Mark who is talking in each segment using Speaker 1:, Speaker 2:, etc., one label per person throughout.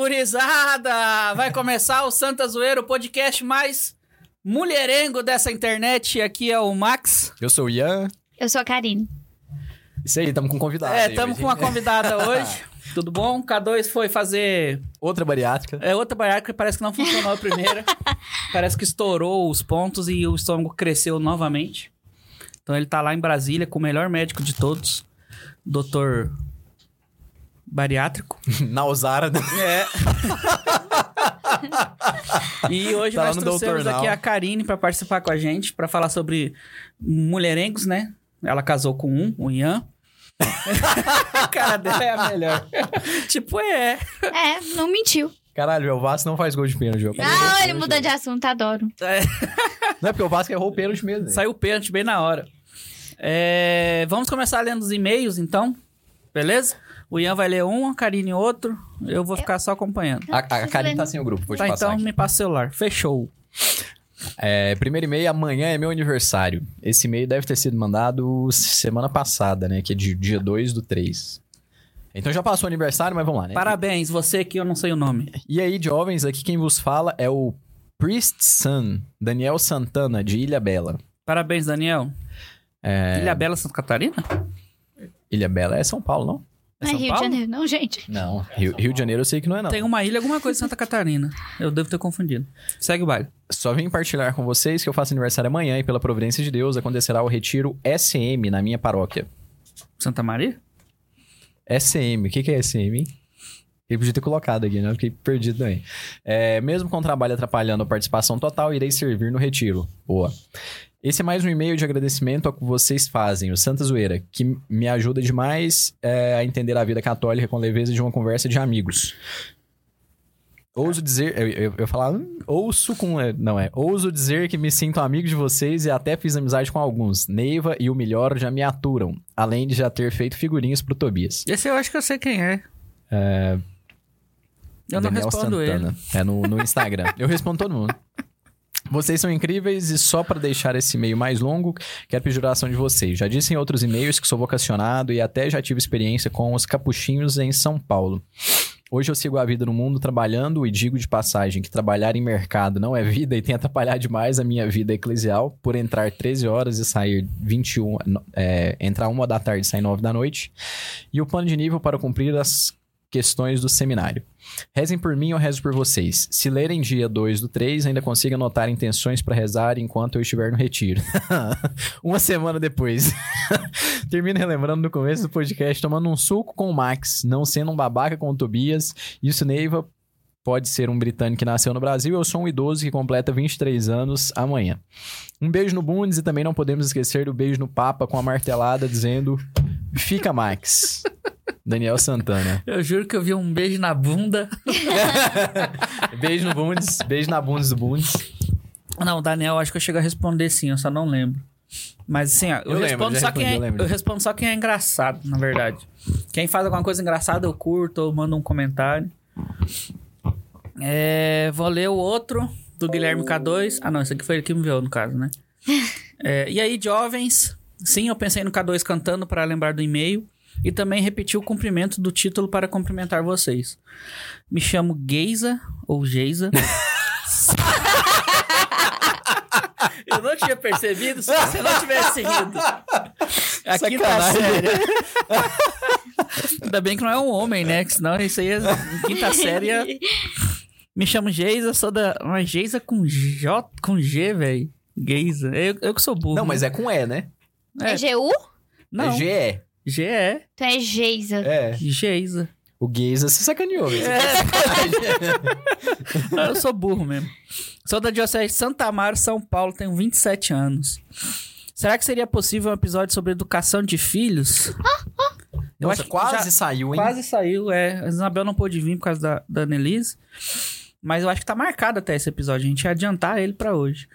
Speaker 1: gurizada! Vai começar o Santa Zoeira, o podcast mais mulherengo dessa internet. Aqui é o Max.
Speaker 2: Eu sou o Ian.
Speaker 3: Eu sou a Karine.
Speaker 2: Isso aí, estamos com um convidado.
Speaker 1: É,
Speaker 2: aí
Speaker 1: estamos
Speaker 2: hoje,
Speaker 1: com uma
Speaker 2: hein?
Speaker 1: convidada hoje. Tudo bom? K2 foi fazer
Speaker 2: Outra bariátrica.
Speaker 1: é, outra bariátrica, parece que não funcionou a primeira. parece que estourou os pontos e o estômago cresceu novamente. Então ele tá lá em Brasília com o melhor médico de todos, doutor bariátrico.
Speaker 2: Na Osara.
Speaker 1: É. e hoje
Speaker 2: Tá lá
Speaker 1: nós
Speaker 2: no
Speaker 1: trouxemos
Speaker 2: Doutor
Speaker 1: aqui
Speaker 2: Now.
Speaker 1: a Karine para participar com a gente, para falar sobre mulherengos, né? Ela casou com um, o Ian. a cara dela é a melhor. tipo, é.
Speaker 3: É, não mentiu.
Speaker 2: Caralho, o Vasco não faz gol de pênalti. eu acabei de ver
Speaker 3: Ah,
Speaker 2: o
Speaker 3: ele
Speaker 2: pênalti.
Speaker 3: mudou de assunto, adoro.
Speaker 1: É,
Speaker 2: Não é porque o Vasco errou o pênalti mesmo. né?
Speaker 1: Saiu o pênalti bem na hora. É, vamos começar lendo os e-mails, então. Beleza? O Ian vai ler um, a Karine outro. Eu vou ficar só acompanhando.
Speaker 2: A, a Karine tá sem o grupo, vou
Speaker 1: Tá,
Speaker 2: te passar
Speaker 1: então
Speaker 2: aqui.
Speaker 1: me passa o celular. Fechou.
Speaker 2: É, primeiro e-mail, amanhã é meu aniversário. Esse e-mail deve ter sido mandado semana passada, né? Que é de dia 2 do 3. Então já passou o aniversário, mas vamos lá, né?
Speaker 1: Parabéns, você que eu não sei o nome.
Speaker 2: E aí, jovens, aqui quem vos fala é o Priest Sun, Daniel Santana, de Ilha Bela.
Speaker 1: Parabéns, Daniel. É... Ilha Bela, Santa Catarina?
Speaker 2: Ilha Bela é São Paulo, não?
Speaker 1: É
Speaker 3: não é
Speaker 1: São
Speaker 3: Rio
Speaker 1: Paulo?
Speaker 3: de Janeiro, não, gente.
Speaker 2: Não, Rio, Rio de Janeiro eu sei que não é, não.
Speaker 1: Tem um uma ilha, alguma coisa em Santa Catarina. Eu devo ter confundido. Segue o baile.
Speaker 2: Só vim partilhar com vocês que eu faço aniversário amanhã e, pela providência de Deus, acontecerá o retiro SM na minha paróquia.
Speaker 1: Santa Maria?
Speaker 2: SM, o que, que é SM? hein? Ele podia ter colocado aqui, né? Eu Fiquei perdido também. É, mesmo com o trabalho atrapalhando a participação total, irei servir no retiro. Boa. Esse é mais um e-mail de agradecimento ao que vocês fazem, o Santa Zoeira, que me ajuda demais é, a entender a vida católica com leveza de uma conversa de amigos. Ouso dizer, eu, eu, eu falava, "Hum, ouço com, é, não é, ouso dizer que me sinto amigo de vocês e até fiz amizade com alguns. Neiva e o Melhor já me aturam, além de já ter feito figurinhas pro Tobias.
Speaker 1: Esse eu acho que eu sei quem é. Eu não
Speaker 2: Daniel
Speaker 1: respondo ele.
Speaker 2: Santana. É no, no Instagram. Eu respondo todo mundo. Vocês são incríveis e só pra deixar esse e-mail mais longo, quero pedir oração de vocês. Já disse em outros e-mails que sou vocacionado e até já tive experiência com os capuchinhos em São Paulo. Hoje eu sigo a vida no mundo trabalhando e digo de passagem que trabalhar em mercado não é vida e tem atrapalhado demais a minha vida eclesial por entrar 13 horas e sair 21, no- é, entrar uma da tarde e sair 9 da noite e o plano de nível para cumprir as questões do seminário. Rezem por mim, eu rezo por vocês. Se lerem dia 2 do 3, ainda consigo anotar intenções para rezar enquanto eu estiver no retiro. Uma semana depois. Termino relembrando no começo do podcast, tomando um suco com o Max, não sendo um babaca com o Tobias. Isso, Neiva, pode ser um britânico que nasceu no Brasil. Eu sou um idoso que completa 23 anos amanhã. Um beijo no Bundes e também não podemos esquecer do beijo no Papa com a martelada dizendo: Fica, Max. Daniel Santana.
Speaker 1: Eu juro que eu vi um beijo na bunda.
Speaker 2: Beijo no Bundes, beijo na Bundes do Bundes.
Speaker 1: Não, o Daniel, acho que eu chego a responder sim, eu só não lembro. Mas assim, ó, eu,
Speaker 2: Eu lembro,
Speaker 1: respondo
Speaker 2: já
Speaker 1: só quem é,
Speaker 2: respondi, eu lembro.
Speaker 1: eu respondo só quem é engraçado, na verdade. Quem faz alguma coisa engraçada, eu curto ou mando um comentário. É, vou ler o outro do Guilherme K2. Ah, não, esse aqui foi ele que me viu, no caso, né? É, e aí, jovens? Sim, eu pensei no K2 cantando para lembrar do e-mail. E também repeti o cumprimento do título para cumprimentar vocês. Me chamo Geisa, ou Geisa. Eu não tinha percebido se você não tivesse rido.
Speaker 2: É
Speaker 1: Aqui tá
Speaker 2: Sacanagem.
Speaker 1: séria. Ainda bem que não é um homem, né? Que senão isso aí é quinta série. é, ia- me chamo Geisa, sou da. Mas Geisa com J. com G, velho. Geisa. Eu, eu que sou burro.
Speaker 2: Não, mas
Speaker 1: né?
Speaker 2: é com E, né?
Speaker 3: É, GU?
Speaker 1: Não,
Speaker 2: É GE.
Speaker 1: G é
Speaker 3: Tu é Geisa.
Speaker 2: É.
Speaker 1: Geisa.
Speaker 2: O Geisa se sacaneou. né? velho.
Speaker 1: É. Não, eu sou burro mesmo. Sou da Diocese de Santa Amaro, São Paulo, tenho 27 anos. Será que seria possível um episódio sobre educação de filhos? Eu
Speaker 2: Nossa,
Speaker 1: acho que
Speaker 2: quase
Speaker 1: já-
Speaker 2: saiu, hein?
Speaker 1: Quase saiu, é. A Isabel não pôde vir por causa da, da Annelise. Mas eu acho que tá marcado até esse episódio. A gente ia adiantar ele pra hoje.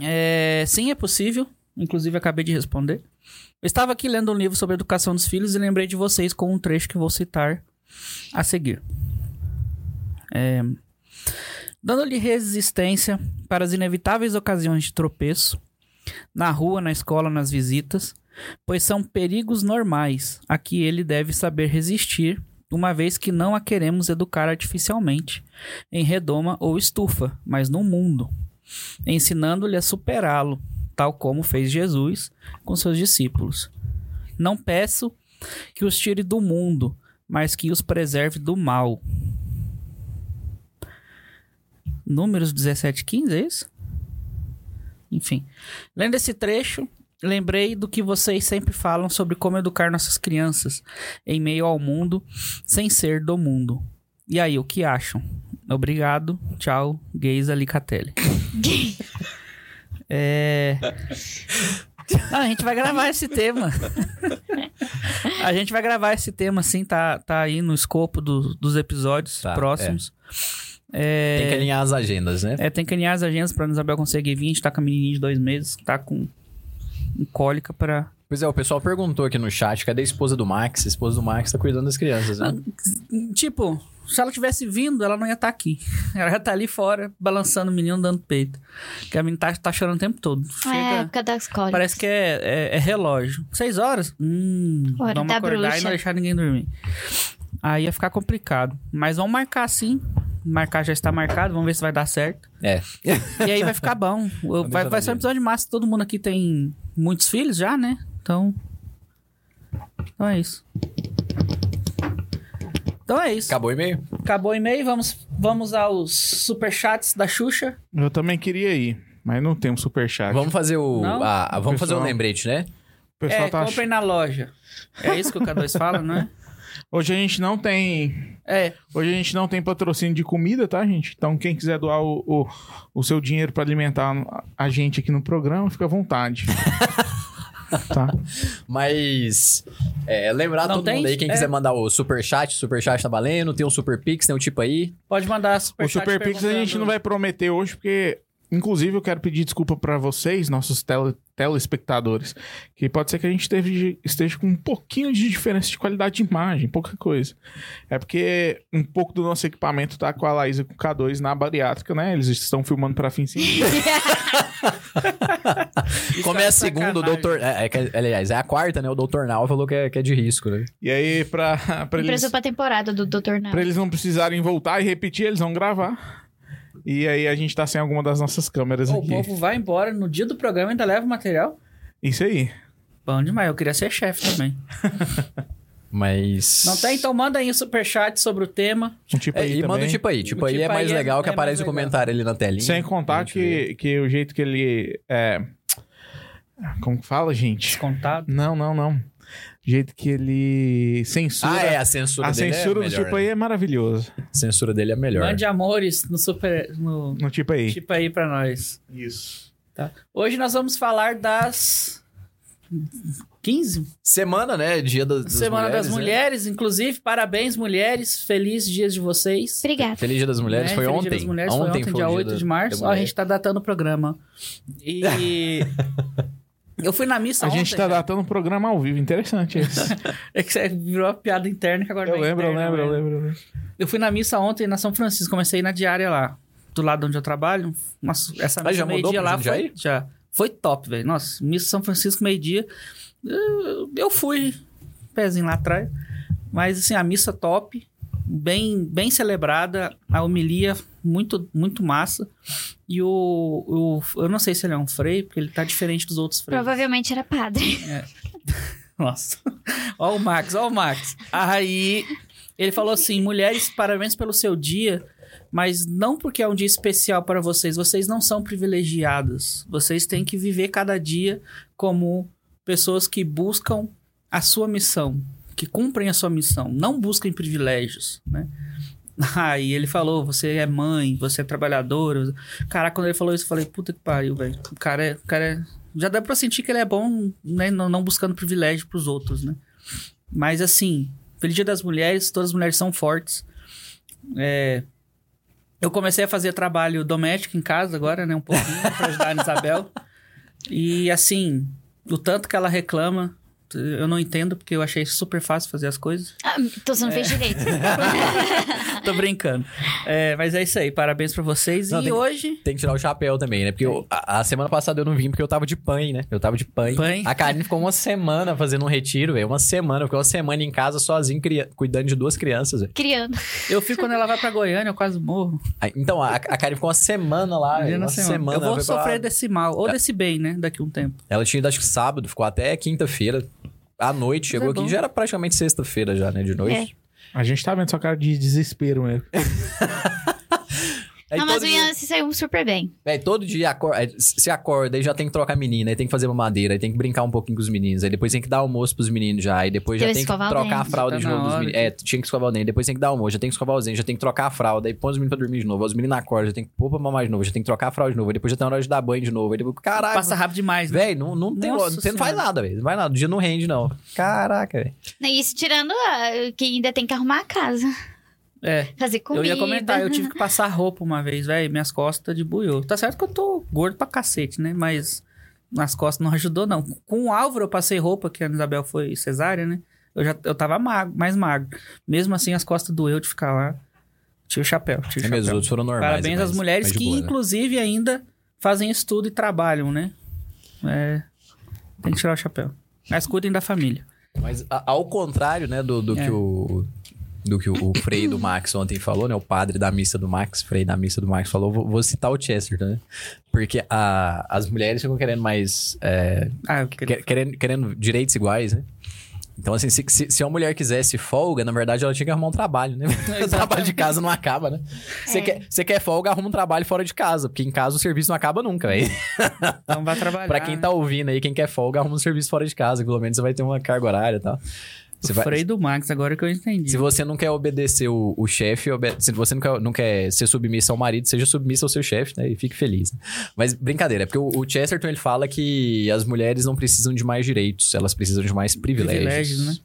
Speaker 1: É, sim, é possível. Inclusive, acabei de responder. Eu estava aqui lendo um livro sobre a educação dos filhos e lembrei de vocês com um trecho que vou citar a seguir. É, Dando-lhe resistência para as inevitáveis ocasiões de tropeço, na rua, na escola, nas visitas, pois são perigos normais a que ele deve saber resistir uma vez que não a queremos educar artificialmente, em redoma ou estufa, mas no mundo, ensinando-lhe a superá-lo, tal como fez Jesus com seus discípulos. Não peço que os tire do mundo, mas que os preserve do mal. Números 17, 15, é isso? Enfim. Lendo esse trecho, lembrei do que vocês sempre falam sobre como educar nossas crianças em meio ao mundo, sem ser do mundo. E aí, o que acham? Obrigado, tchau, gays Alicatelli. é... Não, a gente vai gravar esse tema. a gente vai gravar esse tema, sim, tá, tá aí no escopo do- dos episódios
Speaker 2: Tá,
Speaker 1: próximos.
Speaker 2: Tem que alinhar as agendas, né?
Speaker 1: É, tem que alinhar as agendas pra Isabel conseguir vir. A gente tá com a menininha de dois meses, tá com com cólica pra.
Speaker 2: Pois é, o pessoal perguntou aqui no chat, cadê a esposa do Max? A esposa do Max tá cuidando das crianças, né?
Speaker 1: Tipo, se ela tivesse vindo, ela não ia estar aqui. Ela ia estar ali fora, balançando o menino, dando peito. Porque a menina tá, tá chorando o tempo todo. Chega-
Speaker 3: É a época das cólicas.
Speaker 1: Parece que é, é- é relógio. Seis horas? Hum,
Speaker 3: Hora
Speaker 1: vamos
Speaker 3: da
Speaker 1: acordar e
Speaker 3: bruxa.
Speaker 1: não deixar ninguém dormir. Aí ia ficar complicado. Mas vamos marcar sim. Marcar já está marcado, vamos ver se vai dar certo.
Speaker 2: É.
Speaker 1: E aí vai ficar bom. Eu- Vai,
Speaker 2: deixar
Speaker 1: vai ser um
Speaker 2: na
Speaker 1: episódio massa. Todo mundo aqui tem muitos filhos já, né? Então. Então é isso. Então é isso.
Speaker 2: Acabou o e-mail?
Speaker 1: Acabou o e-mail, vamos, vamos aos superchats da Xuxa.
Speaker 4: Eu também queria ir, mas não tem um superchat.
Speaker 2: Vamos fazer o.
Speaker 1: Não?
Speaker 2: a- a- vamos fazer o
Speaker 4: Pessoal.
Speaker 2: lembrete, né?
Speaker 4: O pessoal
Speaker 1: é,
Speaker 4: tá
Speaker 1: comprem
Speaker 4: ach...
Speaker 1: na loja. É isso que o K2 fala, não é?
Speaker 4: Hoje a gente não tem.
Speaker 1: É,
Speaker 4: Hoje a gente não tem patrocínio de comida, tá, gente? Então, quem quiser doar o, o, o seu dinheiro pra alimentar a gente aqui no programa, fica à vontade. tá?
Speaker 2: Mas. é, lembrar
Speaker 1: Não
Speaker 2: todo
Speaker 1: tem?
Speaker 2: mundo aí, quem
Speaker 1: É.
Speaker 2: quiser mandar o superchat, o superchat tá valendo, tem um super pix, tem um tipo aí.
Speaker 1: pode mandar
Speaker 4: O
Speaker 1: superchat.
Speaker 4: Super Pix a
Speaker 1: perguntando-
Speaker 4: gente não vai prometer hoje, porque, inclusive, eu quero pedir desculpa pra vocês, nossos tele- telespectadores, que pode ser que a gente esteja, esteja com um pouquinho de diferença de qualidade de imagem, pouca coisa. É porque um pouco do nosso equipamento tá com a Laís e com o K2 na bariátrica, né? Eles estão filmando pra fim sem.
Speaker 1: Isso
Speaker 2: Como
Speaker 1: tá
Speaker 2: é a
Speaker 1: de
Speaker 2: segunda, o
Speaker 1: sacanagem.
Speaker 2: doutor. é, é que- aliás, é a quarta, né? O doutor Nal falou que é, que é de risco, né?
Speaker 4: E aí, pra, pra eles.
Speaker 3: Impressou pra temporada do Dr. Nau.
Speaker 4: Pra eles não precisarem voltar e repetir, eles vão gravar. E aí a gente tá sem alguma das nossas câmeras
Speaker 1: Ô, O
Speaker 4: aqui.
Speaker 1: povo vai embora no dia do programa ainda leva o material.
Speaker 4: Isso aí.
Speaker 1: Bom demais, eu queria ser chefe também.
Speaker 2: Mas.
Speaker 1: Não tem? Então manda aí o superchat sobre o tema.
Speaker 4: Um tipo
Speaker 2: É,
Speaker 4: aí
Speaker 2: e manda
Speaker 4: também.
Speaker 2: o tipo aí. Tipo
Speaker 1: O
Speaker 2: aí
Speaker 1: tipo
Speaker 2: é mais
Speaker 1: aí é-
Speaker 2: legal que
Speaker 1: é mais
Speaker 2: aparece o
Speaker 1: legal.
Speaker 2: comentário ali na telinha.
Speaker 4: Sem contar
Speaker 2: Deixa eu ver.
Speaker 4: que, que o jeito que ele. É... Como que fala, gente?
Speaker 1: Descontado.
Speaker 4: Não, não, não. O jeito que ele censura.
Speaker 2: Ah, é, a censura
Speaker 4: A
Speaker 2: dele. é
Speaker 4: censura do
Speaker 2: melhor,
Speaker 4: tipo
Speaker 2: né?
Speaker 4: aí é maravilhoso.
Speaker 2: A censura dele é melhor.
Speaker 1: Mande amores no super. No...
Speaker 4: No tipo aí.
Speaker 1: Tipo aí pra nós.
Speaker 4: Isso.
Speaker 1: Tá? Hoje nós vamos falar das. 15?
Speaker 2: Semana, né? Dia da- das
Speaker 1: Semana das
Speaker 2: mulheres, né?
Speaker 1: Mulheres, inclusive. Parabéns, mulheres. Feliz dias de vocês.
Speaker 3: Obrigada.
Speaker 2: Feliz Dia das Mulheres
Speaker 1: Né?
Speaker 2: foi
Speaker 1: Feliz
Speaker 2: ontem.
Speaker 1: Dia das Mulheres foi ontem,
Speaker 2: o
Speaker 1: dia
Speaker 2: Dia
Speaker 1: 8
Speaker 2: da-
Speaker 1: de
Speaker 2: da
Speaker 1: março. Ó, a
Speaker 2: mulher.
Speaker 1: gente tá datando o programa. E. Eu fui na missa
Speaker 4: A
Speaker 1: ontem.
Speaker 4: gente tá
Speaker 1: cara.
Speaker 4: datando um programa ao vivo. Interessante esse.
Speaker 1: É que virou uma piada interna que agora
Speaker 4: eu,
Speaker 1: não é
Speaker 4: lembro, eu
Speaker 1: interna,
Speaker 4: lembro,
Speaker 1: né?
Speaker 4: eu lembro, eu lembro.
Speaker 1: Eu fui na missa ontem na São Francisco, comecei na diária lá, do lado onde eu trabalho. Nossa, essa
Speaker 2: Ah, já
Speaker 1: missa
Speaker 2: mudou
Speaker 1: meio-dia
Speaker 2: pro
Speaker 1: lá
Speaker 2: Jundiaí?
Speaker 1: foi, já, foi top, velho. Nossa, missa São Francisco meio-dia. Eu, eu fui, pezinho lá atrás. Mas assim, a missa top, bem bem celebrada, a homilia muito muito massa. E o, o- eu não sei se ele é um frei, porque ele tá diferente dos outros freios.
Speaker 3: Provavelmente era padre.
Speaker 1: Nossa. Ó o Max, ó o Max. Aí ele falou assim: mulheres, parabéns pelo seu dia, mas não porque é um dia especial para vocês. Vocês não são privilegiadas. Vocês têm que viver cada dia como pessoas que buscam a sua missão, que cumprem a sua missão. Não busquem privilégios, né? Aí ele falou, você é mãe, você é trabalhadora. Caraca, quando ele falou isso, eu falei, puta que pariu, velho. O cara é, o cara é já dá pra sentir que ele é bom, né? Não, não buscando privilégio pros outros, né? Mas assim, Feliz Dia das Mulheres, todas as mulheres são fortes. É, eu comecei a fazer trabalho doméstico em casa agora, né? Um pouquinho, pra ajudar a Ana Isabel. E assim, o tanto que ela reclama, Eu não entendo, porque eu achei super fácil fazer as coisas.
Speaker 3: Ah, então
Speaker 1: É.
Speaker 3: você não fez direito.
Speaker 1: Tô brincando. É, mas é isso aí. Parabéns pra vocês.
Speaker 2: Não,
Speaker 1: e
Speaker 2: tem-
Speaker 1: hoje.
Speaker 2: Tem que tirar o chapéu também, né? Porque eu- a, a semana passada eu não vim porque eu tava de pãe, né? Eu tava de pãe.
Speaker 1: Pãe.
Speaker 2: A Karine ficou uma semana fazendo um retiro, velho. Uma semana. Ficou uma semana em casa sozinha, cria- cuidando de duas crianças, velho.
Speaker 3: Criando.
Speaker 1: Eu fico quando ela vai pra Goiânia, eu quase morro.
Speaker 2: Aí, Então, a, a Karine ficou uma semana lá.
Speaker 1: Um dia
Speaker 2: velho,
Speaker 1: na
Speaker 2: Uma semana.
Speaker 1: Eu vou
Speaker 2: Foi pra lá.
Speaker 1: sofrer desse mal.
Speaker 2: Tá.
Speaker 1: Ou desse bem, né? Daqui a um tempo.
Speaker 2: Ela tinha ido, acho que sábado, ficou até quinta-feira. À noite, chegou
Speaker 1: é
Speaker 2: aqui,
Speaker 1: bom.
Speaker 2: já era praticamente sexta-feira já, né? De noite.
Speaker 4: A gente tá vendo sua cara de desespero mesmo.
Speaker 2: Aí
Speaker 1: É,
Speaker 3: não, mas
Speaker 2: todo
Speaker 3: o
Speaker 2: dia-
Speaker 3: Ian se saiu super bem.
Speaker 2: Véi, todo dia acor- é, se acorda e já tem que trocar menina, aí tem que fazer uma madeira, aí tem que brincar um pouquinho com os meninos, aí depois tem que dar almoço pros meninos já, aí depois já
Speaker 3: Tem que
Speaker 2: tem que
Speaker 3: escovar o
Speaker 2: trocar a
Speaker 3: dente.
Speaker 2: fralda
Speaker 1: Tá
Speaker 2: de
Speaker 1: na
Speaker 2: novo dos
Speaker 1: hora
Speaker 2: meninos.
Speaker 1: de-
Speaker 2: É, tinha que escovar o dente, depois tem que dar almoço, já tem que escovar os dentes, já tem que trocar a fralda, aí põe os meninos pra dormir de novo, aí os meninos acordam, já tem que pôr pra mamar de novo, já tem que trocar a fralda de novo, aí depois já tá na hora de dar banho de novo, aí depois, caralho.
Speaker 1: Passa rápido demais, né?
Speaker 2: Véi, não, não tem
Speaker 1: Nossa
Speaker 2: lo- você não faz
Speaker 1: Senhora.
Speaker 2: nada, velho. Não faz nada. O dia não rende, não. Caraca, velho.
Speaker 3: E isso tirando ah, que ainda tem que arrumar a casa.
Speaker 1: É.
Speaker 3: Fazer comida.
Speaker 1: Eu ia comentar, eu tive que passar roupa uma vez, velho. Minhas costas de buiô. Tá certo que eu tô gordo pra cacete, né? Mas nas costas não ajudou, não. Com o Álvaro eu passei roupa, que a Ana Isabel foi cesárea, né? Eu já eu tava magro, mais magro. Mesmo assim, as costas doeu de ficar lá. Tira o chapéu, tira
Speaker 2: É
Speaker 1: o
Speaker 2: mesmo, os
Speaker 1: chapéu.
Speaker 2: outros foram normais.
Speaker 1: Parabéns
Speaker 2: mas-
Speaker 1: às mulheres
Speaker 2: mas de
Speaker 1: que,
Speaker 2: boa, né?
Speaker 1: inclusive, ainda fazem estudo e trabalham, né? É, tem que tirar o chapéu. Mas cuidem da família.
Speaker 2: Mas a- ao contrário, né, do, do
Speaker 1: É.
Speaker 2: que o do que o, o Frei do Max ontem falou, né? O padre da missa do Max, Frei da missa do Max falou, vou, vou citar o Chesterton, né? Porque a- as mulheres ficam querendo mais é,
Speaker 1: Ah, eu queria...
Speaker 2: quer- querendo, querendo direitos iguais, né? Então, assim, se, se, se uma mulher quisesse folga, na verdade ela tinha que arrumar um trabalho, né? o trabalho de casa não acaba, né? Você
Speaker 3: É.
Speaker 2: quer, você quer folga, arruma um trabalho fora de casa, porque em casa o serviço não acaba nunca, velho.
Speaker 1: Então vai trabalhar.
Speaker 2: Pra quem
Speaker 1: né?
Speaker 2: tá ouvindo aí, quem quer folga, arruma um serviço fora de casa, que pelo menos você vai ter uma carga horária e tal. Você
Speaker 1: O
Speaker 2: vai,
Speaker 1: freio do Max, agora que eu entendi.
Speaker 2: se você não quer obedecer o, o chefe, obe- se você não quer, não quer ser submissa ao marido, seja submissa ao seu chefe, né? E fique feliz. né? Mas brincadeira, é porque o, o Chesterton ele fala que as mulheres não precisam de mais direitos, elas precisam de mais privilégios.
Speaker 1: Privilégios, né?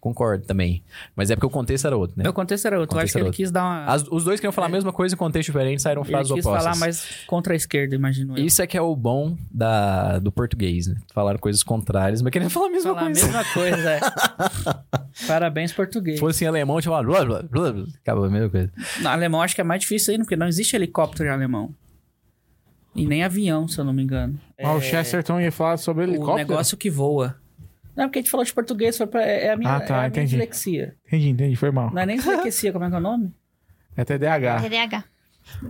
Speaker 2: Concordo também. Mas é porque o contexto era outro, né?
Speaker 1: Meu contexto era outro. Eu acho
Speaker 2: Contexto
Speaker 1: que
Speaker 2: era
Speaker 1: ele
Speaker 2: outro.
Speaker 1: quis dar uma.
Speaker 2: As- os dois queriam falar a mesma coisa em contexto diferente, saíram
Speaker 1: ele
Speaker 2: frases
Speaker 1: quis
Speaker 2: opostas.
Speaker 1: falar mais contra a esquerda, imagino eu.
Speaker 2: Isso é que é o bom da, do português, né? Falaram coisas contrárias, mas querendo falar a mesma
Speaker 1: falar
Speaker 2: coisa.
Speaker 1: a mesma coisa, é. Parabéns, português.
Speaker 2: Se fosse em alemão, tinha falado... Blá, blá, blá, blá. Acabou a mesma coisa.
Speaker 1: No alemão acho que é mais difícil ainda, porque não existe helicóptero em alemão. E nem avião, se eu não me engano. É
Speaker 4: Ah, o Chesterton ia falar sobre
Speaker 1: o
Speaker 4: helicóptero.
Speaker 1: negócio que voa. Não, porque a gente falou de português, foi pra- é é a minha,
Speaker 4: Ah, tá,
Speaker 1: é a minha
Speaker 4: entendi.
Speaker 1: dislexia.
Speaker 4: Entendi, entendi, foi mal.
Speaker 1: Não é nem dislexia, como é que é o nome?
Speaker 4: É
Speaker 1: Ah,
Speaker 4: TDAH.
Speaker 3: TDAH.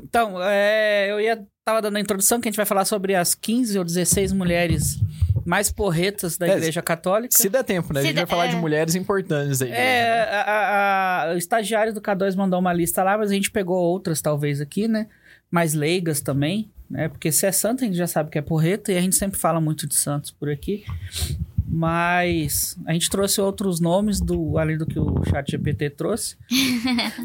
Speaker 1: Então, é, eu ia tava dando a introdução que a gente vai falar sobre as 15 ou 16 mulheres mais porretas da
Speaker 2: É,
Speaker 1: Igreja Católica.
Speaker 2: Se der tempo, né? A
Speaker 3: Se
Speaker 2: gente vai
Speaker 3: der-
Speaker 2: falar de
Speaker 3: é.
Speaker 2: mulheres importantes aí. né.
Speaker 1: É, a, a- a- o estagiário do K2 mandou uma lista lá, mas a gente pegou outras, talvez, aqui, né? Mais leigas também, né? Porque se é santo, a gente já sabe que é porreta, e a gente sempre fala muito de santos por aqui. Mas a gente trouxe outros nomes, do, além do que o chat GPT trouxe.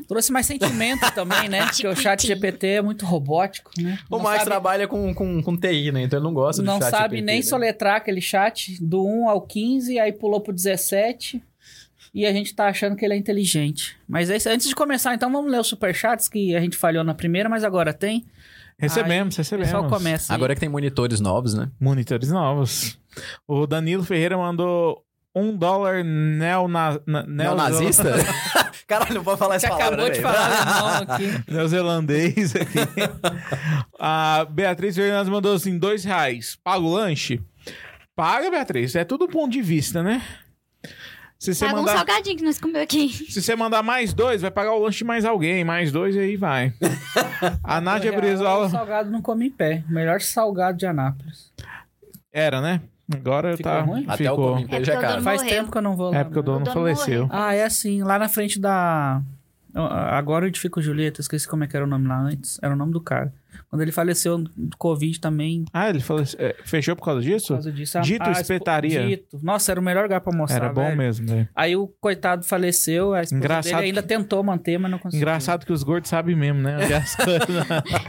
Speaker 1: trouxe mais sentimento também, né? Porque o chat GPT é muito robótico, né?
Speaker 2: O
Speaker 1: Não
Speaker 2: Max
Speaker 1: sabe-
Speaker 2: trabalha com, com, com TI, né? Então ele não gosta
Speaker 1: não
Speaker 2: do chat
Speaker 1: sabe
Speaker 2: GPT,
Speaker 1: nem
Speaker 2: né?
Speaker 1: soletrar aquele chat do 1 ao 15, aí pulou pro 17 e a gente tá achando que ele é inteligente. Mas é isso. antes de começar, então vamos ler os superchats que a gente falhou na primeira, mas agora tem.
Speaker 4: Recebemos,
Speaker 1: é O
Speaker 4: recebemos.
Speaker 1: pessoal começa. aí.
Speaker 2: Agora é que tem monitores novos, né?
Speaker 4: Monitores novos. O Danilo Ferreira mandou um dólar neona, na, neozel-
Speaker 2: Neonazista? Caralho, não pode é falar
Speaker 1: Você
Speaker 2: essa palavra,
Speaker 1: acabou de
Speaker 2: velho.
Speaker 1: falar o nome aqui.
Speaker 4: neozelandês aqui. A Beatriz Fernandes mandou assim, dois reais. Paga o lanche? Paga, Beatriz. É tudo ponto de vista, né? Se você,
Speaker 3: Paga um
Speaker 4: mandar,
Speaker 3: salgadinho que nós comeu aqui.
Speaker 4: se você mandar mais dois, vai pagar o lanche de mais alguém. Mais dois, aí vai. A Nádia
Speaker 1: Real, O
Speaker 4: Brizola...
Speaker 1: salgado não come em pé. O melhor salgado de Anápolis.
Speaker 4: Era, né? Agora
Speaker 1: Ficou
Speaker 4: tá.
Speaker 1: ruim?
Speaker 2: Até o
Speaker 4: Ficou.
Speaker 2: Comim
Speaker 3: É
Speaker 2: já é
Speaker 3: porque eu
Speaker 2: caro.
Speaker 3: dou-
Speaker 1: Faz
Speaker 3: Morreu.
Speaker 1: tempo que eu não vou lá.
Speaker 4: É porque o
Speaker 1: né?
Speaker 4: dono
Speaker 3: O dono
Speaker 4: faleceu.
Speaker 1: Ah, é assim, lá na frente da. Agora eu edifico Julieta, esqueci como é que era o nome lá antes. Era o nome do cara. Quando ele faleceu do Covid também,
Speaker 4: Ah, ele faleceu. é, Fechou por causa
Speaker 1: Por
Speaker 4: disso?
Speaker 1: causa disso. A-
Speaker 4: Dito
Speaker 1: a espo-
Speaker 4: espetaria.
Speaker 1: Dito. Nossa, era o melhor lugar pra mostrar.
Speaker 4: Era bom
Speaker 1: velho.
Speaker 4: mesmo, velho.
Speaker 1: Aí o coitado faleceu, a esposa
Speaker 4: Engraçado
Speaker 1: dele ainda tentou manter, mas não conseguiu.
Speaker 4: Engraçado que os gordos sabem mesmo,
Speaker 1: É
Speaker 4: né? Olha as coisas.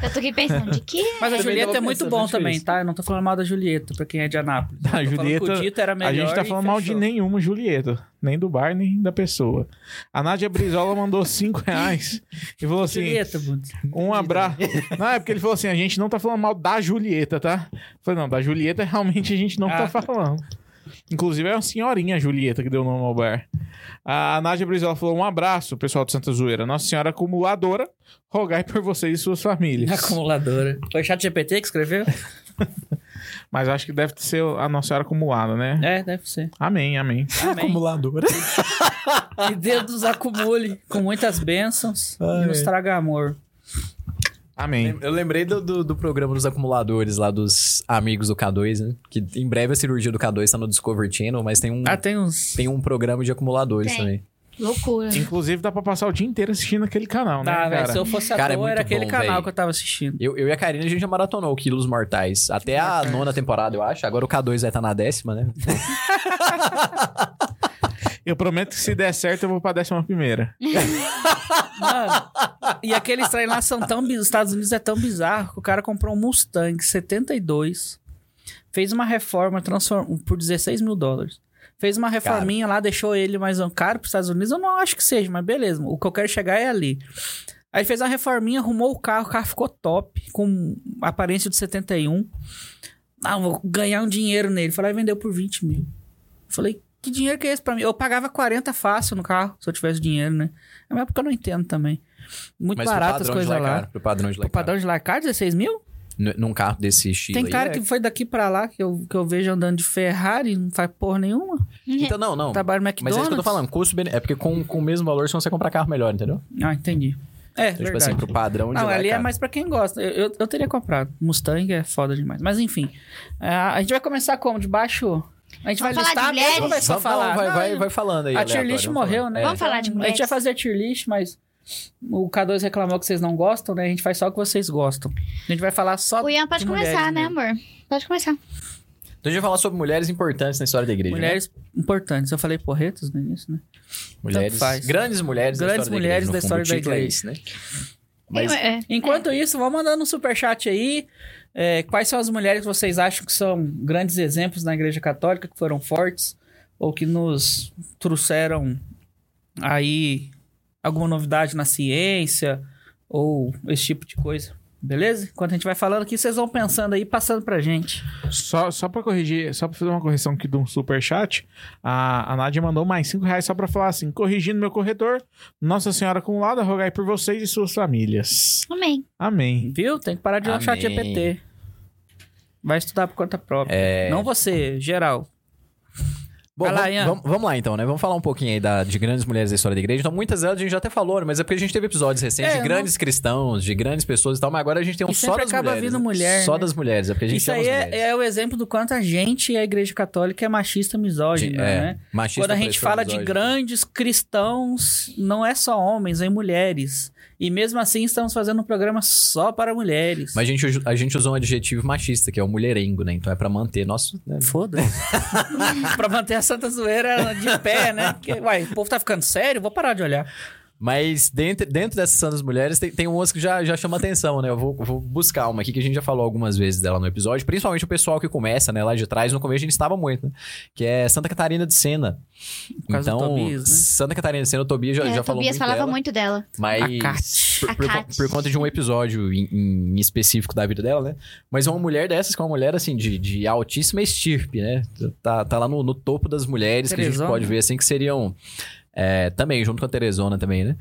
Speaker 3: Eu tô aqui pensando, de que?
Speaker 1: Mas a
Speaker 2: Também
Speaker 1: Julieta
Speaker 2: tava
Speaker 1: é muito
Speaker 2: pensando
Speaker 1: bom
Speaker 2: nisso.
Speaker 1: também, tá? Eu não tô falando mal da Julieta, pra quem é de Anápolis.
Speaker 4: A
Speaker 1: Eu tô falando
Speaker 4: Julieta-
Speaker 1: que o Dito era
Speaker 4: A
Speaker 1: melhor
Speaker 4: gente tá
Speaker 1: e
Speaker 4: falando mal de
Speaker 1: fechou.
Speaker 4: nenhuma Julieta. Nem do bar, nem da pessoa. A Nádia Brizola mandou cinco reais e falou assim:
Speaker 1: Julieta, Bundes.
Speaker 4: um abraço. Não, é porque ele falou assim: a gente não tá falando mal da Julieta, tá? Eu Falei, não, da Julieta realmente a gente não
Speaker 1: Ah.
Speaker 4: tá falando. Inclusive, é uma senhorinha, a Julieta, que deu o nome ao bar. A Nádia Brizola falou: um abraço, pessoal do Santa Zoeira. Nossa Senhora acumuladora, rogai por vocês e suas famílias.
Speaker 1: Acumuladora. Foi chat GPT que escreveu?
Speaker 4: Mas acho que deve ser a Nossa Senhora acumulada, né?
Speaker 1: é, deve ser.
Speaker 4: Amém, amém.
Speaker 1: Amém.
Speaker 2: Acumuladora.
Speaker 1: Que Deus nos acumule com muitas bênçãos
Speaker 2: Ai.
Speaker 1: e nos traga amor.
Speaker 4: Amém.
Speaker 2: Eu lembrei do, do, do programa dos acumuladores lá dos amigos do K2, né? Que em breve a cirurgia do K2 tá no Discovery Channel, mas tem um,
Speaker 1: Ah, tem uns.
Speaker 2: tem um programa de acumuladores
Speaker 3: Tem.
Speaker 2: também.
Speaker 3: Loucura.
Speaker 4: Inclusive, dá pra passar o dia inteiro assistindo aquele canal, né?
Speaker 1: Tá, velho.
Speaker 4: cara?
Speaker 1: Se eu fosse
Speaker 2: Cara, é
Speaker 1: ator, era
Speaker 2: muito
Speaker 1: aquele
Speaker 2: bom,
Speaker 1: canal
Speaker 2: velho.
Speaker 1: que eu tava assistindo.
Speaker 2: Eu, eu e a Karina, a gente já maratonou o Quilos Mortais. Até a nona temporada, eu acho. Agora o K2 vai estar na décima, né?
Speaker 4: Eu prometo que se der certo, eu vou pra décima primeira.
Speaker 1: Mano, e aqueles trem lá são tão bizarros. Os Estados Unidos é tão bizarro que o cara comprou um Mustang 72, fez uma reforma transform... um, por 16 mil dólares. Fez uma reforminha lá, deixou ele mais um caro pros Estados Unidos. Eu não acho que seja, mas beleza. O que eu quero chegar é ali. Aí fez uma reforminha, arrumou o carro, o carro ficou top, com aparência de 71. Ah, vou ganhar um dinheiro nele. Falei, "Ah, vendeu por 20 mil. Eu Falei, que dinheiro que é esse pra mim? Eu pagava 40 fácil no carro, se eu tivesse dinheiro, né? É uma época que eu não entendo também. Muito
Speaker 2: Mas pro
Speaker 1: barato as
Speaker 2: padrão de
Speaker 1: coisas
Speaker 2: é
Speaker 1: lá.
Speaker 2: caro, Pro padrão de lá.
Speaker 1: O
Speaker 2: é caro.
Speaker 1: padrão de lá é caro, 16 mil?
Speaker 2: N- Num carro desse estilo
Speaker 1: Tem
Speaker 2: aí,
Speaker 1: cara
Speaker 2: é.
Speaker 1: que foi daqui pra lá, que eu, que eu vejo andando de Ferrari, não faz porra nenhuma.
Speaker 2: Então, não, não.
Speaker 1: Uhum. Trabalho no
Speaker 2: Mas
Speaker 1: McDonald's.
Speaker 2: é isso que eu tô falando. Custo bene- É porque com, com o mesmo valor, se você comprar carro melhor, entendeu?
Speaker 1: Ah, entendi. É,
Speaker 2: Então, tipo
Speaker 1: verdade.
Speaker 2: assim, pro padrão de
Speaker 1: Não,
Speaker 2: lá
Speaker 1: ali é
Speaker 2: caro.
Speaker 1: mais pra quem gosta. Eu, eu, eu teria comprado. Mustang é foda demais. Mas enfim. é, a gente vai começar como? De baixo? A gente vai
Speaker 3: Vamos falar
Speaker 1: listar
Speaker 3: de
Speaker 1: mesmo ou vai
Speaker 3: mulheres?
Speaker 1: só
Speaker 2: Vamos-
Speaker 1: falar?
Speaker 2: não, vai,
Speaker 1: Não,
Speaker 2: vai, vai falando aí.
Speaker 1: a tier
Speaker 2: aleatório,
Speaker 1: list
Speaker 2: vamos
Speaker 1: morreu,
Speaker 2: falando.
Speaker 1: né?
Speaker 2: É.
Speaker 3: Vamos falar de
Speaker 1: A gente
Speaker 3: mulheres.
Speaker 1: vai fazer tier list, mas o K2 reclamou que vocês não gostam, né? A gente faz só o que vocês gostam. A gente vai falar só
Speaker 3: O Ian pode
Speaker 1: de
Speaker 3: começar,
Speaker 1: mulheres
Speaker 3: né,
Speaker 1: mesmo.
Speaker 3: amor? Pode começar.
Speaker 2: Então a gente vai falar sobre mulheres importantes na história da igreja. né?
Speaker 1: Mulheres importantes. Eu falei porretos no início, né?
Speaker 2: Mulheres,
Speaker 1: Tanto faz.
Speaker 2: grandes mulheres
Speaker 1: Grandes
Speaker 2: da história
Speaker 1: mulheres
Speaker 2: da igreja. no
Speaker 1: da
Speaker 2: fundo,
Speaker 1: história
Speaker 2: o
Speaker 1: da
Speaker 2: título é
Speaker 1: igreja.
Speaker 2: esse, né? Mas-
Speaker 3: Eu- é.
Speaker 1: Enquanto isso, vão mandando um superchat aí. É, quais são as mulheres que vocês acham que são grandes exemplos na Igreja Católica, que foram fortes ou que nos trouxeram aí alguma novidade na ciência ou esse tipo de coisa? Beleza? Enquanto a gente vai falando aqui, vocês vão pensando aí, passando pra gente.
Speaker 4: Só, só pra corrigir, só pra fazer uma correção aqui de um superchat, a, a Nádia mandou mais 5 reais só pra falar assim: corrigindo meu corretor, Nossa Senhora acumulada, rogai por vocês e suas famílias.
Speaker 3: Amém.
Speaker 4: Amém.
Speaker 1: Viu? Tem que parar de usar o chat
Speaker 2: Amém.
Speaker 1: GPT. Vai estudar por conta própria.
Speaker 2: É.
Speaker 1: Não você, geral.
Speaker 2: Bom,
Speaker 1: Vai lá,
Speaker 2: vamos,
Speaker 1: Ian.
Speaker 2: vamos- vamos lá então, né? Vamos falar um pouquinho aí da- de grandes mulheres da história da igreja. Então, muitas delas a gente já até falou, né? mas é porque a gente teve episódios recentes
Speaker 1: É,
Speaker 2: de
Speaker 1: eu
Speaker 2: grandes cristãos, de grandes pessoas e tal, mas agora a gente tem um
Speaker 1: E
Speaker 2: só
Speaker 1: sempre
Speaker 2: das
Speaker 1: acaba
Speaker 2: mulheres.
Speaker 1: vindo
Speaker 2: né?
Speaker 1: mulher,
Speaker 2: Só
Speaker 1: né?
Speaker 2: das mulheres, é porque a gente
Speaker 1: Isso
Speaker 2: ama
Speaker 1: aí
Speaker 2: as
Speaker 1: é,
Speaker 2: mulheres.
Speaker 1: é o exemplo do quanto a gente e a Igreja Católica é machista e misógina,
Speaker 2: É,
Speaker 1: né?
Speaker 2: machista,
Speaker 1: Quando a gente
Speaker 2: opressor,
Speaker 1: fala de
Speaker 2: misógino.
Speaker 1: grandes cristãos, não é só homens, é mulheres. E mesmo assim, estamos fazendo um programa só para mulheres.
Speaker 2: Mas a gente, us- a gente usou um adjetivo machista, que é o mulherengo, né? Então é pra manter nosso. né?
Speaker 1: Foda-se. pra manter a santa zoeira de pé, né? Porque, uai, o povo tá ficando sério, vou parar de olhar.
Speaker 2: Mas dentro, dentro dessas santas mulheres, tem, tem umas que já, já chama atenção, né? Eu vou, vou buscar uma aqui que a gente já falou algumas vezes dela no episódio, principalmente o pessoal que começa, né? Lá de trás, no começo a gente estava muito, né? Que é Santa Catarina de Sena.
Speaker 1: causa do
Speaker 2: Então,
Speaker 1: Tobias, né?
Speaker 2: Santa Catarina de Sena, o Tobias já,
Speaker 3: É,
Speaker 2: já falou
Speaker 3: Tobias
Speaker 2: muito
Speaker 3: falava
Speaker 2: dela,
Speaker 3: muito dela.
Speaker 2: Mas
Speaker 1: A Kat.
Speaker 2: Por,
Speaker 3: A
Speaker 2: por con-
Speaker 3: Kat.
Speaker 2: por conta de um episódio em, em específico da vida dela, né? Mas uma mulher dessas, que é uma mulher, assim, de, de altíssima estirpe, né? Tá, tá lá no, no topo das mulheres que a
Speaker 1: Teresona.
Speaker 2: gente pode ver, assim, que seriam... é, também, junto com a Teresona também, né?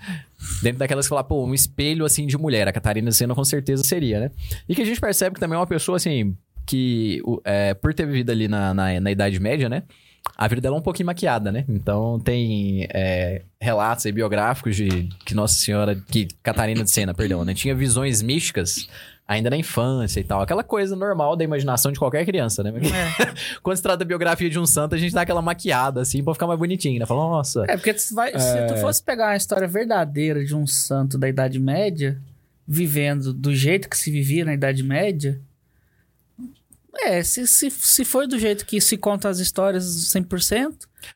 Speaker 2: Dentro daquelas que fala, pô, um espelho, assim, de mulher. A Catarina Senna com certeza seria, né? E que a gente percebe que também é uma pessoa, assim, que o- é, por ter vivido ali na, na, na Idade Média, né? A vida dela é um pouquinho maquiada, né? Então tem é, relatos aí biográficos de que Nossa Senhora, que Catarina de Sena, perdão, né? Tinha visões místicas ainda na infância e tal. Aquela coisa normal da imaginação de qualquer criança, né? Mas Quando se trata da biografia de um santo, a gente dá aquela maquiada assim pra ficar mais bonitinho, né? Fala, nossa.
Speaker 1: É, porque se, vai- se tu fosse pegar uma história verdadeira de um santo da Idade Média, vivendo do jeito que se vivia na Idade Média. É, se, se, se foi do jeito que se contam as histórias 100%,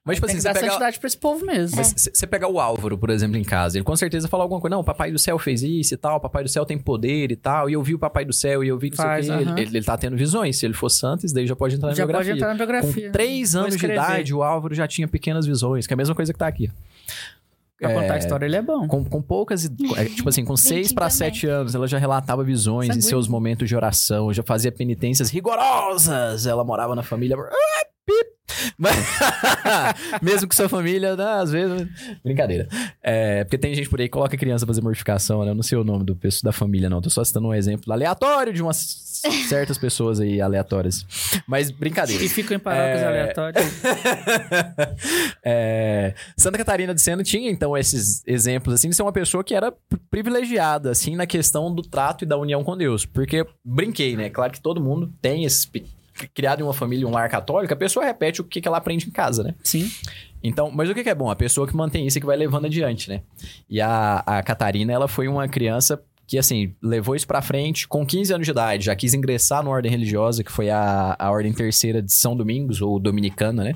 Speaker 2: Mas, tipo
Speaker 1: tem que
Speaker 2: assim, você
Speaker 1: dar
Speaker 2: pega.
Speaker 1: santidade pra esse povo mesmo.
Speaker 2: Mas c- você pega o Álvaro, por exemplo, em casa, ele com certeza fala alguma coisa. Não, o Papai do Céu fez isso e tal, o Papai do Céu tem poder e tal, e eu vi o Papai do Céu e eu vi que não sei o
Speaker 1: Faz,
Speaker 2: quê.
Speaker 1: aham.
Speaker 2: Ele, ele, ele tá tendo visões. Se ele for santo, isso daí já pode entrar na
Speaker 1: já
Speaker 2: biografia.
Speaker 1: pode entrar na biografia.
Speaker 2: Com três
Speaker 1: Vou
Speaker 2: anos de
Speaker 1: escrever.
Speaker 2: idade, o Álvaro já tinha pequenas visões, que é a mesma coisa que tá aqui.
Speaker 1: Pra
Speaker 2: É,
Speaker 1: contar a história, ele é bom.
Speaker 2: Com, com poucas. id- é, tipo assim, com seis
Speaker 3: Bonitinho
Speaker 2: pra
Speaker 3: também.
Speaker 2: sete anos, ela já relatava visões em
Speaker 1: Sanguíneo.
Speaker 2: seus momentos de oração, já fazia penitências rigorosas. Ela morava na família. Ah, pi. Mas, mesmo que sua família, né, às vezes. Brincadeira. É, porque tem gente por aí que coloca criança pra fazer mortificação, né? Eu não sei o nome do pessoa da família, não. Tô só citando um exemplo aleatório de umas certas pessoas aí aleatórias. Mas brincadeira.
Speaker 1: E ficam em paróquias
Speaker 2: É.
Speaker 1: aleatórias.
Speaker 2: É, Santa Catarina de Sena tinha, então, esses exemplos, assim, de ser uma pessoa que era privilegiada, assim, na questão do trato e da união com Deus. Porque, brinquei, né? Claro que todo mundo tem esse... pe- Criado em uma família, um lar católico, a pessoa repete o que que ela aprende em casa, né?
Speaker 1: Sim.
Speaker 2: Então, mas o que que é bom? A pessoa que mantém isso e que vai levando adiante, né? E a, a Catarina, ela foi uma criança que, assim, levou isso pra frente com 15 anos de idade. Já quis ingressar na ordem religiosa, que foi a, a ordem terceira de São Domingos, ou Dominicana, né?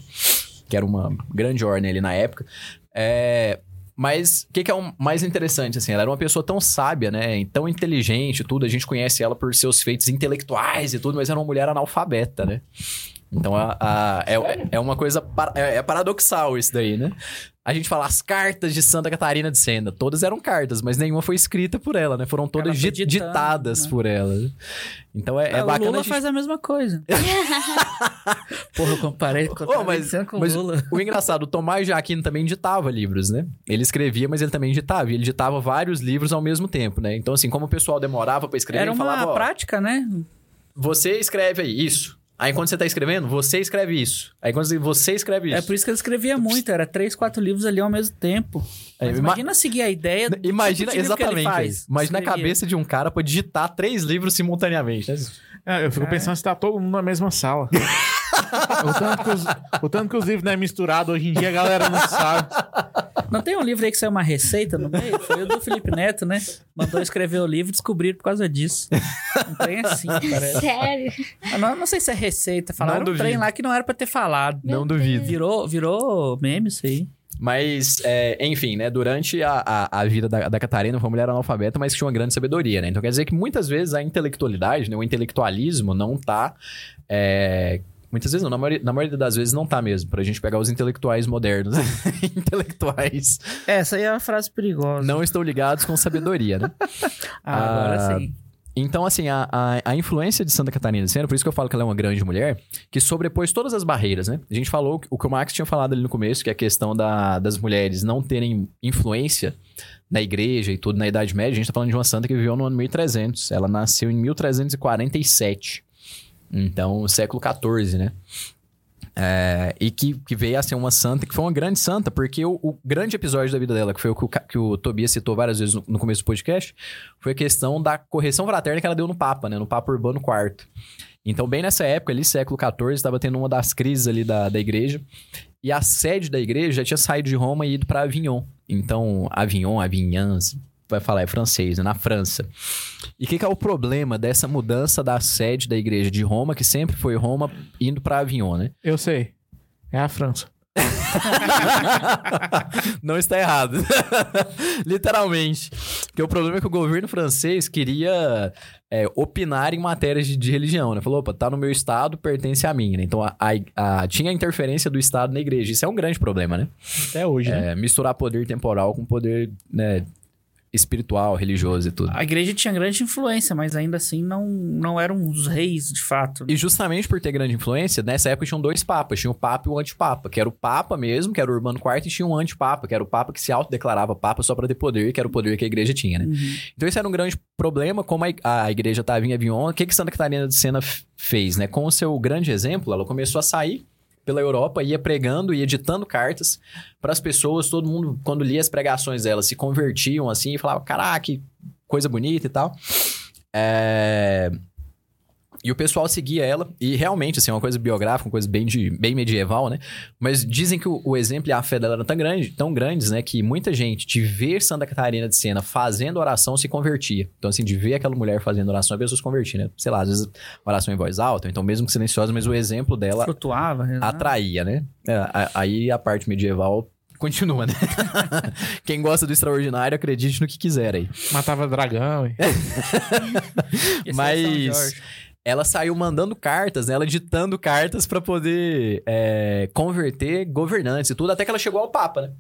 Speaker 2: Que era uma grande ordem ali na época. É, Mas o que, que é o mais interessante, assim? Ela era uma pessoa tão sábia, né? E tão inteligente e tudo. A gente conhece ela por seus feitos intelectuais e tudo, mas era uma mulher analfabeta, né? Então a- a- é, é uma coisa. par- é, é paradoxal isso daí, né? A gente fala as cartas de Santa Catarina de Sena. Todas eram cartas, mas nenhuma foi escrita por ela, né? Foram todas
Speaker 1: Ela foi
Speaker 2: di-
Speaker 1: ditando,
Speaker 2: ditadas
Speaker 1: né?
Speaker 2: por ela. Então é, é
Speaker 1: Ah, o
Speaker 2: bacana.
Speaker 1: Lula
Speaker 2: a gente-
Speaker 1: faz a mesma coisa. Porra, eu comparei com,
Speaker 2: Ô,
Speaker 1: oh,
Speaker 2: mas-
Speaker 1: com
Speaker 2: mas-
Speaker 1: o Lula.
Speaker 2: O engraçado, o Tomás Jaquino também ditava livros, né? Ele escrevia, mas ele também ditava. E ele ditava vários livros ao mesmo tempo, né? Então, assim, como o pessoal demorava pra escrever,
Speaker 1: Era
Speaker 2: ele
Speaker 1: uma
Speaker 2: falava, ó,
Speaker 1: prática, né?
Speaker 2: você escreve aí isso. Aí quando você tá escrevendo, você escreve isso. Aí quando você- você escreve isso.
Speaker 1: É por isso que ele escrevia muito. Era três, quatro livros ali ao mesmo tempo.
Speaker 2: É,
Speaker 1: Mas
Speaker 2: ima-
Speaker 1: imagina seguir a ideia do tipo
Speaker 2: Imagina,
Speaker 1: de livro que ele
Speaker 2: exatamente.
Speaker 1: faz.
Speaker 2: Imagina a
Speaker 1: Escrevia.
Speaker 2: cabeça de um cara pra digitar três livros simultaneamente. né?
Speaker 4: Ah, Eu fico pensando se tá todo mundo na mesma sala. o, tanto que os, o tanto que os livros não é misturado hoje em dia, a galera não sabe.
Speaker 1: Não tem um livro aí que saiu uma receita no meio? Foi o do Felipe Neto, né? Mandou escrever o livro e descobriram por causa disso. Um trem assim, parece.
Speaker 3: Sério.
Speaker 1: Eu Não, não sei se é receita. Falaram um
Speaker 2: duvido.
Speaker 1: trem lá que não era pra ter falado.
Speaker 2: Não duvido.
Speaker 1: Virou, virou meme isso aí.
Speaker 2: Mas, é, enfim, né? Durante a, a, a vida da, da Catarina, foi uma mulher analfabeta, mas que tinha uma grande sabedoria, né? Então quer dizer que muitas vezes a intelectualidade, né, o intelectualismo não tá. é, Muitas vezes não, na maioria, na maioria das vezes não tá mesmo, pra gente pegar os intelectuais modernos. intelectuais
Speaker 1: Essa aí é uma frase perigosa.
Speaker 2: não estão ligados com sabedoria, né?
Speaker 1: Ah,
Speaker 2: Ah,
Speaker 1: agora sim.
Speaker 2: Então, assim, a, a, a influência de Santa Catarina de Sena, por isso que eu falo que ela é uma grande mulher, que sobrepôs todas as barreiras, né? A gente falou o que o Max tinha falado ali no começo, que é a questão da, das mulheres não terem influência na igreja e tudo na Idade Média. A gente tá falando de uma santa que viveu no ano 1300. Ela nasceu em 1347. Então, século XIV, né? É, e que, que veio a ser uma santa, que foi uma grande santa, porque o, o grande episódio da vida dela, que foi o que o, Ca- que o Tobias citou várias vezes no, no começo do podcast, foi a questão da correção fraterna que ela deu no Papa, né? No Papa Urbano IV. Então, bem nessa época ali, século XIV, estava tendo uma das crises ali da, da igreja. E a sede da igreja já tinha saído de Roma e ido para Avignon. Então, Avignon, Avignon, se vai falar, é francês, né? na França. E o que, que é o problema dessa mudança da sede da igreja de Roma, que sempre foi Roma, indo para Avignon, né?
Speaker 4: Eu sei. É a França.
Speaker 2: Não está errado. Literalmente. Porque o problema é que o governo francês queria é, opinar em matérias de, de religião, né? Falou, opa, tá no meu estado, pertence a mim, né? Então, a- a- a- tinha a interferência do estado na igreja. Isso é um grande problema, né?
Speaker 4: Até hoje, né?
Speaker 2: É, misturar poder temporal com poder, né, espiritual, religioso e tudo.
Speaker 1: A igreja tinha grande influência, mas ainda assim não, não eram os reis, de fato.
Speaker 2: E justamente por ter grande influência, nessa época tinham dois papas. Tinha o papa e o antipapa, que era o papa mesmo, que era o Urbano IV, e tinha o antipapa, que era o papa que se autodeclarava papa só pra ter poder, que era o poder que a igreja tinha, né?
Speaker 1: Uhum.
Speaker 2: Então esse era um grande problema, como a, ig- a igreja estava em Avignon, o que que Santa Catarina de Sena f- fez, né? Com o seu grande exemplo, ela começou a sair pela Europa, ia pregando e editando cartas para as pessoas, todo mundo quando lia as pregações dela, se convertiam assim e falava, caraca, que coisa bonita e tal. É, E o pessoal seguia ela, e realmente, assim, é uma coisa biográfica, uma coisa bem, de, bem medieval, né? Mas dizem que o, o exemplo e a fé dela eram tão, grande, tão grandes, né? Que muita gente, de ver Santa Catarina de Sena fazendo oração, se convertia. Então, assim, de ver aquela mulher fazendo oração, a pessoa se convertia, né? Sei lá, às vezes oração em voz alta, ou então mesmo que silenciosa, mas o exemplo dela
Speaker 1: Flutuava. rezava.
Speaker 2: atraía, né? É, a- aí a parte medieval continua, né? Quem gosta do extraordinário, acredite no que quiser aí.
Speaker 4: Matava dragão. e-
Speaker 1: Esse é São
Speaker 2: mas-
Speaker 1: Jorge.
Speaker 2: ela saiu mandando cartas, né? ela ditando cartas pra poder é, converter governantes e tudo, até que ela chegou ao Papa, né?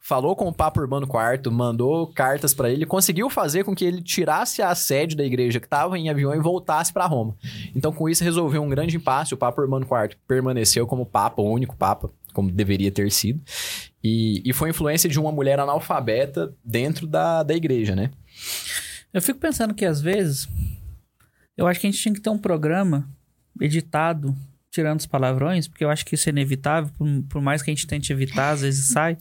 Speaker 2: falou com o Papa Urbano IV, mandou cartas pra ele, conseguiu fazer com que ele tirasse a sede da igreja que estava em avião e voltasse pra Roma. Então, com isso, resolveu um grande impasse. O Papa Urbano IV permaneceu como Papa, o único Papa, como deveria ter sido. E, e foi influência de uma mulher analfabeta dentro da, da igreja, né?
Speaker 1: Eu fico pensando que às vezes eu acho que a gente tinha que ter um programa editado, tirando os palavrões, porque eu acho que isso é inevitável, por, por mais que a gente tente evitar, às vezes sai.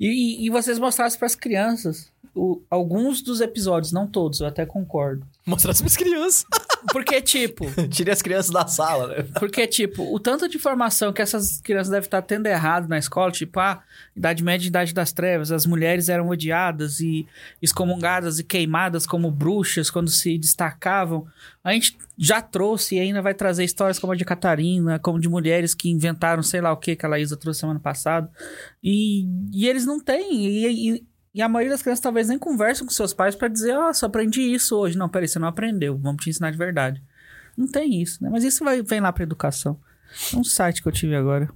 Speaker 1: E, e- e vocês mostrassem para as crianças o- alguns dos episódios, não todos, eu até concordo.
Speaker 2: Mostrasse pras crianças.
Speaker 1: Porque, tipo,
Speaker 2: Tirei as crianças da sala, né?
Speaker 1: porque, tipo, o tanto de informação que essas crianças devem estar tendo errado na escola, tipo, ah, Idade Média e Idade das Trevas, as mulheres eram odiadas e excomungadas e queimadas como bruxas quando se destacavam. A gente já trouxe e ainda vai trazer histórias como a de Catarina, como de mulheres que inventaram sei lá o que que a Laísa trouxe semana passada. E, e eles não têm. E, e- e a maioria das crianças talvez nem conversam com seus pais pra dizer, ó, só aprendi isso hoje. Não, peraí, você não aprendeu, vamos te ensinar de verdade. Não tem isso, né? Mas isso vai, vem lá pra educação. É um site que eu tive agora.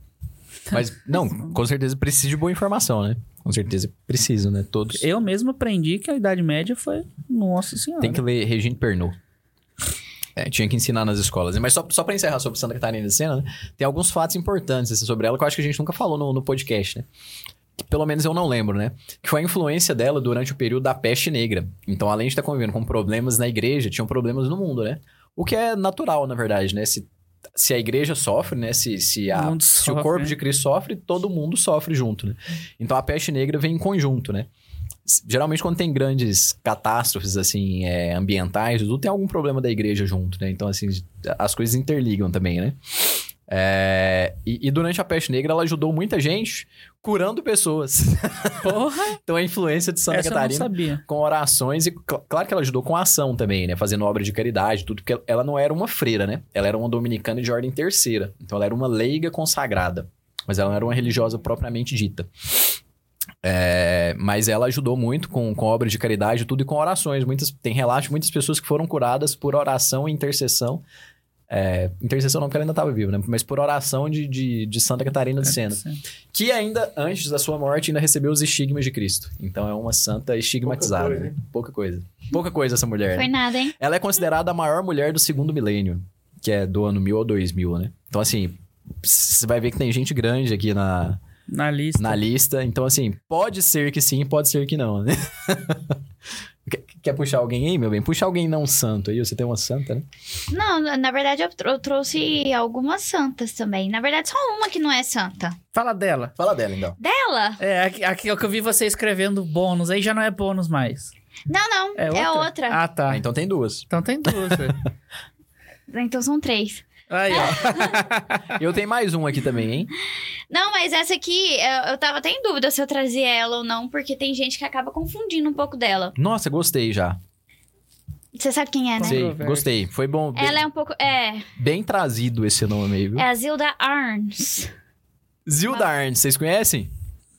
Speaker 2: Mas, não, com certeza precisa de boa informação, né? Com certeza precisa, né? Todos.
Speaker 1: Eu mesmo aprendi que a Idade Média foi. Nossa Senhora.
Speaker 2: Tem que ler Regine Pernod. É, tinha que ensinar nas escolas. né? Mas só, só pra encerrar sobre Santa Catarina de Sena, né? tem alguns fatos importantes assim, sobre ela que eu acho que a gente nunca falou no, no podcast, né? Que Pelo menos eu não lembro, né? Que foi a influência dela durante o período da peste negra. Então, além de estar convivendo com problemas na igreja, tinham problemas no mundo, né? O que é natural, na verdade, né? Se, se a igreja sofre, né? Se, se, a-
Speaker 1: O mundo
Speaker 2: se
Speaker 1: sofre,
Speaker 2: o corpo
Speaker 1: né?
Speaker 2: de Cristo sofre, todo mundo sofre junto, né?
Speaker 1: Uhum.
Speaker 2: Então, a peste negra vem em conjunto, né? S- Geralmente, quando tem grandes catástrofes, assim, é, ambientais, tudo tem algum problema da igreja junto, né? Então, assim, as coisas interligam também, né? É, e, e durante a peste negra, ela ajudou muita gente curando pessoas.
Speaker 1: Porra!
Speaker 2: Então, a influência de Santa
Speaker 1: Essa eu não
Speaker 2: Catarina
Speaker 1: sabia.
Speaker 2: com orações e cl- claro que ela ajudou com ação também, né? Fazendo obra de caridade, tudo que ela não era uma freira, né? Ela era uma dominicana de ordem terceira, então ela era uma leiga consagrada, mas ela não era uma religiosa propriamente dita. É, mas ela ajudou muito com, com obras de caridade, e tudo e com orações. Muitas tem relato de muitas pessoas que foram curadas por oração e intercessão. É, intercessão não, porque ela ainda estava viva, né? Mas por oração de, de, de Santa Catarina
Speaker 1: É,
Speaker 2: de
Speaker 1: Tá
Speaker 2: Sena que ainda antes da sua morte ainda recebeu os estigmas de Cristo. Então é uma santa estigmatizada.
Speaker 4: Pouca coisa,
Speaker 2: né? Pouca coisa. Pouca coisa essa mulher.
Speaker 3: Foi
Speaker 2: né?
Speaker 3: nada, hein?
Speaker 2: Ela é considerada a maior mulher do segundo milênio, que é do ano 1000 ao 2000, né? Então assim, você vai ver que tem gente grande aqui na,
Speaker 1: Na lista.
Speaker 2: na lista. Então assim, pode ser que sim, pode ser que não, né? Quer- Quer puxar alguém aí, meu bem? Puxa alguém não santo aí. Você tem uma santa, né?
Speaker 3: Não, na na verdade eu, tro- eu trouxe algumas santas também. Na verdade, só uma que não é santa.
Speaker 1: Fala dela.
Speaker 2: Fala dela, então.
Speaker 3: Dela?
Speaker 1: É, aqui, aqui é o que eu vi você escrevendo bônus. Aí já não é bônus mais.
Speaker 3: Não, não.
Speaker 1: É outra?
Speaker 3: É outra.
Speaker 1: Ah, tá.
Speaker 2: Ah, então tem duas.
Speaker 1: Então tem duas. né? Ah.
Speaker 3: Então são três.
Speaker 1: Aí, ó.
Speaker 2: Eu tenho mais um aqui também, hein?
Speaker 3: Não, mas essa aqui, é, eu, eu tava até em dúvida se eu trazia ela ou não, porque tem gente que acaba confundindo um pouco dela.
Speaker 2: Nossa, gostei já.
Speaker 3: Você sabe quem é, né?
Speaker 2: Sei,
Speaker 1: Controverso.
Speaker 2: gostei. Foi bom. bem-
Speaker 3: Ela é um pouco. É.
Speaker 2: Bem trazido esse nome aí, viu?
Speaker 3: É a Zilda Arns.
Speaker 2: Zilda Arnes, vocês conhecem?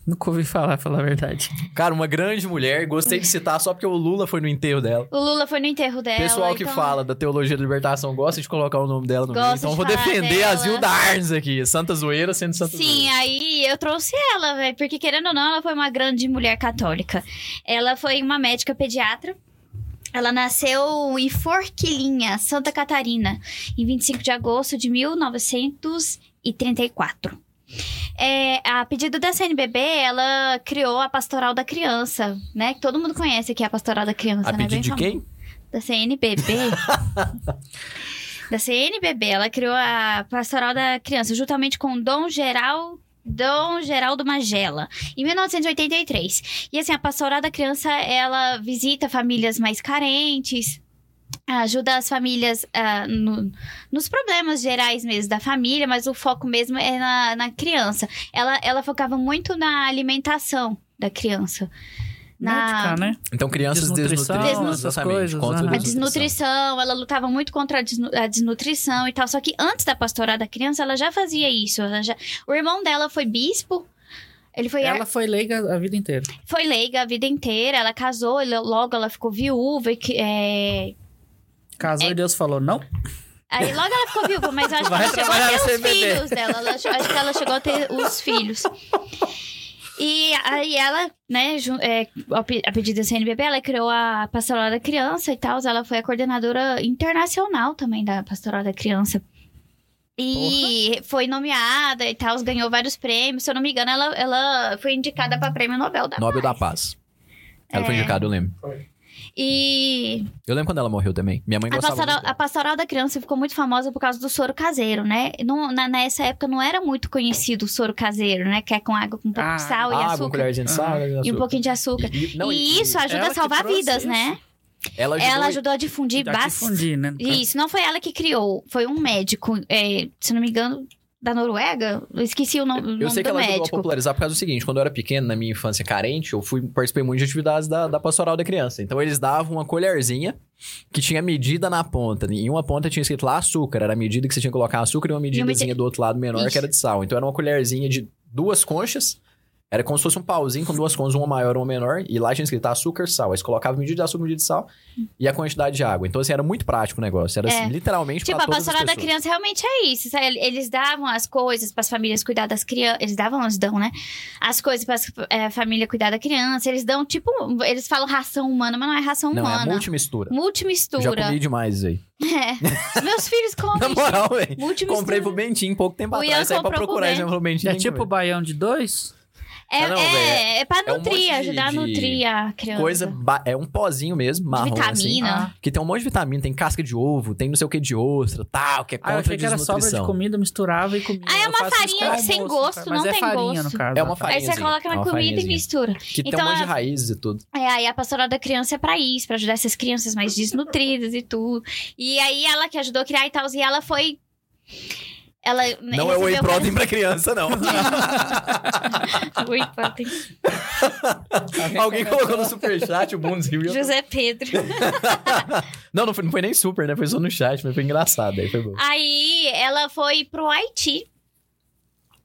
Speaker 1: Nunca ouvi falar, falar a verdade.
Speaker 2: Cara, uma grande mulher. Gostei de citar só porque o Lula foi no enterro dela.
Speaker 3: O Lula foi no enterro dela.
Speaker 2: Pessoal que
Speaker 3: então-
Speaker 2: fala da teologia da libertação gosta de colocar o nome dela no meio.
Speaker 3: Gosta
Speaker 2: Então
Speaker 3: de
Speaker 2: eu vou
Speaker 3: falar
Speaker 2: defender a
Speaker 3: dela.
Speaker 2: Zilda Arnes aqui. Santa Zoeira sendo Santa
Speaker 3: Sim, é.
Speaker 2: Zoeira.
Speaker 3: aí eu trouxe ela, velho, porque querendo ou não, ela foi uma grande mulher católica. Ela foi uma médica pediatra. Ela nasceu em Forquilinha, Santa Catarina, em 25 de agosto de 1934. É, a pedido da CNBB, ela criou a Pastoral da Criança, né? Que todo mundo conhece aqui a Pastoral da Criança,
Speaker 2: A
Speaker 3: né?
Speaker 2: pedido
Speaker 3: Bem
Speaker 2: de
Speaker 3: famosa.
Speaker 2: quem?
Speaker 3: Da CNBB. da CNBB, ela criou a Pastoral da Criança, juntamente com Dom Geral. Dom Geraldo Magela, em 1983. E assim, a Pastoral da Criança, ela visita famílias mais carentes, ajuda as famílias ah, no- nos problemas gerais mesmo da família, mas o foco mesmo é na, na criança. Ela, ela focava muito na alimentação da criança.
Speaker 1: Médica, né?
Speaker 2: Então, crianças
Speaker 1: Desnutrição,
Speaker 2: desnutridas.
Speaker 1: essas
Speaker 2: exatamente.
Speaker 1: coisas,
Speaker 2: contra
Speaker 1: aham.
Speaker 2: a
Speaker 3: a né? desnutrição, ela lutava muito contra a, desnu- a desnutrição e tal. Só que antes da pastoral da criança, ela já fazia isso. ela já- O irmão dela foi bispo. Ele foi, é,
Speaker 1: Ela foi leiga a vida inteira.
Speaker 3: foi leiga a vida inteira. Ela casou, ele- logo ela ficou viúva. e que- é,
Speaker 1: Casou e Deus falou não.
Speaker 3: Aí logo ela ficou viúva, mas eu acho que
Speaker 1: Vai
Speaker 3: ela chegou
Speaker 1: trabalhar
Speaker 3: a ter
Speaker 1: sem
Speaker 3: os
Speaker 1: beber.
Speaker 3: filhos dela. Ela, acho que ela chegou a ter os filhos. E aí ela, né, ju- é, ao pe- a pedido da CNBB, ela criou a Pastoral da Criança e tal. Ela foi a coordenadora internacional também da Pastoral da Criança. E foi nomeada e tal, ganhou vários prêmios. Se eu não me engano, ela, ela foi indicada para prêmio Nobel da
Speaker 2: Nobel da
Speaker 3: Paz.
Speaker 2: Paz. Ela
Speaker 3: É.
Speaker 2: foi indicada, eu lembro.
Speaker 3: E
Speaker 2: Eu lembro quando ela morreu também. Minha mãe
Speaker 3: a
Speaker 2: gostava
Speaker 3: pastoral,
Speaker 2: muito
Speaker 3: a
Speaker 2: dela.
Speaker 3: pastoral da criança ficou muito famosa por causa do soro caseiro, né? Não, na, nessa época não era muito conhecido o soro caseiro, né? Que é com água, com um pouco
Speaker 1: Ah,
Speaker 3: de sal e
Speaker 2: Água, uma
Speaker 3: açúcar.
Speaker 2: colherzinha de sal.
Speaker 3: E um pouquinho de açúcar.
Speaker 2: E, não,
Speaker 3: e isso ajuda
Speaker 1: ela
Speaker 3: a
Speaker 1: que
Speaker 3: salvar
Speaker 1: trouxe
Speaker 3: vidas,
Speaker 1: isso.
Speaker 3: né?
Speaker 2: Ela ajudou,
Speaker 3: Ela ajudou a difundir
Speaker 1: Dá de
Speaker 3: bastante.
Speaker 1: fundir, né? No caso.
Speaker 3: Isso, não foi ela que criou, foi um médico, é, se não me engano, da Noruega? Eu esqueci o nome, o
Speaker 2: Eu
Speaker 3: nome
Speaker 2: sei que
Speaker 3: do
Speaker 2: ela ajudou a
Speaker 3: médico.
Speaker 2: popularizar por causa do seguinte: quando eu era pequeno, na minha infância carente, eu fui participei muito de atividades da, da pastoral da criança. Então eles davam uma colherzinha que tinha medida na ponta. Em uma ponta tinha escrito lá açúcar, era a medida que você tinha que colocar açúcar e uma medidazinha do outro lado menor que
Speaker 3: Isso.
Speaker 2: era de sal. Então era uma colherzinha de duas conchas. Era como se fosse um pauzinho com duas conchas, uma maior e uma menor, e lá tinha escrito açúcar, sal. Aí você colocava medida de açúcar, medida de sal e a quantidade de água. Então, assim, era muito prático o negócio. Era
Speaker 3: Hum. É.
Speaker 2: assim, literalmente
Speaker 3: Tipo,
Speaker 2: pra
Speaker 3: a
Speaker 2: todas as
Speaker 3: pastoral da
Speaker 2: pessoas.
Speaker 3: criança realmente é isso. sabe? Eles davam as coisas para as famílias cuidar das crianças. Eles davam, eles dão, né? As coisas para a família cuidar da criança. Eles dão, tipo, eles falam ração humana, mas não é ração
Speaker 2: Não, é a
Speaker 3: humana.
Speaker 2: multimistura. Já
Speaker 3: Multimistura.
Speaker 2: comi demais isso aí.
Speaker 3: É. Meus filhos comem.
Speaker 2: Na moral, velho.
Speaker 3: Multimistura.
Speaker 2: Comprei pro Bentinho pouco tempo
Speaker 3: é O Ian
Speaker 2: atrás. Aí pra
Speaker 3: comprou pro
Speaker 2: procurar
Speaker 3: Ben.
Speaker 2: esse pro Bentinho.
Speaker 1: É tipo o baião de dois?
Speaker 3: É,
Speaker 2: Ah, não,
Speaker 3: é, é pra
Speaker 2: é um
Speaker 3: nutrir,
Speaker 2: monte de-
Speaker 3: ajudar a
Speaker 2: de
Speaker 3: nutrir a criança.
Speaker 2: coisa. ba- É um pozinho mesmo,
Speaker 3: de
Speaker 2: marrom. Assim,
Speaker 3: vitamina.
Speaker 1: Ah.
Speaker 2: que tem um monte de vitamina, tem casca de ovo, tem não sei o que de ostra, tal, que é
Speaker 1: Ah, eu
Speaker 2: contra
Speaker 1: achei que era sobra de
Speaker 2: desnutrição.
Speaker 1: comida, misturava e comia.
Speaker 3: Ah, é
Speaker 1: Eu
Speaker 3: uma
Speaker 1: faço isso
Speaker 3: farinha
Speaker 1: com
Speaker 3: sem
Speaker 1: almoço,
Speaker 3: gosto,
Speaker 1: mas
Speaker 3: não
Speaker 1: é
Speaker 3: tem
Speaker 1: farinha,
Speaker 3: gosto.
Speaker 1: No caso,
Speaker 2: É uma
Speaker 1: tá?
Speaker 3: Aí você
Speaker 2: farinhazinha,
Speaker 3: coloca
Speaker 2: é
Speaker 3: na
Speaker 2: uma
Speaker 3: comida e
Speaker 2: farinhazinha.
Speaker 3: mistura.
Speaker 2: Que tem
Speaker 3: Então,
Speaker 2: um monte de
Speaker 3: a-
Speaker 2: raízes e tudo.
Speaker 3: É, aí a pastoral da criança é pra isso, pra ajudar essas crianças mais desnutridas e tudo. E aí ela que ajudou a criar e tal, e ela foi. Ela. né,
Speaker 2: Não é
Speaker 3: o
Speaker 2: whey protein pra criança, não.
Speaker 3: Whey protein.
Speaker 2: Alguém colocou no superchat o Bundes riu. e eu-
Speaker 3: José Pedro.
Speaker 2: Não, não foi, não foi nem super, né? Foi só no chat, mas foi engraçado. Aí foi bom.
Speaker 3: Aí ela foi pro Haiti.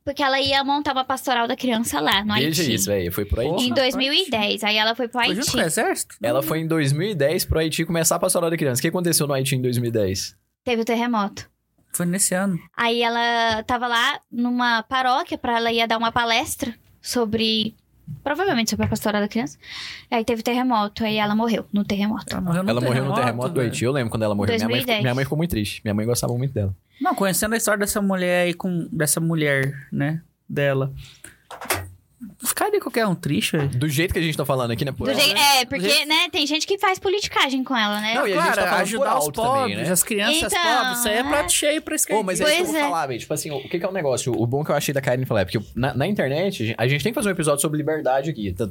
Speaker 3: Porque ela ia montar uma pastoral da criança lá, Ah, no
Speaker 2: Veja
Speaker 3: Haiti.
Speaker 2: isso, é velho. Foi pro Haiti.
Speaker 1: Porra.
Speaker 3: Em 2010. Aí ela foi pro
Speaker 1: Foi junto com o
Speaker 3: Haiti.
Speaker 1: exército?
Speaker 2: Ela foi em 2010 pro Haiti começar a pastoral da criança. O que aconteceu no Haiti em 2010?
Speaker 3: Teve o terremoto.
Speaker 1: Foi nesse ano.
Speaker 3: Aí ela tava lá numa paróquia pra ela ia dar uma palestra sobre. Provavelmente sobre a pastoral da criança. Aí teve terremoto, aí ela morreu no terremoto.
Speaker 1: Ela morreu no
Speaker 2: ela
Speaker 1: terremoto.
Speaker 2: morreu no terremoto do
Speaker 1: velho.
Speaker 2: Haiti. Eu lembro quando ela morreu. Minha mãe, ficou,
Speaker 3: 2010.
Speaker 2: minha mãe ficou muito triste. Minha mãe gostava muito dela.
Speaker 1: Não, conhecendo a história dessa mulher aí com. Dessa mulher, né? Dela. Ficaria qualquer um triste, velho.
Speaker 2: Do jeito que a gente tá falando aqui, né? Por
Speaker 3: Do
Speaker 2: alto,
Speaker 3: jeito-
Speaker 2: né?
Speaker 3: É, porque, né, tem gente que faz politicagem com ela, né?
Speaker 2: Não, e a gente tá falando por
Speaker 1: Ah, ajudar os
Speaker 2: alto
Speaker 1: pobres,
Speaker 2: também, né?
Speaker 1: as crianças
Speaker 3: Então,
Speaker 1: pobres, isso aí é
Speaker 3: é.
Speaker 1: prato cheio pra esquerda.
Speaker 2: Ô, mas é
Speaker 3: Pois
Speaker 2: isso que eu
Speaker 3: é.
Speaker 2: vou falar, velho. Tipo assim, o que que é o negócio? O bom que eu achei da Karine falar é porque na, na internet, a gente tem que fazer um episódio sobre liberdade aqui. Tá-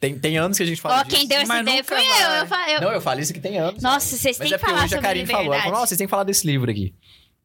Speaker 2: Tem, tem anos que a gente fala
Speaker 3: Ó,
Speaker 2: disso.
Speaker 3: quem deu essa
Speaker 1: mas
Speaker 3: ideia
Speaker 1: nunca
Speaker 3: foi eu.
Speaker 1: vai.
Speaker 3: eu, fa- então eu-
Speaker 2: Não, eu falo isso que tem anos.
Speaker 3: Nossa, vocês
Speaker 2: Mas
Speaker 3: têm
Speaker 2: é
Speaker 3: que
Speaker 2: porque
Speaker 3: falar
Speaker 2: hoje a
Speaker 3: sobre
Speaker 2: Karine
Speaker 3: liberdade.
Speaker 2: falou. Ela falou, nossa, vocês têm que falar desse livro aqui.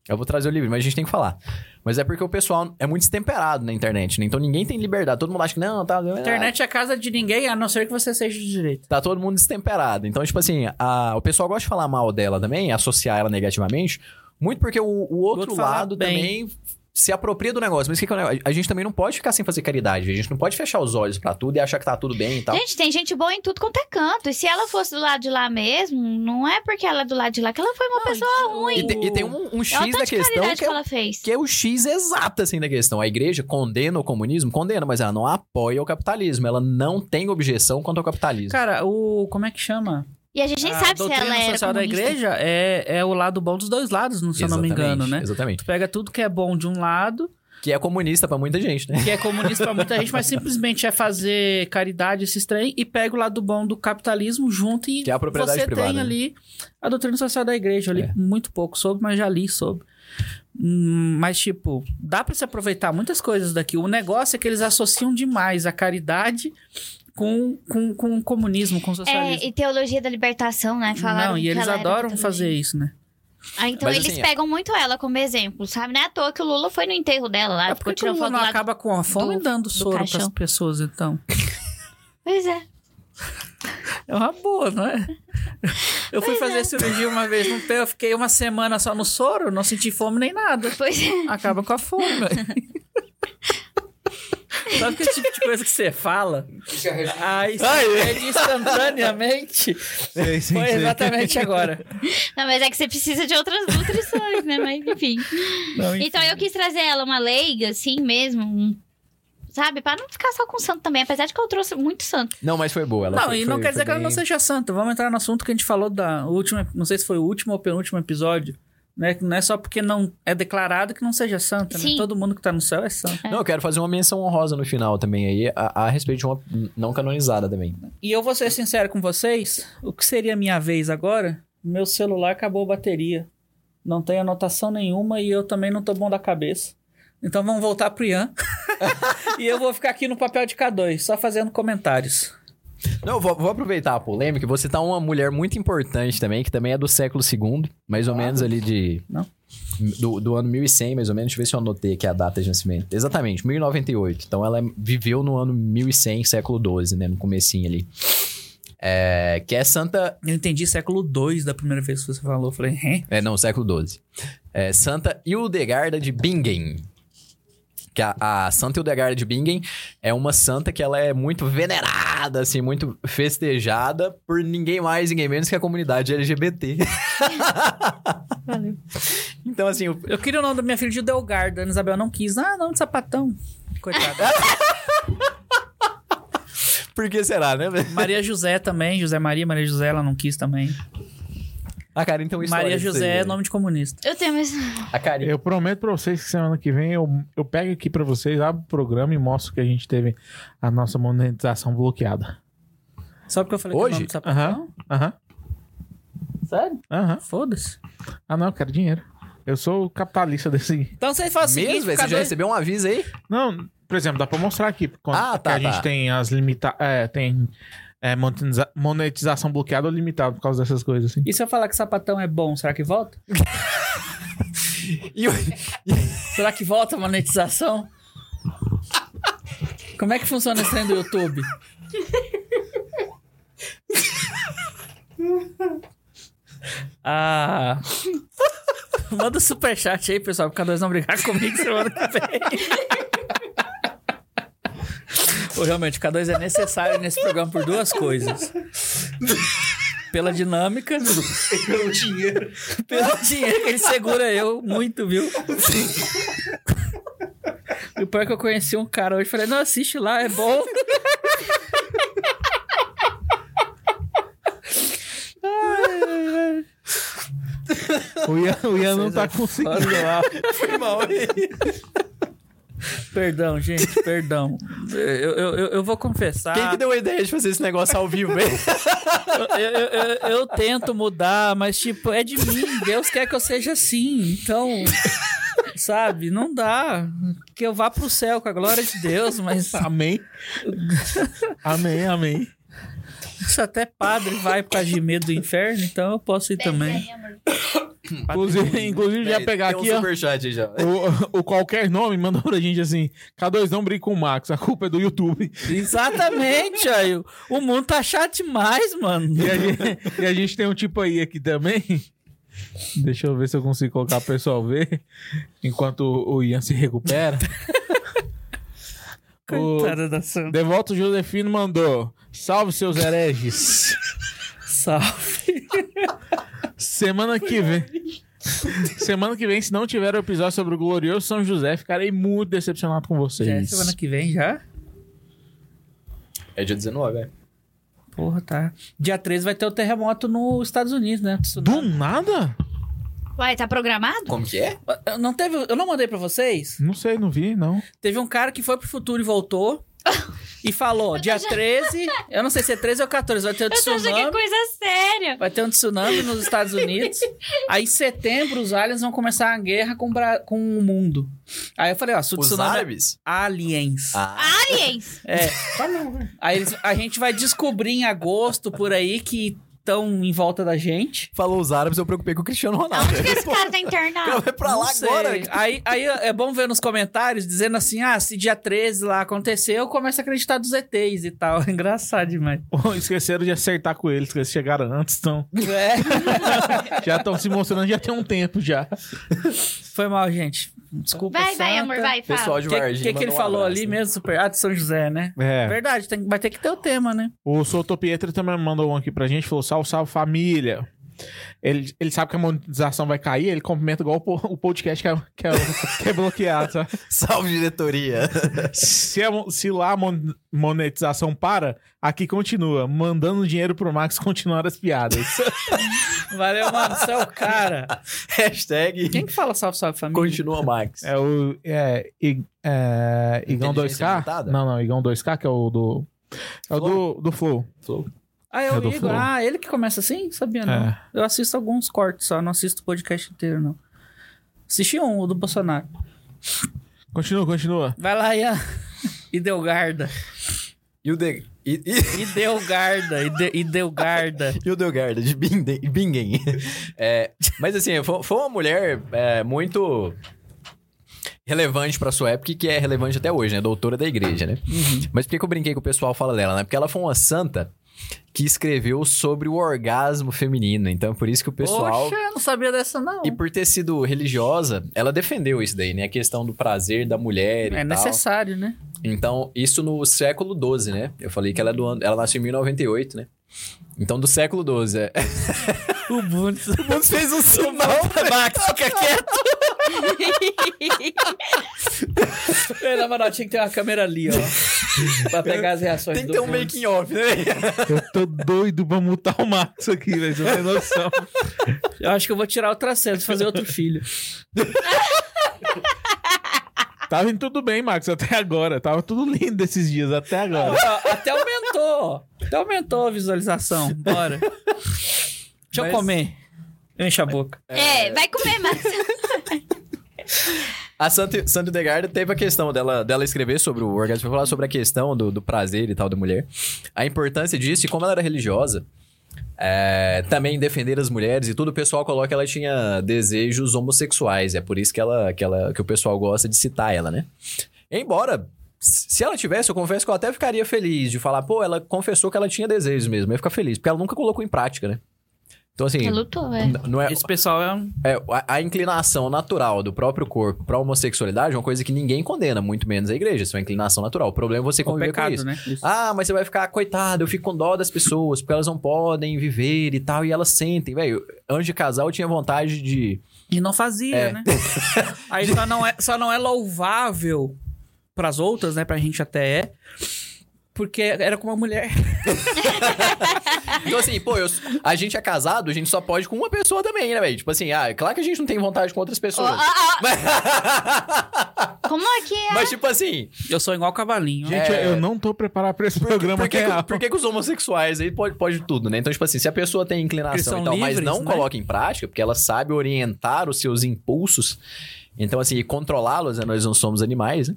Speaker 2: Eu vou trazer o livro, mas a gente tem que falar. Mas é porque o pessoal é muito destemperado na internet, né? Então ninguém tem liberdade. Todo mundo acha que não, tá...
Speaker 1: Internet é casa de ninguém, a não ser que você seja de direito.
Speaker 2: Tá todo mundo destemperado. Então, tipo assim, a- o pessoal gosta de falar mal dela também, associar ela negativamente, muito porque o, o outro
Speaker 1: outro fala
Speaker 2: lado
Speaker 1: bem.
Speaker 2: também se apropria do negócio. Mas o que, que é o negócio? A gente também não pode ficar sem fazer caridade. A gente não pode fechar os olhos pra tudo e achar que tá tudo bem e tal.
Speaker 3: Gente, tem gente boa em tudo quanto é canto. E se ela fosse do lado de lá mesmo, não é porque ela é do lado de lá que ela foi uma pessoa.
Speaker 1: ruim.
Speaker 2: E, te- e tem um, um X
Speaker 1: tá
Speaker 3: Olha o
Speaker 2: da
Speaker 3: tanto de
Speaker 2: questão
Speaker 3: caridade
Speaker 2: que
Speaker 3: que
Speaker 2: é,
Speaker 3: ela fez.
Speaker 2: que é o X exato, assim, da questão. A igreja condena o comunismo? Condena, mas ela não apoia o capitalismo. Ela não tem objeção quanto ao capitalismo.
Speaker 1: Cara, o. Como é que chama?
Speaker 3: E a gente nem
Speaker 1: a
Speaker 3: sabe se
Speaker 1: doutrina
Speaker 3: ela era.
Speaker 1: social da
Speaker 3: comunista.
Speaker 1: igreja é, é o lado bom dos dois lados, não- se eu não me engano, né?
Speaker 2: Exatamente.
Speaker 1: Tu pega tudo que é bom de um lado,
Speaker 2: Que é comunista pra muita gente, né?
Speaker 1: que é comunista pra muita gente, mas simplesmente é fazer caridade, esses trem, e pega o lado bom do capitalismo junto e
Speaker 2: Que é a propriedade
Speaker 1: você
Speaker 2: privada,
Speaker 1: tem
Speaker 2: né?
Speaker 1: ali a doutrina social da igreja. Eu li
Speaker 2: É.
Speaker 1: muito pouco sobre, mas já li sobre. Hum, Mas, tipo, dá pra se aproveitar muitas coisas daqui. O negócio é que eles associam demais a caridade com, com, com o comunismo, com o
Speaker 3: É,
Speaker 1: socialismo.
Speaker 3: e teologia da libertação, né? Falaram
Speaker 1: Não, e
Speaker 3: que
Speaker 1: eles
Speaker 3: ela era
Speaker 1: adoram
Speaker 3: também.
Speaker 1: fazer isso, né?
Speaker 3: Ah, então
Speaker 2: Mas,
Speaker 3: eles
Speaker 2: assim,
Speaker 3: pegam muito ela como exemplo, sabe? Não é à toa que o Lula foi no enterro dela lá,
Speaker 1: É
Speaker 3: Ah, ficou
Speaker 1: porque que o
Speaker 3: tirando
Speaker 1: mundo
Speaker 3: foto do
Speaker 1: não
Speaker 3: lado.
Speaker 1: acaba com a fome
Speaker 3: do-
Speaker 1: dando soro para
Speaker 3: caixão.
Speaker 1: pessoas, então.
Speaker 3: Pois é.
Speaker 1: É uma boa, não é? Eu fui fazer
Speaker 3: é.
Speaker 1: cirurgia uma vez no pé, eu fiquei uma semana só no soro, não senti fome nem nada.
Speaker 3: Pois é.
Speaker 1: Acaba com a fome. Sabe que tipo de coisa que você fala? Ah, Aí você perde instantaneamente. Foi exatamente agora.
Speaker 3: Não, mas é que você precisa de outras nutrições, né? Mas enfim.
Speaker 1: Não,
Speaker 3: Então eu quis trazer ela uma leiga, assim mesmo. um- sabe? Pra não ficar só com santo também, apesar de que eu trouxe muito santo.
Speaker 2: Não, mas foi boa. Ela
Speaker 1: não,
Speaker 2: foi-
Speaker 1: e não
Speaker 2: foi-
Speaker 1: quer
Speaker 2: foi
Speaker 1: dizer que ela não
Speaker 2: bem-
Speaker 1: seja santa. Vamos entrar no assunto que a gente falou da última, não sei se foi o último ou penúltimo episódio, né? Que não é só porque não é declarado que não seja santa, né?
Speaker 3: Sim.
Speaker 1: Todo mundo que tá no céu é santo.
Speaker 2: Não, eu quero fazer uma menção honrosa no final também aí, a, a respeito de uma não canonizada também.
Speaker 1: E eu vou ser sincero com vocês, o que seria minha vez agora? Meu celular acabou a bateria. Não tem anotação nenhuma e eu também não tô bom da cabeça. Então vamos voltar pro Ian. e eu vou ficar aqui no papel de K2, só fazendo comentários.
Speaker 2: Não, eu vou, vou aproveitar a polêmica. e Vou citar uma mulher muito importante também, que também é do século II, mais ou menos ali de.
Speaker 1: Não.
Speaker 2: Do, do ano 1100, mais ou menos. Deixa eu ver se eu anotei aqui a data de nascimento. Exatamente, 1098. Então ela viveu no ano 1100, século XII, né? No comecinho ali. É, que é Santa.
Speaker 1: Eu entendi século II da primeira vez que você falou. Eu falei, hein?
Speaker 2: É, não, século XII. É, Santa Hildegarda de Bingen. Que a, a Santa Hildegarda de Bingen é uma santa que ela é muito venerada, assim, muito festejada por ninguém mais, ninguém menos que a comunidade LGBT. então, assim, o-
Speaker 1: Eu queria o nome da minha filha de Delgarda. Ana Isabel não quis. Ah, não, de sapatão. Coitada.
Speaker 2: por que será, né?
Speaker 1: Maria José também. José Maria, Maria José, ela não quis também.
Speaker 2: A cara, então história
Speaker 1: Maria
Speaker 2: disso aí,
Speaker 1: José
Speaker 2: né?
Speaker 1: é nome de comunista.
Speaker 3: Eu tenho mais.
Speaker 2: A cara,
Speaker 4: Eu prometo pra vocês que semana que vem eu, eu pego aqui pra vocês, abro o programa e mostro que a gente teve a nossa monetização bloqueada.
Speaker 1: Só porque eu falei que é
Speaker 2: Hoje?
Speaker 1: o nome de sapatão?
Speaker 4: Aham, aham,
Speaker 1: Sério?
Speaker 4: aham.
Speaker 1: Foda-se.
Speaker 4: Ah, não, eu quero dinheiro. Eu sou o capitalista desse.
Speaker 1: Então vocês falam o seguinte,
Speaker 2: Mesmo, velho? Você já
Speaker 1: K2
Speaker 2: recebeu um aviso aí?
Speaker 4: Não, por exemplo, dá pra mostrar aqui. Quando
Speaker 2: Ah, tá,
Speaker 4: que a
Speaker 2: tá.
Speaker 4: gente tem as limita... É, tem é, monetiza- monetização bloqueada ou limitada por causa dessas coisas, assim.
Speaker 1: E se eu falar que sapatão é bom, será que volta?
Speaker 2: E o-
Speaker 1: Será que volta a monetização? Como é que funciona esse trem do YouTube? Ah. Manda um superchat aí, pessoal, porque nós não brigar comigo semana que vem. Ô, realmente, o K2 é necessário nesse programa por duas coisas. Pela dinâmica.
Speaker 5: Pelo dinheiro.
Speaker 1: Pelo dinheiro que ele segura eu muito, viu? E o pior é que eu conheci um cara hoje, falei, não, assiste lá, é bom.
Speaker 4: O Ian, o Ian não
Speaker 1: é
Speaker 4: tá conseguindo.
Speaker 2: Foi mal aí.
Speaker 1: Perdão, gente, perdão. Eu, eu, eu, eu vou confessar.
Speaker 2: Quem que deu a ideia de fazer esse negócio ao vivo, hein?
Speaker 1: eu, eu, eu- eu tento mudar, mas tipo, é de mim. Deus quer que eu seja assim. Então, sabe, não dá. Que eu vá pro céu com a glória de Deus, mas
Speaker 4: Amém. Amém, amém.
Speaker 1: se até padre vai por causa de medo do inferno, então eu posso ir também.
Speaker 4: Inclusive, inclusive já
Speaker 2: Véi,
Speaker 4: pegar
Speaker 2: tem
Speaker 4: aqui,
Speaker 2: um
Speaker 4: ó.
Speaker 2: superchat aí já.
Speaker 4: O, o qualquer nome mandou pra gente assim: K2 não briga com o Max, a culpa é do YouTube.
Speaker 1: Exatamente, aí. O mundo tá chato demais, mano.
Speaker 4: E a gente, e a gente tem um tipo aí aqui também. Deixa eu ver se eu consigo colocar pro pessoal ver. Enquanto o Ian se recupera. O-
Speaker 1: Coitada da Santa.
Speaker 4: Devoto Josefino mandou: Salve seus hereges.
Speaker 1: Salve.
Speaker 4: Semana que vem. Semana que vem, se não tiver o episódio sobre o glorioso São José, ficarei muito decepcionado com vocês.
Speaker 1: É semana que vem já?
Speaker 2: É dia 19, é.
Speaker 1: Porra, tá. Dia 13 vai ter o terremoto nos Estados Unidos, né?
Speaker 4: Do
Speaker 1: Tsunami.
Speaker 4: nada?
Speaker 3: Uai, tá programado?
Speaker 2: Como que é?
Speaker 1: Eu Não teve, eu não mandei pra vocês?
Speaker 4: Não sei, não vi, não.
Speaker 1: Teve um cara que foi pro futuro e voltou. E falou, dia 13, eu não sei se é 13 ou 14, vai ter o
Speaker 3: Eu tô achando que é
Speaker 1: tsunami.
Speaker 3: coisa séria.
Speaker 1: Vai ter um tsunami nos Estados Unidos. Aí em setembro os aliens vão começar a guerra com, o Bra- com o mundo. Aí eu falei, ó, se o
Speaker 2: Os
Speaker 1: tsunami... é
Speaker 2: árabes?
Speaker 1: Aliens.
Speaker 2: Ah.
Speaker 3: Aliens!
Speaker 1: É. Aí eles- a gente vai descobrir em agosto por aí que estão em volta da gente.
Speaker 2: Falou os árabes, eu preocupei com o Cristiano Ronaldo.
Speaker 3: Aonde que esse cara tá internado?
Speaker 2: Ela vai pra
Speaker 1: Não
Speaker 2: lá
Speaker 1: sei.
Speaker 2: agora.
Speaker 1: Aí, aí é bom ver nos comentários dizendo assim: ah, se dia 13 lá aconteceu, começa a acreditar dos ETs e tal. Engraçado demais.
Speaker 4: Esqueceram de acertar com eles, que eles chegaram antes, então.
Speaker 1: É.
Speaker 4: Já estão se mostrando já tem um tempo já.
Speaker 1: Foi mal, gente. Desculpa.
Speaker 3: Vai, vai,
Speaker 1: Santa.
Speaker 3: amor, vai, fala.
Speaker 2: Pessoal de
Speaker 1: O
Speaker 2: Varginha.
Speaker 1: que, que, que ele
Speaker 2: mandou um
Speaker 1: falou
Speaker 2: abraço,
Speaker 1: ali
Speaker 2: né?
Speaker 1: mesmo? Super. Ah, de São José, né?
Speaker 4: É.
Speaker 1: Verdade, tem- vai ter que ter o tema, né?
Speaker 4: O Sotopietro também mandou um aqui pra gente, falou: salve, salve família. Ele, ele sabe que a monetização vai cair, ele cumprimenta igual o po- o podcast que é, que é, que é bloqueado, sabe?
Speaker 2: Salve, diretoria.
Speaker 4: Se, a mo- se lá a mon- monetização para, aqui continua, mandando dinheiro pro Max continuar as piadas.
Speaker 1: Valeu, mano. Você é o cara.
Speaker 2: Hashtag
Speaker 1: Quem que fala salve, salve, família?
Speaker 2: continua, Max.
Speaker 4: É o. É, I- é, Igão
Speaker 2: Inteligência
Speaker 4: 2K?
Speaker 2: limitada?
Speaker 4: Não, não, Igão 2K, que é o do. É o
Speaker 2: Flow?
Speaker 4: do, do Flow.
Speaker 1: Ah, é o
Speaker 4: É do
Speaker 1: Igor.
Speaker 4: Flow.
Speaker 1: Ah, ele que começa assim? Sabia não.
Speaker 4: É.
Speaker 1: Eu assisto alguns cortes só, não assisto o podcast inteiro, não. Assisti um, o do Bolsonaro.
Speaker 4: Continua, continua.
Speaker 1: Vai lá, Ian. Ideogarda.
Speaker 2: E o de... E, e-
Speaker 1: Ideogarda. Ide... Ideogarda.
Speaker 2: e o Delgarda, de Bingen. Bingen. É, mas assim, foi, foi uma mulher é, muito relevante pra sua época e que é relevante até hoje, né? Doutora da igreja, né?
Speaker 1: Uhum.
Speaker 2: Mas por que, que eu brinquei que o pessoal fala dela, né? Porque ela foi uma santa que escreveu sobre o orgasmo feminino. Então, por isso que o pessoal...
Speaker 1: Poxa, eu não sabia dessa, não.
Speaker 2: E por ter sido religiosa, ela defendeu isso daí, né? A questão do prazer da mulher e
Speaker 1: É
Speaker 2: tal.
Speaker 1: necessário, né?
Speaker 2: Então, isso no século XII, né? Eu falei que ela é do ano. Ela nasceu em 1098, né? Então, do século XII. É.
Speaker 1: O Bundes.
Speaker 2: O mundo fez um sinal pra Max, fica quieto.
Speaker 1: Na moral, tinha que ter uma câmera ali, ó. pra pegar as reações
Speaker 2: Tem que ter um making-off, né?
Speaker 4: Eu tô doido pra mutar o Max aqui, velho. Você não tem noção.
Speaker 1: Eu acho que eu vou tirar o traseiro e fazer outro filho.
Speaker 4: Tava indo tudo bem, Max, até agora. Tava tudo lindo esses dias, até agora.
Speaker 1: Ó,
Speaker 2: Ah,
Speaker 1: Até aumentou, ó. Até aumentou a visualização. Bora. Deixa eu
Speaker 2: Mas-
Speaker 1: comer. Enche a boca.
Speaker 3: É, vai comer mais.
Speaker 2: A Santa, Santa Degarda teve a questão dela, dela escrever sobre o orgasmo, foi falar sobre a questão do, do prazer e tal da mulher, a importância disso e como ela era religiosa, é, também defender as mulheres e tudo, o pessoal coloca que ela tinha desejos homossexuais, é por isso que, ela, que, ela, que o pessoal gosta de citar ela, né? Embora, se ela tivesse, eu confesso que eu até ficaria feliz de falar, pô, ela confessou que ela tinha desejos mesmo, eu ia ficar feliz, porque ela nunca colocou em prática, né? Então, assim,
Speaker 3: Ela lutou, é.
Speaker 2: n- não é,
Speaker 1: Esse pessoal é um.
Speaker 2: é, a, a inclinação natural do próprio corpo pra homossexualidade é uma coisa que ninguém condena, muito menos a igreja. Isso é uma inclinação natural. O problema é você
Speaker 1: um
Speaker 2: conviver com
Speaker 1: pecado,
Speaker 2: isso.
Speaker 1: né? Isso.
Speaker 2: Ah, mas você vai ficar, coitado, eu fico com dó das pessoas, porque elas não podem viver e tal, e elas sentem. Velho, antes de casar, eu tinha vontade de.
Speaker 1: E não fazia,
Speaker 2: É.
Speaker 1: né? Aí só não é, só não é louvável pras outras, né? Pra gente até é. Porque era com uma mulher.
Speaker 2: Então, assim, pô, eu- a gente é casado, a gente só pode com uma pessoa também, né, velho? Tipo assim, ah, é claro que a gente não tem vontade com outras
Speaker 3: Ó,
Speaker 2: pessoas.
Speaker 3: ó, ó,
Speaker 2: Mas,
Speaker 3: como aqui é?
Speaker 2: mas, tipo assim,
Speaker 1: Eu sou igual cavalinho.
Speaker 4: Gente,
Speaker 2: É.
Speaker 4: eu não tô preparado pra esse programa
Speaker 2: por que,
Speaker 4: que é
Speaker 2: que,
Speaker 4: real.
Speaker 2: por que que os homossexuais aí pode, pode tudo, né? Então, tipo assim, se a pessoa tem
Speaker 1: Eles
Speaker 2: inclinação
Speaker 1: são
Speaker 2: e tal, mas
Speaker 1: livres,
Speaker 2: não
Speaker 1: né?
Speaker 2: coloca em prática, porque ela sabe orientar os seus impulsos, então, assim, e controlá-los, né? nós não somos animais, né?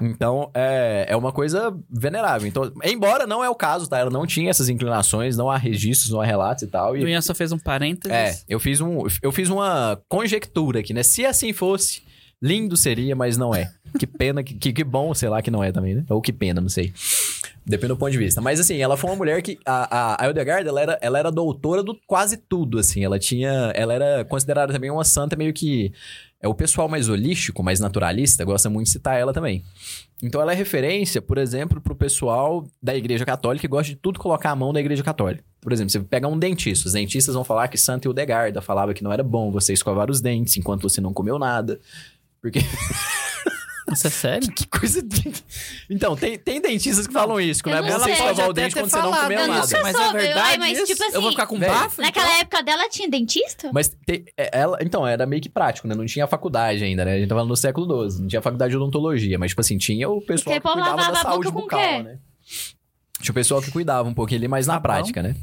Speaker 2: Então, é, é uma coisa venerável. Então, embora não é o caso, tá? Ela não tinha essas inclinações, não há registros, não há relatos e tal.
Speaker 1: O
Speaker 2: e-
Speaker 1: Ian só fez um parênteses.
Speaker 2: é, eu fiz, um, eu fiz uma conjectura aqui, né? Se assim fosse, lindo seria, mas não é. Que pena, que, que, que bom, sei lá, que não é também, né? Ou que pena, não sei. Depende do ponto de vista. Mas assim, ela foi uma mulher que. A, a, a Hildegard, ela era, ela era doutora do quase tudo, assim. Ela tinha. Ela era considerada também uma santa meio que. É o pessoal mais holístico, mais naturalista, gosta muito de citar ela também. Então ela é referência, por exemplo, pro pessoal da Igreja Católica que gosta de tudo colocar a mão da Igreja Católica. Por exemplo, você pega um dentista, os dentistas vão falar que Santa Hildegarda falava que não era bom você escovar os dentes enquanto você não comeu nada. Porque
Speaker 1: Isso é sério?
Speaker 2: que coisa. de- Então, tem, tem dentistas que falam isso, que não é
Speaker 3: Eu
Speaker 2: bom
Speaker 3: não
Speaker 2: você
Speaker 3: sei. Pode
Speaker 2: escovar o
Speaker 1: até
Speaker 2: dente
Speaker 1: ter
Speaker 2: quando você não
Speaker 1: falado,
Speaker 2: comeu
Speaker 3: eu
Speaker 2: nada.
Speaker 3: nunca soube,
Speaker 1: Mas é verdade
Speaker 3: ué, mas,
Speaker 1: isso?
Speaker 3: tipo
Speaker 1: Eu vou
Speaker 3: assim,
Speaker 1: ficar com
Speaker 2: velho,
Speaker 1: bafo? então?
Speaker 3: Naquela época dela tinha dentista?
Speaker 2: Mas tem- é, ela, então, era meio que prático, né? Não tinha faculdade ainda, né? A gente tava no século XII, não tinha faculdade de odontologia, mas, tipo assim, tinha o pessoal
Speaker 3: Porque
Speaker 2: que
Speaker 3: o povo
Speaker 2: cuidava da
Speaker 3: lavava a
Speaker 2: saúde
Speaker 3: boca com
Speaker 2: bucal,
Speaker 3: o quê?
Speaker 2: né? Tinha o pessoal que cuidava um pouquinho ali, mas na
Speaker 1: Sabão.
Speaker 2: prática, né?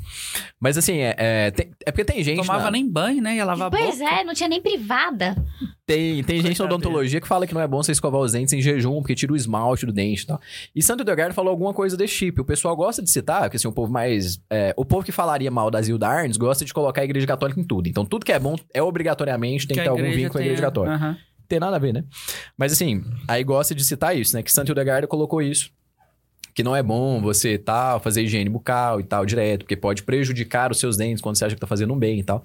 Speaker 2: Mas assim, é, é, tem- é porque tem gente.
Speaker 1: Tomava
Speaker 2: na-
Speaker 1: nem banho, né? Ia lavar a
Speaker 3: Pois
Speaker 1: boca.
Speaker 3: é, não tinha nem privada.
Speaker 2: Tem, tem gente na
Speaker 1: Coitado
Speaker 2: odontologia que fala que não é bom você escovar os dentes em jejum, porque tira o esmalte do dente e tal. E Santo Delgado falou alguma coisa desse tipo. O pessoal gosta de citar, porque assim, o povo mais. é, o povo que falaria mal das Hildarnes gosta de colocar a igreja católica em tudo. Então tudo que é bom é obrigatoriamente, tem que,
Speaker 1: a
Speaker 2: ter algum
Speaker 1: igreja
Speaker 2: vínculo é com a igreja
Speaker 1: tem-
Speaker 2: católica.
Speaker 1: Aham.
Speaker 2: Tem nada a ver, né? Mas assim, aí gosta de citar isso, né? Que Santa Hildegarda colocou isso. Que não é bom você tal, fazer higiene bucal e tal direto, porque pode prejudicar os seus dentes quando você acha que tá fazendo um bem e tal.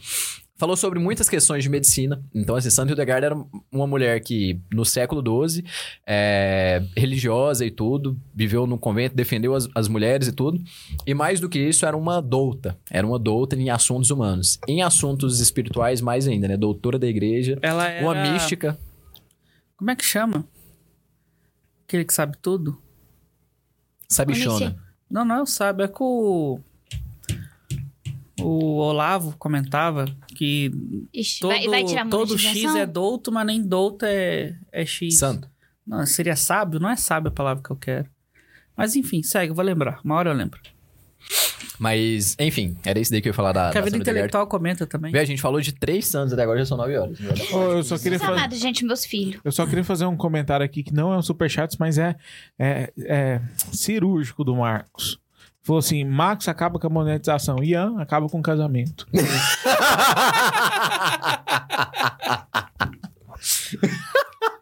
Speaker 2: Falou sobre muitas questões de medicina. Então, assim, Santa Hildegard era uma mulher que, no século XII, é, religiosa e tudo, viveu num convento, defendeu as, as mulheres e tudo. E mais do que isso, era uma douta. Era uma douta em assuntos humanos. Em assuntos espirituais, mais ainda, né? Doutora da igreja.
Speaker 1: Ela era...
Speaker 2: Uma mística.
Speaker 1: Como é que chama? Aquele que sabe tudo?
Speaker 2: Sabichona.
Speaker 1: Não, não, sabe. É que o... O Olavo comentava que
Speaker 3: Ixi,
Speaker 1: todo,
Speaker 3: vai, vai tirar muita
Speaker 1: todo X
Speaker 3: indignação?
Speaker 1: é douto, mas nem douto é, é X.
Speaker 2: Santo.
Speaker 1: Não, seria sábio? Não é sábio a palavra que eu quero. Mas enfim, segue, eu vou lembrar. Uma hora eu lembro.
Speaker 2: Ah, Mas, enfim, era isso daí que eu ia falar da.
Speaker 1: Porque a
Speaker 2: da
Speaker 1: vida
Speaker 2: Santa Hildegard.
Speaker 1: intelectual comenta também.
Speaker 2: Vê, a gente falou de três santos até agora, já são nove horas.
Speaker 4: Ô, eu só queria fazer.
Speaker 3: Amado, gente, meus filhos.
Speaker 4: Eu só queria fazer um comentário aqui que não é um superchat, mas é, é, é cirúrgico do Marcos. Falou assim: Marcos acaba com a monetização, Ian acaba com o casamento.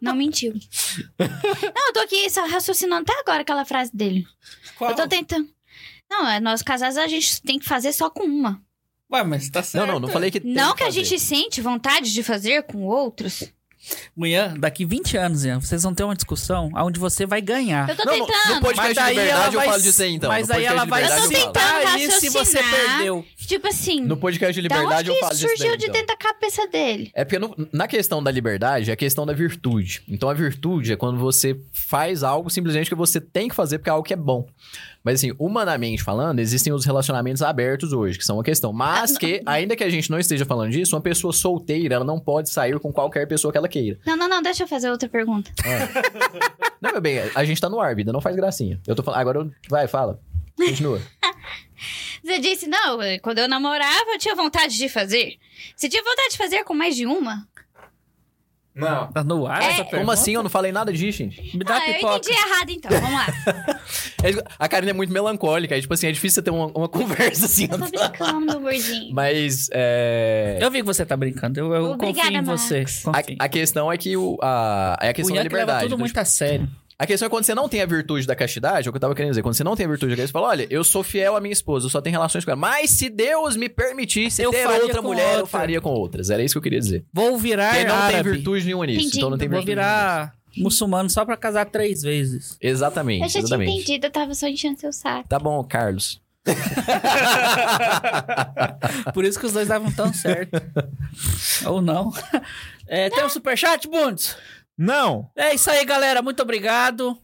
Speaker 3: Não mentiu. Não, eu tô aqui só raciocinando até agora aquela frase dele.
Speaker 1: Qual?
Speaker 3: Eu tô tentando. Não, é, nós casados a gente tem que fazer só com uma.
Speaker 1: Ué, mas tá
Speaker 2: Não,
Speaker 1: certo.
Speaker 2: não, não falei que. tem
Speaker 3: não que a
Speaker 2: fazer.
Speaker 3: gente sente vontade de fazer com outros.
Speaker 1: Amanhã, daqui 20 anos, Ian, vocês vão ter uma discussão onde você vai ganhar.
Speaker 3: Eu tô
Speaker 2: Ah, Não, no-
Speaker 3: tá tentando.
Speaker 2: No podcast
Speaker 1: Mas
Speaker 2: de
Speaker 1: daí ela
Speaker 2: verdade eu
Speaker 1: vai-
Speaker 2: falo disso aí, então.
Speaker 1: mas
Speaker 2: No
Speaker 1: aí
Speaker 2: podcast
Speaker 1: ela
Speaker 2: de
Speaker 1: vai
Speaker 2: verdade, eu
Speaker 3: se
Speaker 2: falo.
Speaker 3: tentar.
Speaker 1: Ah,
Speaker 3: tentando
Speaker 1: e se você
Speaker 3: raciocinar.
Speaker 1: perdeu?
Speaker 3: Tipo assim.
Speaker 2: No podcast de
Speaker 3: da onde
Speaker 2: liberdade
Speaker 3: que
Speaker 2: eu falo
Speaker 3: isso
Speaker 2: disso daí,
Speaker 3: surgiu de
Speaker 2: então.
Speaker 3: dentro da cabeça dele?
Speaker 2: É porque no- na questão da liberdade é a questão da virtude. Então a virtude é quando você faz algo simplesmente que você tem que fazer porque é algo que é bom. Mas assim, humanamente falando, existem os relacionamentos abertos hoje, que são uma questão.
Speaker 3: Ah,
Speaker 2: Mas
Speaker 3: não.
Speaker 2: que, ainda que a gente não esteja falando disso, uma pessoa solteira, ela não pode sair com qualquer pessoa que ela queira.
Speaker 3: Não, não, não, deixa eu fazer outra pergunta.
Speaker 2: Não, meu bem, a gente tá no ar, vida, não faz gracinha. Eu tô falando, agora eu- vai, fala. Continua.
Speaker 3: Você disse, não, eh, quando eu namorava, eu tinha vontade de fazer. Você tinha vontade de fazer com mais de uma?
Speaker 4: Não.
Speaker 1: Tá no ar essa pergunta?
Speaker 2: Como assim? Eu não falei nada disso, gente.
Speaker 1: Me dá
Speaker 3: ah, É. eu
Speaker 1: pipoca.
Speaker 3: entendi errado então, vamos lá.
Speaker 2: É, A Karina é muito melancólica, é, tipo assim, é difícil você ter uma, uma conversa assim.
Speaker 3: Eu tô brincando, meu gordinho.
Speaker 2: Mas é,
Speaker 1: Eu vi que você tá brincando. Eu, eu
Speaker 3: Obrigada,
Speaker 1: confio em
Speaker 3: Max.
Speaker 1: você. Confio.
Speaker 2: a, a questão é que o, a, é a
Speaker 1: o
Speaker 2: questão da
Speaker 1: Ian que leva
Speaker 2: liberdade.
Speaker 1: tudo
Speaker 2: do
Speaker 1: muito a sério.
Speaker 2: A questão é quando você não tem a virtude da castidade, é o que eu tava querendo dizer. Quando você não tem a virtude da castidade, você fala: olha, eu sou fiel à minha esposa, eu só tenho relações com ela. Mas se Deus me permitisse
Speaker 1: Eu
Speaker 2: ter
Speaker 1: faria
Speaker 2: outra
Speaker 1: com
Speaker 2: mulher, eu
Speaker 1: outra.
Speaker 2: faria com outras. Era isso que eu queria dizer.
Speaker 1: Vou virar
Speaker 2: Quem não tem
Speaker 1: árabe.
Speaker 2: virtude nenhuma nisso,
Speaker 3: Entendi.
Speaker 2: então não tem
Speaker 1: Vou
Speaker 2: virtude. nenhuma.
Speaker 1: virar muçulmano só pra casar três vezes.
Speaker 3: Eu
Speaker 2: Exatamente,
Speaker 3: já tinha
Speaker 2: exatamente.
Speaker 3: entendido, eu tava só enchendo seu saco.
Speaker 2: Tá bom, Carlos.
Speaker 1: Por isso que os dois davam tão certo. Ou não. É, tem um superchat, Bundes?
Speaker 4: Não!
Speaker 1: É isso aí, galera. Muito obrigado.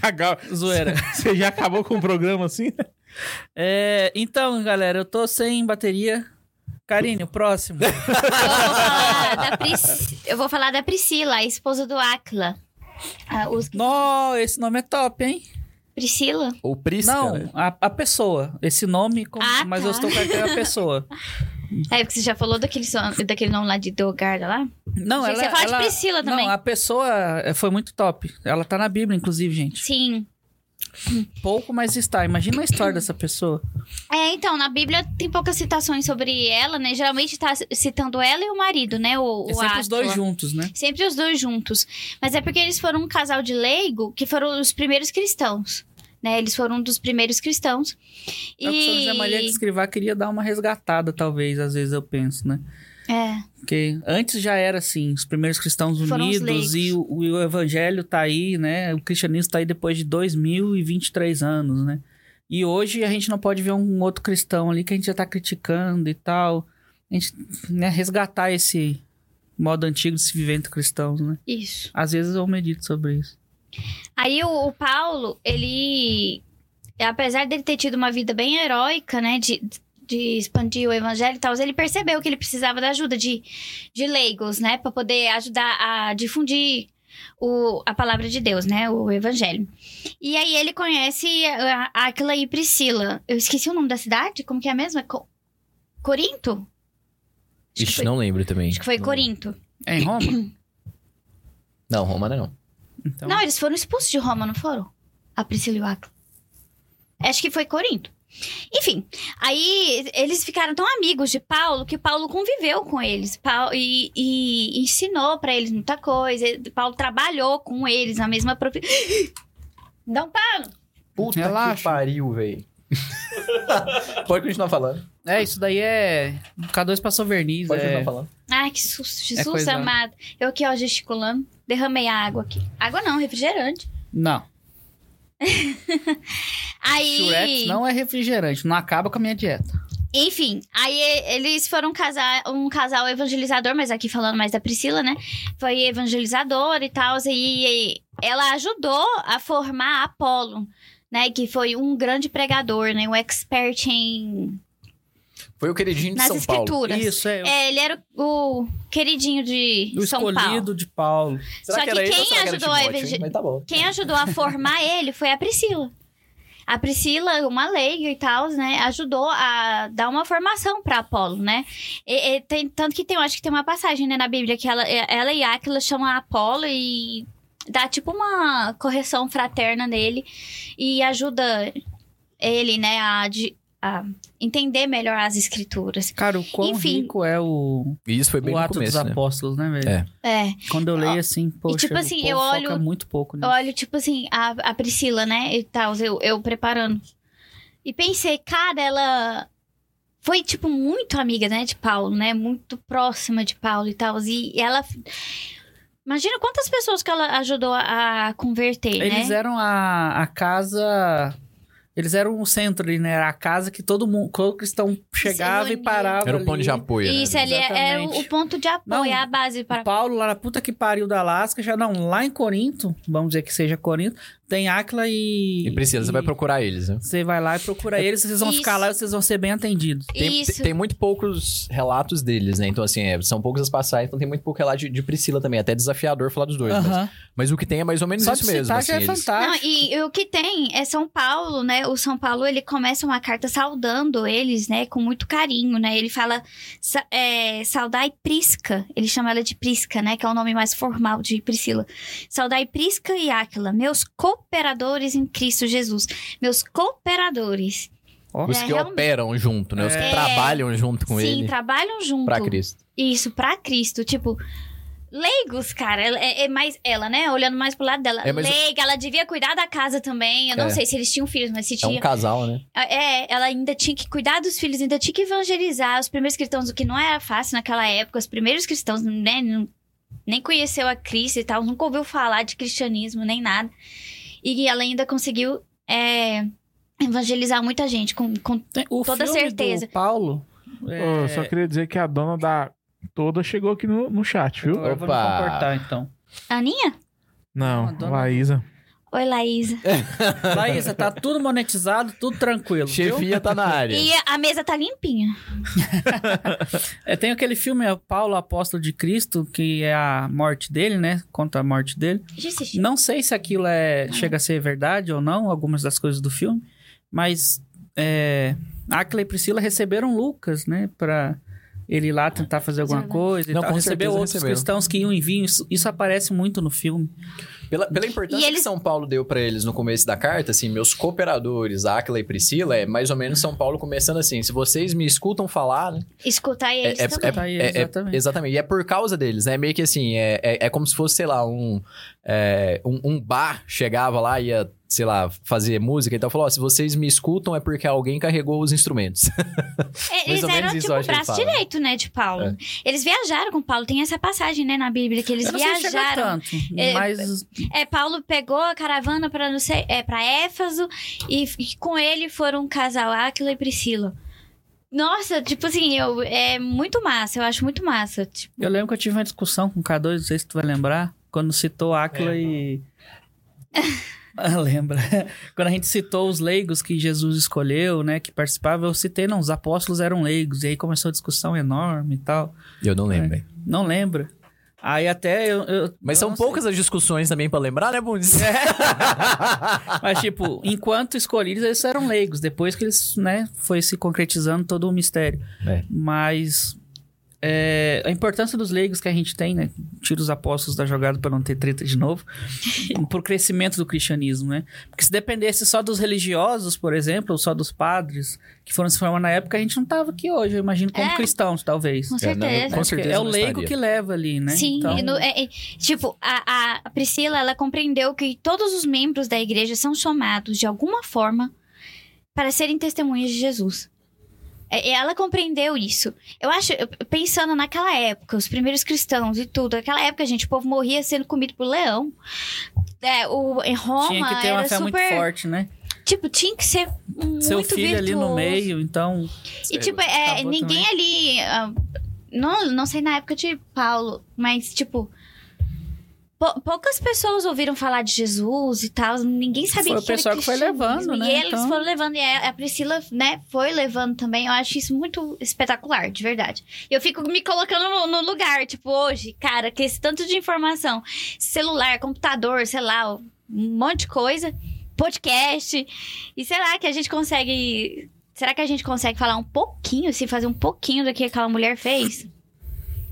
Speaker 4: Cacau,
Speaker 1: Zoeira.
Speaker 4: Você já acabou com o programa assim?
Speaker 1: É, então, galera, eu tô sem bateria. Karine, o próximo.
Speaker 3: Eu vou falar da, Pris... eu vou falar da Priscila, a esposa do Acla. Ah, os...
Speaker 1: Nó, esse nome é top, hein?
Speaker 3: Priscila?
Speaker 2: Ou Prisca. né?
Speaker 1: Não, a, a pessoa. Esse nome, como-
Speaker 3: Ah,
Speaker 1: mas
Speaker 3: tá.
Speaker 1: eu estou carregando a pessoa.
Speaker 3: É, porque você já falou daquele, son... daquele nome lá de Dogarda lá?
Speaker 1: Não, ela,
Speaker 3: Gente, você fala de
Speaker 1: ela-
Speaker 3: Priscila
Speaker 1: não,
Speaker 3: também.
Speaker 1: a pessoa é, foi muito top. Ela tá na Bíblia, inclusive, gente.
Speaker 3: Sim.
Speaker 1: Pouco, mas está. Imagina a história dessa pessoa.
Speaker 3: É, então, na Bíblia tem poucas citações sobre ela, né? Geralmente tá citando ela e o marido, né? O,
Speaker 1: É
Speaker 3: o
Speaker 1: sempre os
Speaker 3: Átila.
Speaker 1: dois juntos, né?
Speaker 3: Sempre os dois juntos. Mas é porque eles foram um casal de leigo que foram os primeiros cristãos. Né? Eles foram um dos primeiros cristãos.
Speaker 1: É o que o São José Maria de
Speaker 3: E...
Speaker 1: Escrivá queria dar uma resgatada, talvez, às vezes eu penso, né?
Speaker 3: É,
Speaker 1: Porque antes já era assim, os primeiros cristãos
Speaker 3: Foram os
Speaker 1: unidos
Speaker 3: leigos.
Speaker 1: e o, o evangelho tá aí, né? O cristianismo tá aí depois de 2023 anos, né? E hoje a gente não pode ver um outro cristão ali que a gente já tá criticando e tal. A gente, né, resgatar esse modo antigo de se viver entre cristãos, né?
Speaker 3: isso.
Speaker 1: Às vezes eu medito sobre isso.
Speaker 3: Aí o, o Paulo, ele... Apesar dele ter tido uma vida bem heróica, né? De, de expandir o evangelho e tal, ele percebeu que ele precisava da ajuda de, de leigos, né? Pra poder ajudar a difundir o, a palavra de Deus, né? O evangelho. E aí ele conhece a- a Aquila e Priscila. Eu esqueci o nome da cidade? Como que é a mesma? Co- Corinto? Acho que
Speaker 2: Ixi,
Speaker 3: foi-
Speaker 2: não lembro também.
Speaker 3: Acho que foi
Speaker 2: Não-
Speaker 3: Corinto.
Speaker 1: É em Roma?
Speaker 2: Não, Romana não.
Speaker 1: Então,
Speaker 3: Não, eles foram expulsos de Roma, não foram? A Priscila e o Aquila. Acho que foi Corinto. Enfim, aí eles ficaram tão amigos de Paulo que Paulo conviveu com eles Pau- e, e ensinou pra eles muita coisa. e Paulo trabalhou com eles na mesma propriedade. Dá um pau.
Speaker 2: Puta
Speaker 1: Relaxa.
Speaker 2: pariu, velho. Pode continuar falando.
Speaker 1: É, isso daí é. K2 passou verniz.
Speaker 2: Pode
Speaker 1: é...
Speaker 2: continuar falando.
Speaker 3: Ai, que susto.
Speaker 1: É
Speaker 3: Jesus
Speaker 1: coisa-
Speaker 3: amado. Eu aqui, ó, gesticulando. Derramei a água aqui. Água não, refrigerante.
Speaker 1: Não.
Speaker 3: Aí.
Speaker 1: Churex não é refrigerante. Não acaba com a minha dieta.
Speaker 3: Enfim, aí e- eles foram casar, um casal evangelizador, mas aqui falando mais da Priscila, né? Foi evangelizador e tal, e ela ajudou a formar Apolo, né? Que foi um grande pregador, né? Um expert em...
Speaker 2: Foi o queridinho de
Speaker 3: nas
Speaker 2: São Paulo.
Speaker 3: escrituras.
Speaker 1: Isso, é.
Speaker 3: É, ele era o, o queridinho de
Speaker 1: o
Speaker 3: São
Speaker 1: escolhido
Speaker 3: Paulo.
Speaker 1: de Paulo.
Speaker 2: Será
Speaker 3: Só
Speaker 2: que
Speaker 3: que
Speaker 2: era ele
Speaker 3: quem
Speaker 2: ou será que era
Speaker 3: ajudou a
Speaker 2: Timóteo, hein?
Speaker 3: evangel-
Speaker 2: Mas tá bom.
Speaker 3: Quem ajudou a formar ele foi a Priscila. A Priscila, uma leiga e tal, né, ajudou a dar uma formação pra Apolo, né? E- e tem- tanto que tem, eu acho que tem uma passagem né, na Bíblia que ela, ela e Áquila chamam a Apolo e dá tipo uma correção fraterna nele e ajuda ele, né, a, de- a entender melhor as escrituras.
Speaker 1: Cara, o quão
Speaker 3: Enfim.
Speaker 1: rico é o,
Speaker 2: E isso foi bem
Speaker 1: o
Speaker 2: no
Speaker 1: ato
Speaker 2: começo,
Speaker 1: dos
Speaker 2: né?
Speaker 1: apóstolos, né, velho?
Speaker 2: É.
Speaker 3: É.
Speaker 1: Quando eu leio assim, poxa,
Speaker 3: tipo assim,
Speaker 1: o povo
Speaker 3: eu olho-
Speaker 1: foca muito pouco né? nisso.
Speaker 3: Olha, tipo assim, a, a Priscila, né? E tal, eu, eu preparando. E pensei, cara, ela foi, tipo, muito amiga, né, de Paulo, né? Muito próxima de Paulo e tal. E ela. Imagina quantas pessoas que ela ajudou a, a converter,
Speaker 1: Eles
Speaker 2: é
Speaker 3: né?
Speaker 1: eram a, a casa. Eles eram o centro ali, né? Era a casa que todo mundo, todo cristão chegava e
Speaker 3: reunia.
Speaker 1: parava.
Speaker 2: Era o ponto
Speaker 1: ali.
Speaker 2: de apoio, né?
Speaker 3: Isso, ele é, é o, o
Speaker 1: Exatamente.
Speaker 3: ponto de apoio,
Speaker 1: Não,
Speaker 3: é a base para.
Speaker 1: O Paulo, lá na puta que pariu da Alasca, já não, lá em Corinto, vamos dizer que seja Corinto, tem Áquila e.
Speaker 2: E Priscila, você vai procurar eles, né?
Speaker 1: Você vai lá e procura eles, vocês vão
Speaker 3: É Isso.
Speaker 1: ficar lá e vocês vão ser bem atendidos.
Speaker 2: Tem,
Speaker 3: Isso.
Speaker 2: tem- tem muito poucos relatos deles, né? Então, assim, é, são poucas as passagens, então tem muito pouco relato de, de Priscila também. Até desafiador falar dos dois. Mas,
Speaker 1: Aham.
Speaker 2: mas o que tem é mais ou menos
Speaker 1: Só de
Speaker 2: isso mesmo.
Speaker 1: citar
Speaker 2: Assim,
Speaker 1: já é
Speaker 2: eles-
Speaker 1: fantástico.
Speaker 3: Não, e, e o que tem é São Paulo, né? O São Paulo, ele começa uma carta saudando eles, né? Com muito carinho, né? Ele fala sa- é, saudai Prisca. Ele chama ela de Prisca, né? Que é o nome mais formal de Priscila. Saudai Prisca e Áquila, meus cooperadores em Cristo Jesus. Meus cooperadores.
Speaker 1: Ó.
Speaker 2: os
Speaker 3: É,
Speaker 2: que
Speaker 3: realmente.
Speaker 2: operam junto, né? Os que
Speaker 1: É.
Speaker 2: trabalham junto com
Speaker 3: Sim, Uhum.
Speaker 2: ele.
Speaker 3: trabalham junto.
Speaker 2: Pra Cristo.
Speaker 3: Isso, pra Cristo. Tipo, leigos, cara. Ela- É, é mais ela, né? Olhando mais pro lado dela.
Speaker 2: É, mas-
Speaker 3: Leiga, ela devia cuidar da casa também. Eu não
Speaker 2: É.
Speaker 3: sei se eles tinham filhos, mas se
Speaker 2: É
Speaker 3: tinha.
Speaker 2: um casal, né?
Speaker 3: É, ela ainda tinha que cuidar dos filhos, ainda tinha que evangelizar os primeiros cristãos, o que não era fácil naquela época. Os primeiros cristãos, né, não- nem conheceu a Cristo e tal, nunca ouviu falar de cristianismo nem nada. E ela ainda conseguiu é, evangelizar muita gente. Com, com-
Speaker 1: Tem- o
Speaker 3: Toda
Speaker 1: filme
Speaker 3: certeza.
Speaker 1: Do Paulo.
Speaker 2: Ah,
Speaker 4: Ô, eu
Speaker 1: é,
Speaker 4: só queria dizer que a dona da toda chegou aqui no, no chat, viu?
Speaker 1: Agora eu vou me
Speaker 2: Opa.
Speaker 1: comportar, então.
Speaker 3: Aninha?
Speaker 4: Não,
Speaker 1: A dona-
Speaker 4: Laísa.
Speaker 3: Oi, Laísa.
Speaker 1: Laísa, tá tudo monetizado, tudo tranquilo. viu?
Speaker 2: Chefia tá na área.
Speaker 3: E a mesa tá limpinha.
Speaker 1: É, tem aquele filme, é Paulo Apóstolo de Cristo, que é a morte dele, né? Conta a morte dele.
Speaker 3: Já assisti.
Speaker 1: Não sei se aquilo é, chega a ser verdade ou não, algumas das coisas do filme, mas é, Áquila e Priscila receberam Lucas, né? Pra ele ir lá tentar fazer alguma
Speaker 3: Sim, né?
Speaker 1: coisa e
Speaker 2: Não,
Speaker 1: tal.
Speaker 2: com
Speaker 1: Recebeu
Speaker 2: certeza
Speaker 1: outros
Speaker 2: receberam.
Speaker 1: cristãos que iam e vinham. Isso, isso aparece muito no filme.
Speaker 2: Pela, pela importância
Speaker 3: E eles-
Speaker 2: que São Paulo deu pra eles no começo da carta, assim, meus cooperadores, Áquila e Priscila, é mais ou menos São Paulo começando assim. Se vocês me escutam falar, né?
Speaker 3: Escutar eles
Speaker 2: É- é-
Speaker 3: também.
Speaker 1: Tá aí,
Speaker 2: É, é,
Speaker 1: exatamente.
Speaker 2: exatamente. E é por causa deles, né? Meio que assim, é, é, é como se fosse, sei lá, um, é, um, um bar chegava lá e ia, sei lá, fazer música e tal. Falou, ó, se vocês me escutam é porque alguém carregou os instrumentos.
Speaker 3: É,
Speaker 2: Mais
Speaker 3: Eles
Speaker 2: ou menos
Speaker 3: eram
Speaker 2: isso,
Speaker 3: tipo
Speaker 2: eu
Speaker 3: o
Speaker 2: acho que ele
Speaker 3: braço
Speaker 2: fala.
Speaker 3: direito, né, de Paulo.
Speaker 2: É.
Speaker 3: Eles viajaram com Paulo. Tem essa passagem, né, na Bíblia, que eles
Speaker 1: Eu não sei se chega
Speaker 3: viajaram.
Speaker 1: tanto,
Speaker 3: É,
Speaker 1: mas
Speaker 3: É, Paulo pegou a caravana para não sei, é para Éfaso e, f- e com ele foram um casal Áquila e Priscila. Nossa, tipo assim, eu é muito massa, eu acho muito massa. Tipo,
Speaker 1: eu lembro que eu tive uma discussão com o K2, não sei se tu vai lembrar, quando citou Áquila e... Ah, Lembra. Quando a gente citou os leigos que Jesus escolheu, né, que participavam, eu citei, não, os apóstolos eram leigos, e aí começou a discussão enorme e tal.
Speaker 2: Eu não lembro. hein?
Speaker 1: Não lembra. Aí até eu... eu-
Speaker 2: Mas
Speaker 1: eu
Speaker 2: são
Speaker 1: não sei.
Speaker 2: poucas as discussões também pra lembrar, né, Bundes?
Speaker 1: É. Mas, tipo, enquanto escolhidos, eles eram leigos. Depois que eles, né, foi se concretizando todo o mistério.
Speaker 2: É.
Speaker 1: Mas é, a importância dos leigos que a gente tem, né? Tira os apóstolos da jogada para não ter treta de novo. pro crescimento do cristianismo, né? Porque se dependesse só dos religiosos, por exemplo, ou só dos padres que foram se formando na época, a gente não tava aqui hoje, eu imagino, como
Speaker 3: É.
Speaker 1: cristãos, talvez.
Speaker 3: com
Speaker 2: É, não,
Speaker 3: certeza.
Speaker 2: com
Speaker 1: Porque
Speaker 2: certeza
Speaker 1: É o
Speaker 2: não
Speaker 1: leigo
Speaker 2: estaria.
Speaker 1: que leva ali, né?
Speaker 3: Sim,
Speaker 1: Então-
Speaker 3: e no- é- é- tipo, a, a Priscila, ela compreendeu que todos os membros da igreja são chamados de alguma forma para serem testemunhas de Jesus. É, Ela compreendeu isso. Eu acho, eu- pensando naquela época, os primeiros cristãos e tudo, naquela época, gente, o povo morria sendo comido por leão. É, o, em Roma
Speaker 1: Tinha que ter
Speaker 3: era
Speaker 1: uma fé
Speaker 3: super.
Speaker 1: muito forte, né?
Speaker 3: Tipo, tinha que ser muito
Speaker 1: Seu filho ali
Speaker 3: virtuoso.
Speaker 1: no meio, então.
Speaker 3: E, tipo, é,
Speaker 1: Acabou
Speaker 3: ninguém ali. ah, Não, não sei na época de Paulo, mas, tipo. pou- Poucas pessoas ouviram falar de Jesus e tal, ninguém sabia
Speaker 1: Foi
Speaker 3: que
Speaker 1: o pessoal
Speaker 3: era
Speaker 1: que foi
Speaker 3: cristianismo.
Speaker 1: levando, né?
Speaker 3: E eles
Speaker 1: Então-
Speaker 3: foram levando, e a a Priscila, né, foi levando também. Eu acho isso muito espetacular, de verdade. Eu fico me colocando no, no lugar, tipo, hoje, cara, que esse tanto de informação, celular, computador, sei lá, um monte de coisa, podcast, e sei lá, que a gente consegue Será que a gente consegue falar um pouquinho, se fazer um pouquinho do que aquela mulher fez?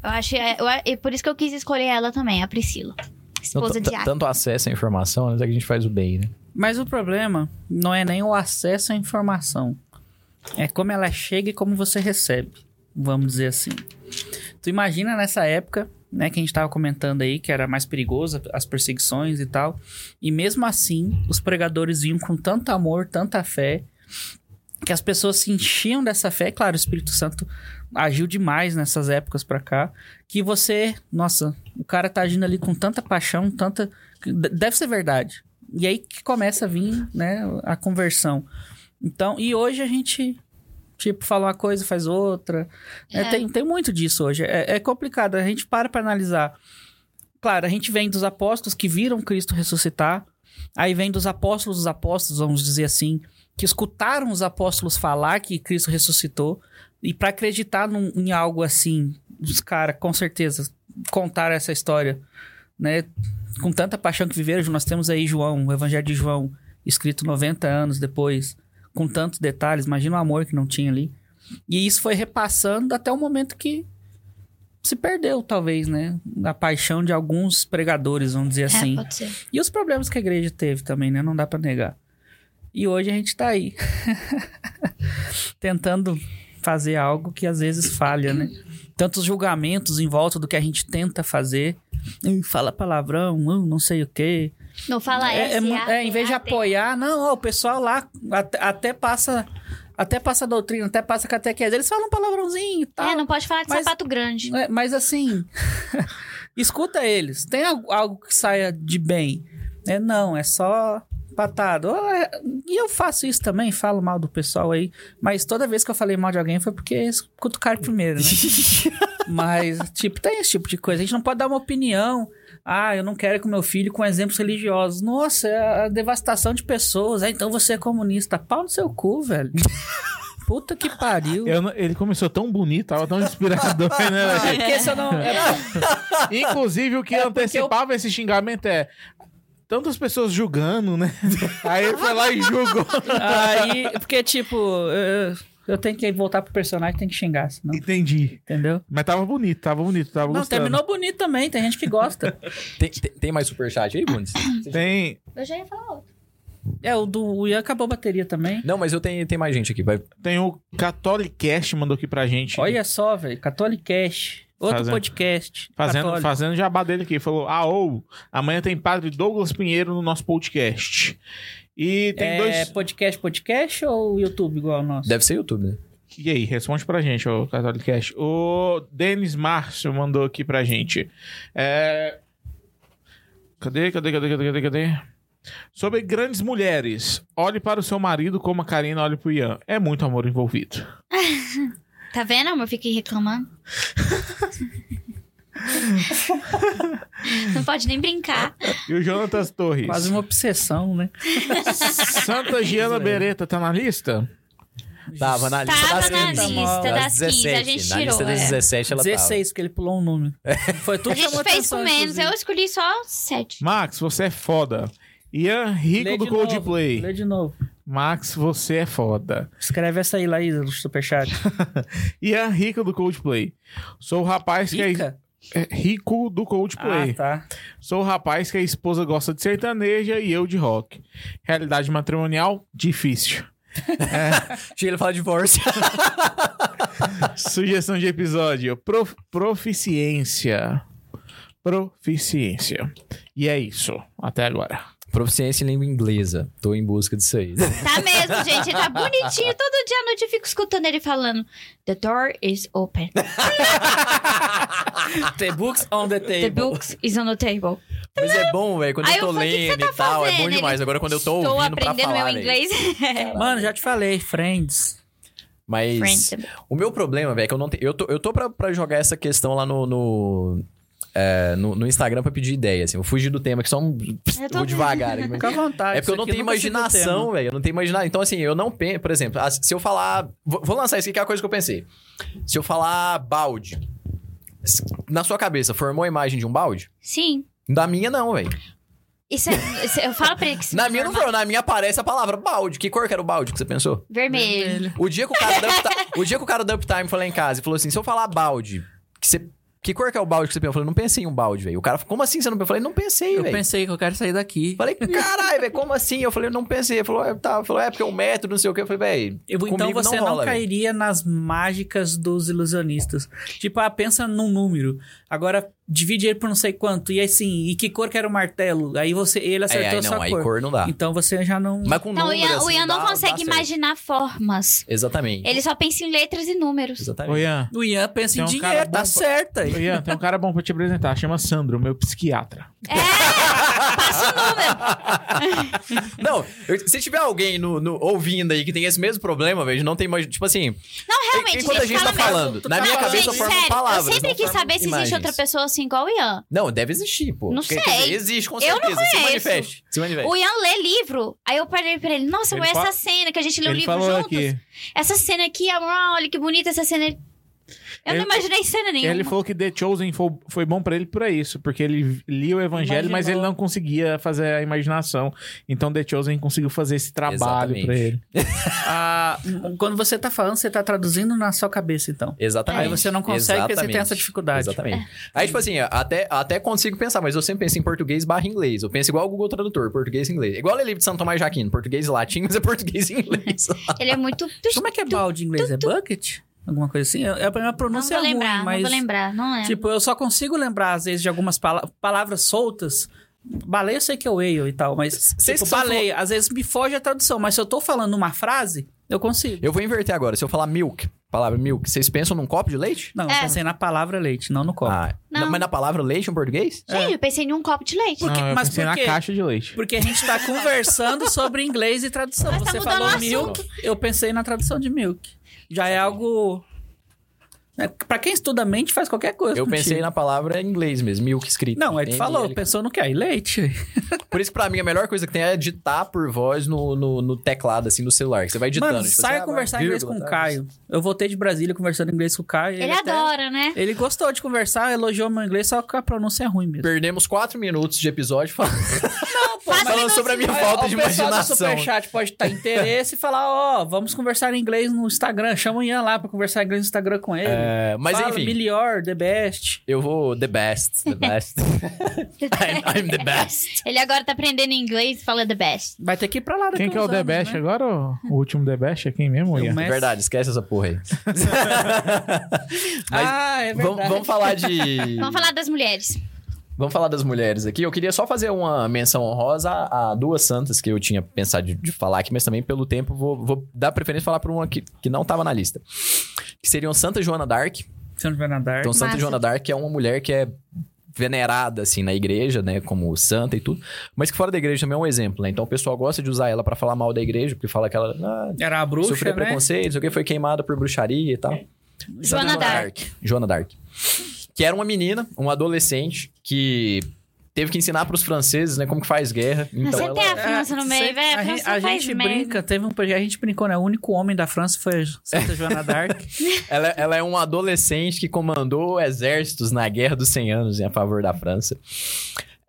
Speaker 3: Eu acho, é, eu, é por isso que eu quis escolher ela também, a Priscila.
Speaker 1: tá,
Speaker 3: Esposa
Speaker 2: Então,
Speaker 3: de né?
Speaker 2: t-
Speaker 3: Atos.
Speaker 2: Tanto acesso à informação, né? Até que a gente faz o bem, né?
Speaker 1: Mas o problema não é nem o acesso à informação. É como ela chega e como você recebe. Vamos dizer assim. Tu imagina nessa época, né, que a gente tava comentando aí, que era mais perigoso, as perseguições e tal. E mesmo assim, os pregadores vinham com tanto amor, tanta fé, que as pessoas se enchiam dessa fé. É Claro, o Espírito Santo agiu demais nessas épocas pra cá, que você, nossa, o cara tá agindo ali com tanta paixão, tanta. de- Deve ser verdade. E aí que começa a vir, né, a conversão. Então, e hoje a gente, tipo, fala uma coisa, faz outra. né?
Speaker 3: É.
Speaker 1: tem, tem muito disso hoje. É, é complicado, a gente para pra analisar. Claro, a gente vem dos apóstolos que viram Cristo ressuscitar, aí vem dos apóstolos dos apóstolos, vamos dizer assim, que escutaram os apóstolos falar que Cristo ressuscitou. E pra acreditar num- em algo assim, os caras com certeza contaram essa história, né? Com tanta paixão que viveram, nós temos aí João, o Evangelho de João, escrito 90 anos depois, com tantos detalhes, imagina o amor que não tinha ali. E isso foi repassando até o momento que se perdeu, talvez, né? A paixão de alguns pregadores, vamos dizer assim.
Speaker 3: É, pode ser.
Speaker 1: E os problemas que a igreja teve também, né? Não dá pra negar. E hoje a gente tá aí. tentando fazer algo que às vezes falha, né? Tantos julgamentos em volta do que a gente tenta fazer. Ih, Fala palavrão, hum, não sei o quê.
Speaker 3: Não fala
Speaker 1: É, é
Speaker 3: S,
Speaker 1: mu-
Speaker 3: A,
Speaker 1: é, em vez de
Speaker 3: Ah, A, T.
Speaker 1: apoiar, não, ó, o pessoal lá até, até passa. Até passa doutrina, até passa catequese. Eles falam palavrãozinho e tal.
Speaker 3: É, não pode falar de
Speaker 1: tá? Mas-
Speaker 3: sapato grande.
Speaker 1: É, mas assim, escuta eles. Tem al- algo que saia de bem. É, não, é só patado. Ou é- E eu faço isso também, falo mal do pessoal aí. Mas toda vez que eu falei mal de alguém foi porque cutucaram primeiro, né? mas, tipo, tem esse tipo de coisa. A gente não pode dar uma opinião. Ah, eu não quero que o meu filho com exemplos religiosos. Nossa, é a devastação de pessoas. Ah, então você é comunista. Pau no seu cu, velho. Puta que pariu.
Speaker 4: Eu não- ele começou tão bonito, tava tão inspirador, né?
Speaker 1: Ah, é porque se eu não. é
Speaker 4: Inclusive, o que antecipava esse xingamento é tantas pessoas julgando, né? Aí ele foi lá e julgou.
Speaker 1: Aí, porque, tipo, eu, eu tenho que voltar pro personagem, tem que xingar, senão,
Speaker 4: Entendi.
Speaker 1: entendeu?
Speaker 4: Mas tava bonito, tava bonito, tava
Speaker 1: Não,
Speaker 4: gostando.
Speaker 1: terminou bonito também, tem gente que gosta.
Speaker 2: Tem, tem, tem mais superchat aí, Bundes?
Speaker 4: Tem.
Speaker 3: Eu já ia falar outro.
Speaker 1: É, o do o Ian acabou a bateria também.
Speaker 2: Não, mas eu tenho, tem mais gente aqui. Vai...
Speaker 4: Tem o Catolicast mandou aqui pra gente.
Speaker 1: Olha só, velho, Catolicast, outro
Speaker 4: Fazendo-
Speaker 1: podcast.
Speaker 4: Fazendo,
Speaker 1: católico.
Speaker 4: fazendo jabá dele aqui. Falou: Ah, ou, amanhã tem padre Douglas Pinheiro no nosso podcast. E tem
Speaker 1: é,
Speaker 4: dois.
Speaker 1: podcast, podcast ou YouTube igual o nosso?
Speaker 2: Deve ser YouTube, né?
Speaker 4: E aí, responde pra gente, o Catolicast. O Denis Márcio mandou aqui pra gente. É... Cadê, cadê, cadê, cadê, cadê, cadê? Sobre grandes mulheres. Olhe para o seu marido como a Karina olha pro Ian. É muito amor envolvido.
Speaker 3: Tá vendo, amor? Fiquei reclamando. não pode nem brincar.
Speaker 4: E o Jonatas Torres.
Speaker 1: Quase uma obsessão, né?
Speaker 4: Santa Giana Beretta tá na lista?
Speaker 2: Tava na lista
Speaker 3: Tava
Speaker 2: das
Speaker 1: na
Speaker 2: 15.
Speaker 1: lista
Speaker 3: das 15, a gente
Speaker 2: na lista
Speaker 3: tirou,
Speaker 2: das
Speaker 3: é.
Speaker 2: 17 ela
Speaker 1: 16, porque ele pulou um número. Foi tudo
Speaker 3: A gente
Speaker 1: chamou
Speaker 3: fez
Speaker 1: atenção,
Speaker 3: com menos,
Speaker 1: inclusive.
Speaker 3: eu escolhi só sete.
Speaker 4: Max, você é foda. Ian Rico
Speaker 1: Lê
Speaker 4: do
Speaker 1: de novo,
Speaker 4: Coldplay.
Speaker 1: Lê de novo.
Speaker 4: Max, você é foda.
Speaker 1: Escreve essa aí, Laís, do Superchat.
Speaker 4: Ian Rico do Coldplay. Sou o rapaz que
Speaker 1: Rica?
Speaker 4: é, é rico do Coldplay.
Speaker 1: Ah, tá.
Speaker 4: Sou o rapaz que a esposa gosta de sertaneja e eu de rock. Realidade matrimonial difícil.
Speaker 2: tava. Chega ele fala divórcio.
Speaker 4: Sugestão de episódio: Prof- proficiência. Proficiência. E é isso. Até agora.
Speaker 2: Proficiência em língua inglesa. Tô em busca disso aí.
Speaker 3: Tá mesmo, gente. Ele tá bonitinho. Todo dia à noite eu fico escutando ele falando: The door is open.
Speaker 1: The books on the
Speaker 3: The
Speaker 1: table.
Speaker 3: books is on the table.
Speaker 2: Mas é bom, velho. Quando
Speaker 3: Aí
Speaker 2: eu tô
Speaker 3: eu falo, "O que que você
Speaker 2: lendo
Speaker 3: tá
Speaker 2: e tal, é bom
Speaker 3: fazendo?"
Speaker 2: demais.
Speaker 3: Ele,
Speaker 2: Agora quando eu tô
Speaker 3: Estou
Speaker 2: ouvindo pra
Speaker 3: aprendendo
Speaker 2: falar, né?
Speaker 3: meu
Speaker 2: véi.
Speaker 3: inglês. É,
Speaker 1: Mano, já te falei, Friends.
Speaker 2: Mas
Speaker 3: Friends.
Speaker 2: o meu problema, velho, é que eu não tenho... Eu tô, eu tô pra, pra jogar essa questão lá no... no... é, no, no Instagram pra pedir ideia, assim. Eu fugi do tema, que só um...
Speaker 3: Eu tô
Speaker 2: Vou devagar. aqui, mas-
Speaker 1: Fica à vontade.
Speaker 2: É porque eu não
Speaker 1: Ah, isso aqui
Speaker 2: tenho
Speaker 1: nunca se deu
Speaker 2: imaginação,
Speaker 1: tema.
Speaker 2: velho. Eu não tenho imaginação. Então, assim, eu não penso. Por exemplo, ah, se eu falar. Vou vou lançar isso aqui, que é a coisa que eu pensei. Se eu falar balde. s- Na sua cabeça, formou a imagem de um balde?
Speaker 3: Sim.
Speaker 2: Na minha, não, velho.
Speaker 3: Isso é, isso é- eu falo pra ele que isso
Speaker 2: Na
Speaker 3: é
Speaker 2: minha não
Speaker 3: normal.
Speaker 2: formou. Na minha aparece a palavra balde. Que cor que era o balde que você pensou?
Speaker 3: Vermelho.
Speaker 2: O dia que o cara da Uptime, o dia que o cara da Uptime foi lá em casa e falou assim: se eu falar balde, que você. Que cor que é o balde que você pensou? Eu falei, não pensei em um balde, velho. O cara, falou, como assim você não pensou? Eu falei, não pensei,
Speaker 1: Eu
Speaker 2: velho.
Speaker 1: pensei que eu quero sair daqui.
Speaker 2: Falei, caralho, velho, como assim? Eu falei, não pensei. Ele falou, é, tá. falou, é porque é um método, não sei o quê. Eu falei, velho.
Speaker 1: Eu- então
Speaker 2: comigo
Speaker 1: você não,
Speaker 2: rola, velho."
Speaker 1: cairia nas mágicas dos ilusionistas. Tipo, ah, pensa num número. Agora divide ele por não sei quanto. E assim, e que cor que era o martelo? Aí você, ele
Speaker 2: É,
Speaker 1: acertou
Speaker 2: aí
Speaker 1: a
Speaker 2: não,
Speaker 1: sua
Speaker 2: aí
Speaker 1: cor.
Speaker 2: cor. não dá.
Speaker 1: Então você já não.
Speaker 2: Mas com
Speaker 3: Não, o
Speaker 2: número,
Speaker 3: Ian, o
Speaker 2: assim,
Speaker 3: Ian não
Speaker 2: dá- dá
Speaker 3: consegue
Speaker 2: certo.
Speaker 3: imaginar formas.
Speaker 2: Exatamente.
Speaker 3: Ele só pensa em letras e números.
Speaker 2: Exatamente.
Speaker 4: Ô, Ian.
Speaker 1: O Ian pensa em
Speaker 4: Tem um cara
Speaker 1: dinheiro,
Speaker 4: bom
Speaker 1: tá
Speaker 4: pra-
Speaker 1: certo
Speaker 4: Ô,
Speaker 1: aí.
Speaker 4: Ian, tem um cara bom pra te apresentar. Chama Sandro, meu psiquiatra.
Speaker 2: Não, eu- se tiver alguém no, no- ouvindo aí que tem esse mesmo problema, velho, não tem mais. Tipo assim. Não,
Speaker 3: realmente,
Speaker 2: Enquanto a
Speaker 3: gente,
Speaker 2: gente tá
Speaker 3: fala mesmo.
Speaker 2: falando,
Speaker 1: Tu
Speaker 2: na
Speaker 1: tá
Speaker 2: minha
Speaker 1: falando.
Speaker 2: cabeça
Speaker 3: Gente,
Speaker 2: formam
Speaker 3: sério,
Speaker 2: palavras.
Speaker 3: eu sempre
Speaker 2: não
Speaker 3: quis
Speaker 2: formam
Speaker 3: saber se
Speaker 2: imagens.
Speaker 3: existe outra pessoa assim igual o Ian.
Speaker 2: Não, deve existir, pô.
Speaker 3: Não
Speaker 2: Quer
Speaker 3: sei.
Speaker 2: dizer, existe, com
Speaker 3: Eu
Speaker 2: certeza. se
Speaker 3: não conheço.
Speaker 2: manifeste. Se manifeste.
Speaker 3: O Ian lê livro. Aí eu parei pra ele, nossa,
Speaker 4: Ele
Speaker 3: amor,
Speaker 4: fala-
Speaker 3: essa cena que a gente
Speaker 1: um
Speaker 3: leu o
Speaker 4: Ele
Speaker 3: livro
Speaker 4: falou
Speaker 3: juntos.
Speaker 4: aqui.
Speaker 3: Essa cena aqui, amor, olha que bonita essa cena. Eu
Speaker 4: Ele-
Speaker 3: não imaginei cena nenhuma.
Speaker 1: um-
Speaker 4: Ele falou que The Chosen foi, foi bom pra ele por isso, porque ele lia o evangelho, mas ele
Speaker 1: Imaginou.
Speaker 4: não conseguia fazer a imaginação. Então The Chosen conseguiu fazer esse trabalho
Speaker 2: Exatamente.
Speaker 4: pra ele.
Speaker 1: Ah, quando você tá falando, você tá traduzindo na sua cabeça, então.
Speaker 2: Exatamente.
Speaker 1: Aí você não consegue porque você tem essa dificuldade.
Speaker 2: É Exatamente. Aí, tipo assim, até, até consigo pensar, mas eu sempre penso em português barra inglês. Eu penso igual o Google Tradutor, português e inglês. Igual a Lelip de Santo Tomás de Aquino, português e latim, mas é português e inglês.
Speaker 3: Ele é muito.
Speaker 1: Como é que é balde em inglês? É bucket? Alguma coisa assim? Eu, eu, a minha
Speaker 3: Não
Speaker 1: pronúncia
Speaker 3: vou
Speaker 1: é ruim,
Speaker 3: lembrar,
Speaker 1: mas.
Speaker 3: não vou lembrar, não lembro.
Speaker 1: Tipo, eu só consigo lembrar, às vezes, de algumas pala- palavras soltas. Baleia eu sei que é whale e tal, mas.
Speaker 2: Vocês
Speaker 1: tipo,
Speaker 2: que são
Speaker 1: baleia, às vezes me foge a tradução, mas se eu tô falando uma frase, eu consigo.
Speaker 2: Eu vou inverter agora. Se eu falar milk, palavra milk, vocês pensam num copo de leite?
Speaker 1: Não, eu
Speaker 3: É.
Speaker 1: pensei na palavra leite, não no copo.
Speaker 2: Ah,
Speaker 3: Não.
Speaker 2: na- mas na palavra leite em português?
Speaker 3: Gente, eu pensei em um copo de leite.
Speaker 1: Por quê?
Speaker 4: Não, eu
Speaker 1: Mas
Speaker 4: pensei
Speaker 1: por
Speaker 4: na
Speaker 1: quê?
Speaker 4: caixa de leite.
Speaker 1: Porque a gente tá conversando sobre inglês e tradução.
Speaker 3: Mas tá
Speaker 1: Você
Speaker 3: mudando
Speaker 1: falou
Speaker 3: o
Speaker 1: milk, eu pensei na tradução de milk. Já é algo. É, pra quem estuda mente, faz qualquer coisa.
Speaker 2: Eu pensei na palavra em inglês mesmo, milk escrito.
Speaker 1: Não, aí tu falou,
Speaker 2: ML.
Speaker 1: pensou no que? Aí leite.
Speaker 2: Por isso que pra mim a melhor coisa que tem é ditar por voz no, no, no teclado, assim, no celular. Que você vai ditando.
Speaker 1: Mano,
Speaker 2: tipo,
Speaker 1: saia
Speaker 2: assim, ah,
Speaker 1: conversar
Speaker 2: agora
Speaker 1: inglês com
Speaker 2: vírgula,
Speaker 1: o
Speaker 2: tá?
Speaker 1: Caio. Eu voltei de Brasília conversando inglês com o Caio.
Speaker 3: Ele
Speaker 1: até-
Speaker 3: adora, né?
Speaker 1: Ele gostou de conversar, elogiou meu inglês, só que a pronúncia é ruim mesmo.
Speaker 2: Perdemos quatro minutos de episódio falando,
Speaker 3: Passa
Speaker 2: falando
Speaker 3: minutos-
Speaker 2: sobre a minha falta de
Speaker 1: o pessoal do
Speaker 2: imaginação.
Speaker 1: Superchat pode estar interesse e falar, ó, vamos conversar em inglês no Instagram. Chama o Ian lá pra conversar em inglês no Instagram com ele.
Speaker 2: É, mas
Speaker 1: Fala,
Speaker 2: enfim,
Speaker 1: Melhor, the best.
Speaker 2: eu vou the best, the best. I'm, I'm the best.
Speaker 3: Ele agora tá aprendendo inglês e fala the best.
Speaker 1: Vai ter que ir pra lá daqui
Speaker 4: Quem que é o
Speaker 1: uns
Speaker 4: The
Speaker 1: anos,
Speaker 4: Best
Speaker 1: né?
Speaker 4: agora? ou O último The Best é quem mesmo,
Speaker 1: Eu
Speaker 4: Ian?
Speaker 1: mesmo. Mas-
Speaker 2: Verdade, esquece essa porra aí. Mas
Speaker 1: ah, é
Speaker 2: vamos,
Speaker 1: verdade.
Speaker 2: vamos falar de...
Speaker 3: Vamos falar das mulheres.
Speaker 2: Vamos falar das mulheres aqui. Eu queria só fazer uma menção honrosa a, a duas santas que eu tinha pensado de, de falar aqui, mas também pelo tempo vou, vou dar preferência falar para uma que, que não estava na lista. Que seriam Santa Joana d'Arc.
Speaker 1: São Joana d'Arc.
Speaker 2: Então, Santa
Speaker 3: Massa.
Speaker 2: Joana d'Arc é uma mulher que é venerada, assim, na igreja, né? Como santa e tudo. Mas que fora da igreja também é um exemplo, né? Então, o pessoal gosta de usar ela para falar mal da igreja, porque fala que ela ah,
Speaker 1: Era a bruxa,
Speaker 2: sofreu
Speaker 1: né?
Speaker 2: preconceito, não sei o que foi queimada por bruxaria e tal.
Speaker 3: É. Joana Dark.
Speaker 2: Joana Dark. Que era uma menina, uma adolescente, que teve que ensinar pros franceses, né, como que faz guerra.
Speaker 3: Mas
Speaker 2: Então
Speaker 3: você
Speaker 2: ela-
Speaker 3: tem a França É, no
Speaker 1: Ah,
Speaker 3: meio,
Speaker 1: sei-
Speaker 3: velho.
Speaker 1: A,
Speaker 3: A
Speaker 1: gente-
Speaker 3: França
Speaker 1: a
Speaker 3: faz
Speaker 1: gente
Speaker 3: merda.
Speaker 1: brinca, teve um projeto, a gente brincou, né? O único homem da França foi Santa Joana d'Arc.
Speaker 2: ela, ela é um adolescente que comandou exércitos na Guerra dos 100 Anos em a favor da França.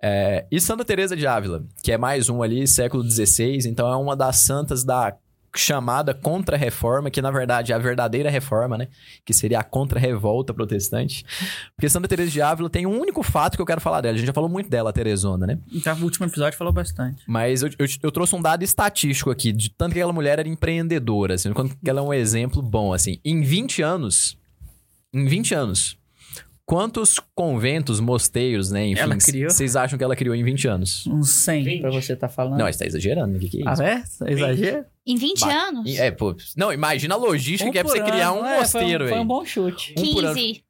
Speaker 2: É, e Santa Teresa de Ávila, que é mais um ali, século XVI, então é uma das santas da chamada Contra-Reforma, que na verdade é a verdadeira reforma, né? Que seria a Contra-Revolta Protestante. Porque Santa Teresa de Ávila tem um único fato que eu quero falar dela. A gente já falou muito dela, a Teresona, né?
Speaker 1: então, o último episódio falou bastante.
Speaker 2: Mas eu, eu- eu trouxe um dado estatístico aqui, de tanto que aquela mulher era empreendedora, assim, quanto que ela é um exemplo bom, assim. Em 20 anos, em 20 anos, Quantos conventos, mosteiros, né, enfim,
Speaker 1: Ela criou?
Speaker 2: vocês acham que ela criou em 20 anos?
Speaker 1: Uns 100
Speaker 5: Vinte.
Speaker 1: pra você tá falando.
Speaker 2: Não, isso tá exagerando, o que, que é isso?
Speaker 1: Ah, é? Exagero?
Speaker 3: Em 20
Speaker 2: Bah,
Speaker 3: anos?
Speaker 2: E- É, pô. Não, imagina a logística que é pra
Speaker 1: por
Speaker 2: você criar
Speaker 1: ano.
Speaker 2: um
Speaker 1: É,
Speaker 2: mosteiro,
Speaker 1: foi, um-
Speaker 2: velho.
Speaker 1: foi um bom chute.
Speaker 2: um por ano.
Speaker 3: 15.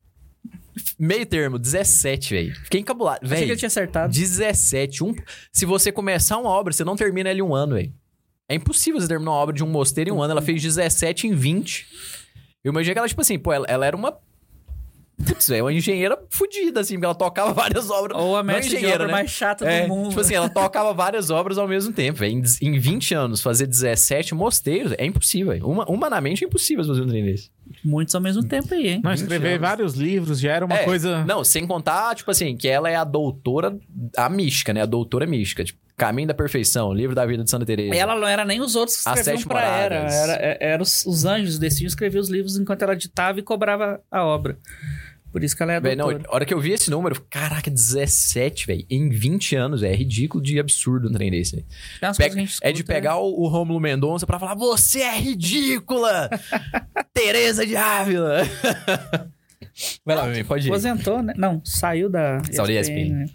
Speaker 2: Meio termo, 17, velho. Fiquei encabulado.
Speaker 1: Achei que
Speaker 2: Velho,
Speaker 1: eu tinha acertado.
Speaker 2: 17. Um... Se você começar uma obra, você não termina ela em um ano, velho. É impossível você terminar uma obra de um mosteiro em um ano. Ela fez 17 em 20. Eu imaginei que ela, tipo assim, pô, ela, ela era uma. Putz, velho, uma engenheira fodida, assim, porque ela tocava várias obras.
Speaker 1: Ou a
Speaker 2: Não
Speaker 1: mestre de
Speaker 2: engenheira,
Speaker 1: obra
Speaker 2: né?
Speaker 1: mais chata
Speaker 2: É,
Speaker 1: do mundo.
Speaker 2: tipo assim, ela tocava várias obras ao mesmo tempo. velho. Em, dez- em 20 anos, fazer 17 mosteiros é impossível. velho. Uma, humanamente é impossível fazer um trem desse.
Speaker 1: Muitos ao mesmo tempo aí, hein?
Speaker 4: Não, escrever vários livros já era uma
Speaker 2: É,
Speaker 4: coisa.
Speaker 2: Não, sem contar, tipo assim, que ela é a doutora, a mística, né? A doutora mística. Tipo, Caminho da Perfeição, Livro da Vida de Santa Teresa.
Speaker 1: Ela não era nem os outros que
Speaker 2: é As
Speaker 1: escreviam
Speaker 2: Sete
Speaker 1: pra era.
Speaker 2: Moradas.
Speaker 1: Era, é- era os, os anjos desse escreviam os livros enquanto ela ditava e cobrava a obra. Por isso que ela é a
Speaker 2: Véi, não,
Speaker 1: doutora.
Speaker 2: a hora que eu vi esse número, eu falei, caraca, 17, velho. Em 20 anos, véi, é ridículo de absurdo um trem desse. véi.
Speaker 1: Tem umas
Speaker 2: Pega-
Speaker 1: coisas que a gente
Speaker 2: é de
Speaker 1: escuta, né?
Speaker 2: pegar o, o Rômulo Mendonça pra falar, você é ridícula! Tereza de Ávila! Vai lá, Mimi, pode ir.
Speaker 1: Aposentou, né? Não, saiu da.
Speaker 2: Saiu da ESPN.
Speaker 1: né?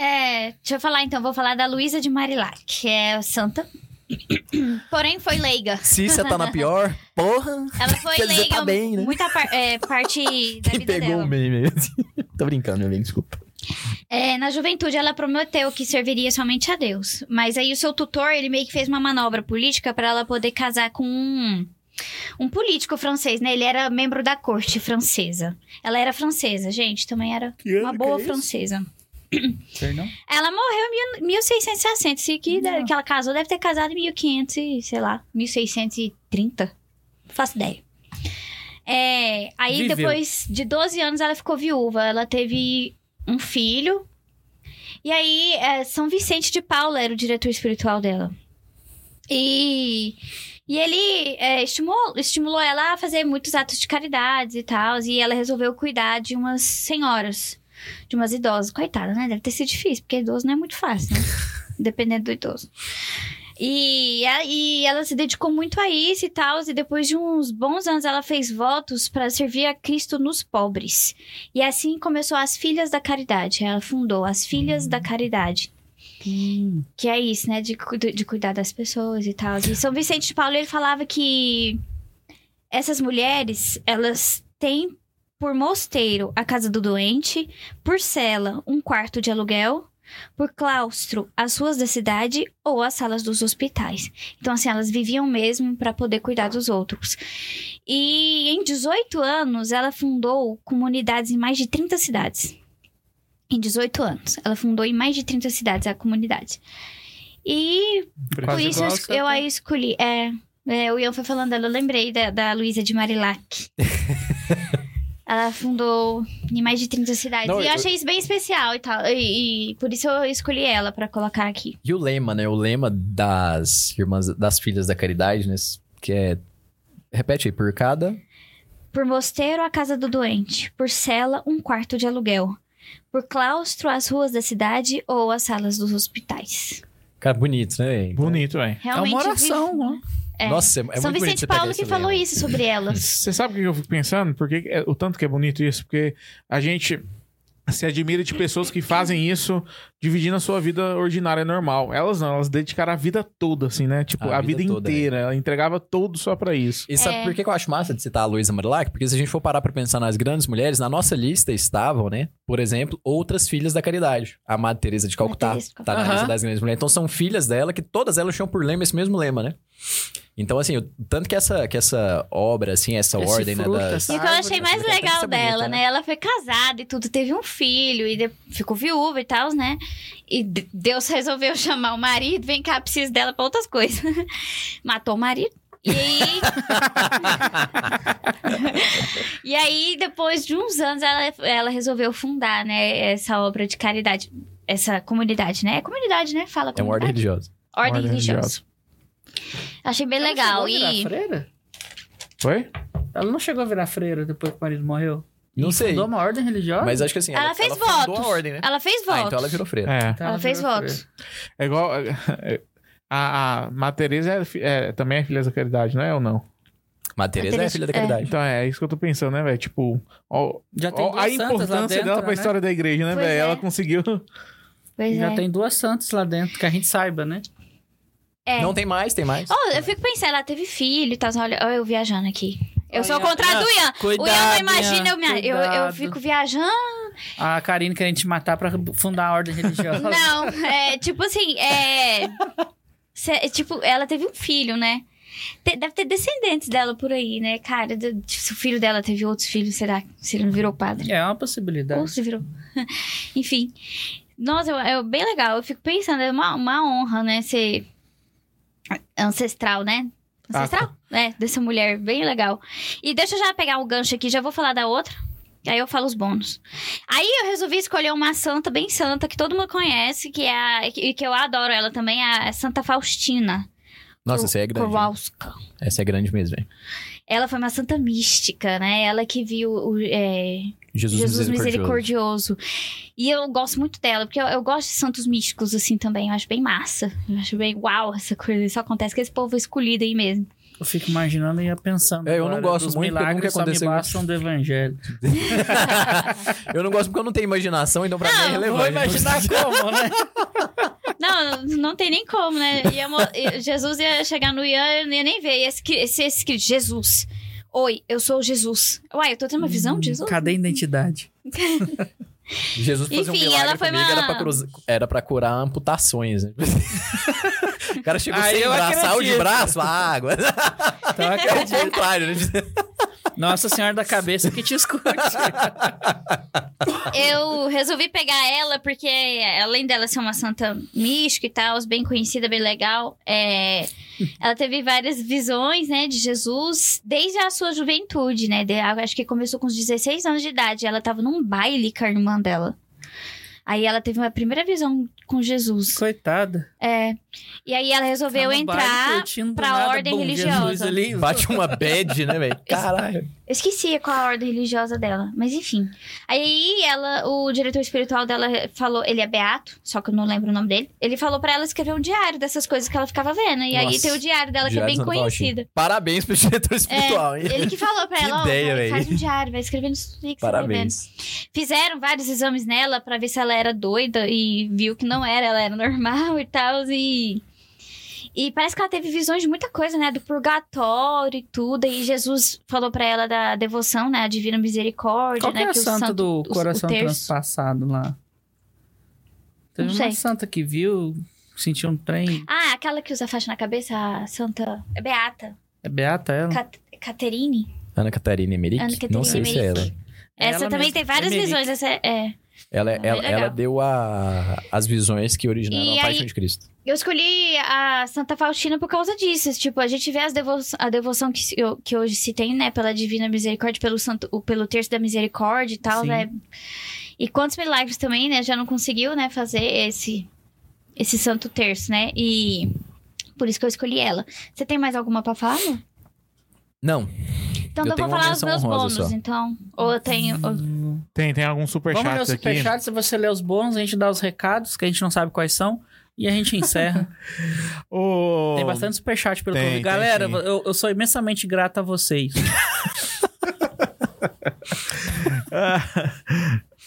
Speaker 3: É, deixa eu falar então, vou falar da Luísa de Marilac, que é santa. Porém, foi leiga.
Speaker 2: Se você tá na pior, porra,
Speaker 3: Ela foi
Speaker 2: Quer dizer,
Speaker 3: leiga
Speaker 2: tá bem, né?
Speaker 3: muita par- é, parte da
Speaker 2: quem
Speaker 3: vida
Speaker 2: pegou
Speaker 3: dela.
Speaker 2: o meme? assim. Tô brincando, meu bem, desculpa.
Speaker 3: É, na juventude, ela prometeu que serviria somente a Deus. Mas aí o seu tutor, ele meio que fez uma manobra política pra ela poder casar com um, um político francês, né? Ele era membro da corte francesa. Ela era francesa, gente, também era uma
Speaker 4: é
Speaker 3: boa
Speaker 1: é
Speaker 3: francesa.
Speaker 1: Perdão?
Speaker 3: Ela morreu em mil- 1660, se que, de- que ela casou, deve ter casado em 1500, e, sei lá, 1630. Não faço ideia. É, aí
Speaker 1: Viveu.
Speaker 3: depois de 12 anos ela ficou viúva, ela teve um filho. E aí é, São Vicente de Paula era o diretor espiritual dela. E, e ele é, estimulou, estimulou ela a fazer muitos atos de caridade e tal, e ela resolveu cuidar de umas senhoras de umas idosas. Coitada, né? Deve ter sido difícil, porque idoso não é muito fácil, né? Dependendo do idoso. E, a- e ela se dedicou muito a isso e tal. E depois de uns bons anos, ela fez votos para servir a Cristo nos pobres. E assim começou as Filhas da Caridade. Ela fundou as Filhas da Caridade. Que é isso, né? De, cuida- de cuidar das pessoas e tal. E São Vicente de Paulo, ele falava que essas mulheres, elas têm por mosteiro a casa do doente, por cela, um quarto de aluguel. Por claustro, as ruas da cidade ou as salas dos hospitais. Então, assim, elas viviam mesmo para poder cuidar dos outros. E em 18 anos, ela fundou comunidades em mais de 30 cidades. Em 18 anos, ela fundou em mais de 30 cidades a comunidade. E por
Speaker 1: Quase
Speaker 3: isso
Speaker 1: igual tá. ao
Speaker 3: eu, es-
Speaker 1: seu
Speaker 3: eu aí escolhi. É, é, o Ian foi falando dela, eu lembrei da, da Luísa de Marilac. Ela fundou em mais de 30 cidades.
Speaker 2: Não,
Speaker 3: e eu,
Speaker 2: eu-
Speaker 3: achei isso bem especial e tal. E, e por isso eu escolhi ela pra colocar aqui.
Speaker 2: E o lema, né? O lema das irmãs, das filhas da caridade, né? Que é. Repete aí, por cada.
Speaker 3: Por mosteiro, a casa do doente. Por cela, um quarto de aluguel. Por claustro, as ruas da cidade ou as salas dos hospitais.
Speaker 2: Cara, bonito, né? hein?
Speaker 4: Bonito, velho.
Speaker 1: É
Speaker 3: Realmente.
Speaker 1: uma oração,
Speaker 3: vi-
Speaker 1: né?
Speaker 3: É.
Speaker 2: Nossa, é, é
Speaker 3: São
Speaker 2: muito bonito
Speaker 3: Vicente
Speaker 2: você pegar
Speaker 3: Paulo que
Speaker 2: esse
Speaker 3: falou
Speaker 2: lema.
Speaker 3: isso sobre elas.
Speaker 4: Você sabe o que eu fico pensando? Porque o tanto que é bonito isso? Porque a gente se admira de pessoas que fazem isso dividindo a sua vida ordinária normal. Elas não, elas dedicaram a vida toda, assim, né? Tipo,
Speaker 2: A
Speaker 4: a,
Speaker 2: vida
Speaker 4: vida,
Speaker 2: toda,
Speaker 4: inteira. Ela entregava tudo só pra isso.
Speaker 2: E sabe
Speaker 3: É.
Speaker 2: por que que eu acho massa de citar a Luísa Marilac? Porque se a gente for parar pra pensar nas grandes mulheres, na nossa lista estavam, né? Por exemplo, outras filhas da caridade. A Madre Teresa de Calcutá
Speaker 3: Teresa de
Speaker 2: tá
Speaker 3: Calcutá.
Speaker 2: na
Speaker 1: Aham.
Speaker 2: lista das grandes mulheres. Então são filhas dela que todas elas tinham por lema esse mesmo lema, né? Então assim, o tanto que essa que essa obra assim, essa
Speaker 1: Esse
Speaker 2: ordem,
Speaker 1: fruto,
Speaker 2: né, das-
Speaker 1: essa
Speaker 3: E o que eu
Speaker 1: árvore,
Speaker 3: achei
Speaker 2: essa
Speaker 3: mais
Speaker 2: mulher tem que
Speaker 3: legal
Speaker 2: ser bonita,
Speaker 3: dela,
Speaker 2: né?
Speaker 3: né? Ela foi casada e tudo, teve um filho e de- ficou viúva e tal, né? E D- Deus resolveu chamar o marido, vem cá, preciso dela pra outras coisas. Matou o marido. E aí... e aí, depois de uns anos, ela, ela resolveu fundar, né? Essa obra de caridade, essa comunidade, né? É comunidade, né? Fala
Speaker 2: É uma ordem
Speaker 3: comunidade.
Speaker 2: religiosa.
Speaker 3: ordem,
Speaker 4: Ordem
Speaker 3: religiosa. Achei bem
Speaker 1: Ela
Speaker 3: É legal.
Speaker 1: chegou a
Speaker 3: E...
Speaker 1: virar freira?
Speaker 4: Foi?
Speaker 1: Ela não chegou a virar freira depois que o marido morreu?
Speaker 2: Não
Speaker 1: E
Speaker 2: sei.
Speaker 1: Fundou uma ordem religiosa?
Speaker 2: Mas acho que assim,
Speaker 3: Ela
Speaker 2: ela,
Speaker 3: fez
Speaker 2: ela fundou
Speaker 3: votos.
Speaker 2: a ordem, né?
Speaker 3: Ela fez votos.
Speaker 2: Ah, então ela virou freira.
Speaker 4: É.
Speaker 1: Então
Speaker 3: Ela fez
Speaker 1: virou
Speaker 3: votos.
Speaker 1: freira.
Speaker 4: É igual. A, a, a Má Teresa é fi- é, também é filha da caridade, não é ou não?
Speaker 2: Mas a Tereza é
Speaker 3: Tereza-
Speaker 2: filha da
Speaker 3: é.
Speaker 2: caridade.
Speaker 4: Então é isso que eu tô pensando, né, velho? Tipo, ó,
Speaker 1: Já tem
Speaker 4: ó
Speaker 1: duas
Speaker 4: a
Speaker 1: santas lá
Speaker 4: importância
Speaker 1: dentro,
Speaker 4: dela pra
Speaker 1: né?
Speaker 4: história da igreja, né,
Speaker 3: Pois é.
Speaker 4: velho? Ela conseguiu.
Speaker 3: Pois
Speaker 1: Já
Speaker 3: é.
Speaker 1: tem duas santas lá dentro, que a gente saiba, né?
Speaker 3: É.
Speaker 2: Não tem mais, tem mais.
Speaker 3: Oh, eu fico pensando, ela teve filho e tal. Olha, olha eu viajando aqui. Eu sou o
Speaker 1: Olha,
Speaker 3: contrário do Ian.
Speaker 1: Cuidado,
Speaker 3: o Ian não imagina, eu, me- eu, eu
Speaker 1: cuidado.
Speaker 3: fico viajando.
Speaker 1: A Karine querendo te matar pra fundar a ordem religiosa.
Speaker 3: Não, é tipo assim, é. cê- é, tipo, ela teve um filho, né? Te- deve ter descendentes dela por aí, né, cara? Do- tipo, se o filho dela teve outros filhos, será que se ele não virou padre?
Speaker 1: É uma possibilidade.
Speaker 3: Ou se virou. Enfim. Nossa, eu- é bem legal. Eu fico pensando, é uma, uma honra, né? Ser ancestral, né?
Speaker 4: Ah,
Speaker 3: Ancestral?
Speaker 2: tá.
Speaker 3: É, dessa mulher. Bem legal. E deixa eu já pegar o gancho aqui, já vou falar da outra. que Aí eu falo os bônus. Aí eu resolvi escolher uma santa bem santa, que todo mundo conhece, que é a, que, que eu adoro ela também, é a Santa Faustina.
Speaker 2: Nossa, essa é grande.
Speaker 3: Kowalska.
Speaker 2: Essa é grande mesmo, velho.
Speaker 3: Ela foi uma santa mística, né? Ela que viu o, é,
Speaker 2: Jesus,
Speaker 3: Jesus
Speaker 2: misericordioso.
Speaker 3: misericordioso. E eu gosto muito dela, porque eu, eu gosto de santos místicos, assim, também. Eu acho bem massa. Eu acho bem uau essa coisa. Isso acontece com esse povo escolhido aí mesmo.
Speaker 1: Eu fico imaginando e ia pensando.
Speaker 2: É, eu não
Speaker 1: agora,
Speaker 2: gosto
Speaker 1: dos
Speaker 2: muito, porque
Speaker 1: milagres
Speaker 2: nunca aconteceu
Speaker 1: só me bastam do evangelho.
Speaker 2: Eu não gosto porque eu não tenho imaginação, então pra mim é relevante.
Speaker 1: Vou imaginar como, né?
Speaker 3: Não, não tem nem como, né? Ia mo- ia- Jesus ia chegar no Ian, eu não ia nem ver. Ia escri- ia ser escrito, Jesus. Oi, eu sou Jesus. Uai, eu tô tendo uma visão de Jesus?
Speaker 1: Cadê a identidade?
Speaker 2: Jesus fazia
Speaker 3: Enfim,
Speaker 2: um milagre
Speaker 3: ela foi
Speaker 2: comigo,
Speaker 3: uma-
Speaker 2: era, pra cruz- era pra curar amputações. né? o cara chegou
Speaker 1: Aí
Speaker 2: sem
Speaker 1: eu
Speaker 2: braço, saiu de
Speaker 1: acredito.
Speaker 2: braço, a água.
Speaker 1: Então,
Speaker 2: É
Speaker 1: acredito.
Speaker 2: o contrário, né?
Speaker 1: Nossa Senhora da Cabeça que te escute.
Speaker 3: Eu resolvi pegar ela porque, além dela ser uma santa mística e tal, bem conhecida, bem legal, é, ela teve várias visões, né, de Jesus desde a sua juventude, né? de- acho que começou com os 16 anos de idade. Ela tava num baile com a irmã dela. Aí ela teve uma primeira visão com Jesus.
Speaker 1: Coitada.
Speaker 3: É. E aí ela resolveu
Speaker 1: Tá no baile
Speaker 3: entrar.
Speaker 1: curtindo do
Speaker 3: pra
Speaker 1: nada,
Speaker 3: ordem
Speaker 1: bom, Jesus
Speaker 3: religiosa.
Speaker 1: ali.
Speaker 2: Bate uma bad, né, velho? Caralho.
Speaker 3: Eu esqueci qual a ordem religiosa dela, mas enfim. Aí ela, o diretor espiritual dela falou, ele é beato, só que eu não lembro o nome dele. Ele falou pra ela escrever um diário dessas coisas que ela ficava vendo. E aí
Speaker 2: Nossa.
Speaker 3: tem o diário dela que é
Speaker 2: Diário
Speaker 3: bem
Speaker 2: de Santa
Speaker 3: conhecida. É,
Speaker 2: Faustina. Parabéns pro diretor espiritual, hein?
Speaker 3: Ele que falou pra
Speaker 2: Que
Speaker 3: ela, ó,
Speaker 2: ideia,
Speaker 3: vai, faz
Speaker 2: véi.
Speaker 3: um diário, vai escrevendo isso
Speaker 2: né?
Speaker 3: aí que você
Speaker 2: Parabéns.
Speaker 3: tá vendo. Fizeram vários exames nela pra ver se ela era doida e viu que não era, ela era normal e tal. E, e parece que ela teve visões de muita coisa, né? Do purgatório e tudo. E Jesus falou pra ela da devoção, né? A divina misericórdia,
Speaker 1: Qual que
Speaker 3: né?
Speaker 1: é a
Speaker 3: que o
Speaker 1: santa do
Speaker 3: o- o
Speaker 1: coração
Speaker 3: terço-
Speaker 1: transpassado lá? Teve
Speaker 3: Não
Speaker 1: uma
Speaker 3: sei.
Speaker 1: santa que viu, sentiu um trem.
Speaker 3: Ah, aquela que usa faixa na cabeça, a santa. É Beata.
Speaker 1: É Beata ela?
Speaker 3: Cat- Caterine.
Speaker 2: Ana Catarina Emerick?
Speaker 3: Ana Caterina
Speaker 2: Não sei se é ela.
Speaker 3: Emmerich. Essa
Speaker 1: Ela
Speaker 3: também
Speaker 1: mesma,
Speaker 3: tem várias
Speaker 1: Emmerich.
Speaker 3: visões. Essa é- é.
Speaker 2: Ela,
Speaker 3: Bem
Speaker 2: ela,
Speaker 3: legal.
Speaker 2: ela deu a, as visões que originaram
Speaker 3: E
Speaker 2: a paixão
Speaker 3: aí-
Speaker 2: de Cristo.
Speaker 3: Eu escolhi a Santa Faustina por causa disso. Tipo, a gente vê as devo- a devoção que, se- eu- que hoje se tem, né? Pela Divina Misericórdia, pelo, santo, o- pelo Terço da Misericórdia e tal,
Speaker 1: Sim.
Speaker 3: né? E quantos milagres também, né? Já não conseguiu, né? Fazer esse, esse Santo Terço, né? E por isso que eu escolhi ela. Você tem mais alguma pra falar? Lu?
Speaker 2: Não,
Speaker 3: Então,
Speaker 2: Eu
Speaker 3: eu,
Speaker 2: tenho
Speaker 3: vou
Speaker 2: uma
Speaker 3: falar os
Speaker 2: menção
Speaker 3: meus
Speaker 2: honrosa
Speaker 3: bônus,
Speaker 2: só. Hum,
Speaker 3: então. Ou eu tenho... ou-
Speaker 4: Tem, tem algum
Speaker 1: Vamos ler
Speaker 4: superchat
Speaker 1: os
Speaker 4: aqui.
Speaker 1: superchats, se você lê os bônus, a gente dá os recados, que a gente não sabe quais são, e a gente encerra.
Speaker 4: Ô,
Speaker 1: tem bastante superchat pelo
Speaker 4: Tem,
Speaker 1: que eu vi.
Speaker 4: tem
Speaker 1: Galera,
Speaker 4: sim.
Speaker 1: eu, eu sou imensamente grato a vocês.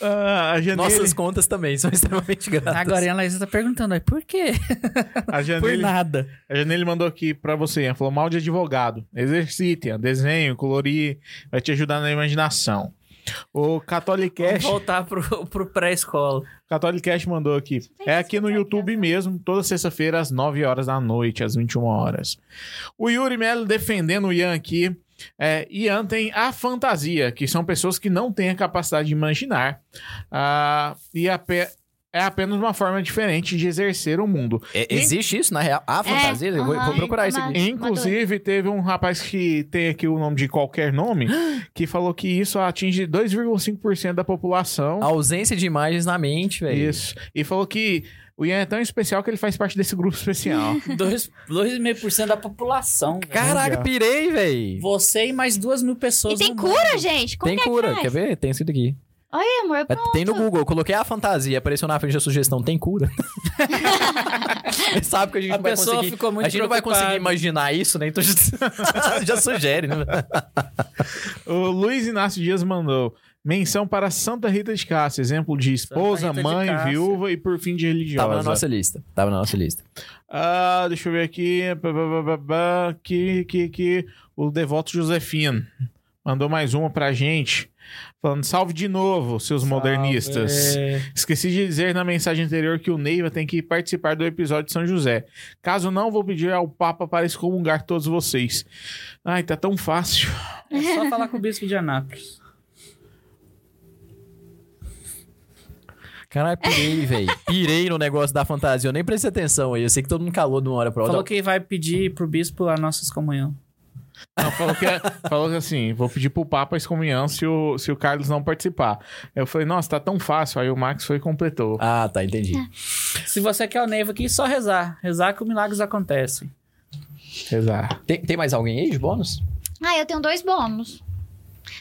Speaker 4: ah, a Janelle,
Speaker 2: nossas contas também são extremamente gratas.
Speaker 1: Agora a Laísa tá perguntando aí, por quê?
Speaker 4: a
Speaker 1: Por
Speaker 4: Janelle,
Speaker 1: nada.
Speaker 4: a Janelle mandou aqui pra você. Ela falou mal de advogado. Exercite, ó, desenho, colorir, vai te ajudar na imaginação. O
Speaker 1: Vamos
Speaker 4: Catholicast,
Speaker 1: voltar pro, pro pré-escola.
Speaker 4: Catholicast mandou aqui.
Speaker 3: Faz
Speaker 4: É
Speaker 3: isso,
Speaker 4: aqui no
Speaker 3: Gabriel.
Speaker 4: YouTube mesmo, toda sexta-feira às 9 horas da noite, às 21 horas. O Yuri Melo defendendo o Ian aqui. É, Ian tem a fantasia, que são pessoas que não têm a capacidade de imaginar. Ah, e ape- é apenas uma forma diferente de exercer o mundo.
Speaker 2: É- existe isso, na real? A fantasia? Eu vou,
Speaker 3: É, aham. é
Speaker 2: vou procurar isso aqui.
Speaker 4: Inclusive, teve um rapaz que tem aqui o nome de qualquer nome, que falou que isso atinge 2,5% da população.
Speaker 2: A ausência de imagens na mente, velho.
Speaker 4: Isso. E falou que o Ian é tão especial que ele faz parte desse grupo especial.
Speaker 1: 2,5% da população. velho.
Speaker 2: Caraca, pirei, velho.
Speaker 1: Você e mais duas mil pessoas.
Speaker 3: E tem
Speaker 1: no
Speaker 3: cura, gente? Como
Speaker 2: Tem
Speaker 3: que é que
Speaker 2: cura,
Speaker 3: faz?
Speaker 2: quer ver? Tem escrito aqui.
Speaker 3: Olha, amor,
Speaker 2: É,
Speaker 3: pronto.
Speaker 2: Tem no Google, eu coloquei a fantasia, apareceu na frente da sugestão, tem cura. Ele sabe que a gente
Speaker 1: A
Speaker 2: não vai
Speaker 1: pessoa
Speaker 2: conseguir.
Speaker 1: ficou muito
Speaker 2: a gente não vai
Speaker 1: preocupada.
Speaker 2: conseguir imaginar isso, né? Então já, já sugere, né?
Speaker 4: O Luiz Inácio Dias mandou. Menção para Santa Rita de Cássia, exemplo de esposa,
Speaker 1: Rita de
Speaker 4: mãe,
Speaker 1: Cássia.
Speaker 4: viúva e por fim de religiosa.
Speaker 2: Tava Tá na nossa lista. Tava na nossa lista.
Speaker 4: Ah, deixa eu ver aqui. Pá, pá, pá, pá, pá. Que, que, que. O Devoto Josefino mandou mais uma pra gente. Falando, salve de novo, seus modernistas.
Speaker 1: É,
Speaker 4: Esqueci de dizer na mensagem anterior que o Neiva tem que participar do episódio de São José. Caso não, vou pedir ao Papa para excomungar todos vocês. Ai, tá tão fácil.
Speaker 1: É só falar com o bispo de Anápolis.
Speaker 2: Caralho, pirei, velho. Pirei no negócio da fantasia. Eu nem prestei atenção aí. Eu sei que todo mundo calou de uma hora pra outra.
Speaker 1: Falou que vai pedir pro bispo a nossas comunhão.
Speaker 4: Não, falou que, falou que assim, vou pedir pro Papa excomunhão se o, se o Carlos não participar. Eu falei, nossa, tá tão fácil. Aí o Max foi e completou.
Speaker 2: Ah, tá, entendi.
Speaker 1: Se você quer o Neiva aqui, só rezar. Rezar que os milagres acontecem.
Speaker 4: Rezar.
Speaker 2: Tem, tem mais alguém aí de bônus?
Speaker 3: Ah, eu tenho dois bônus.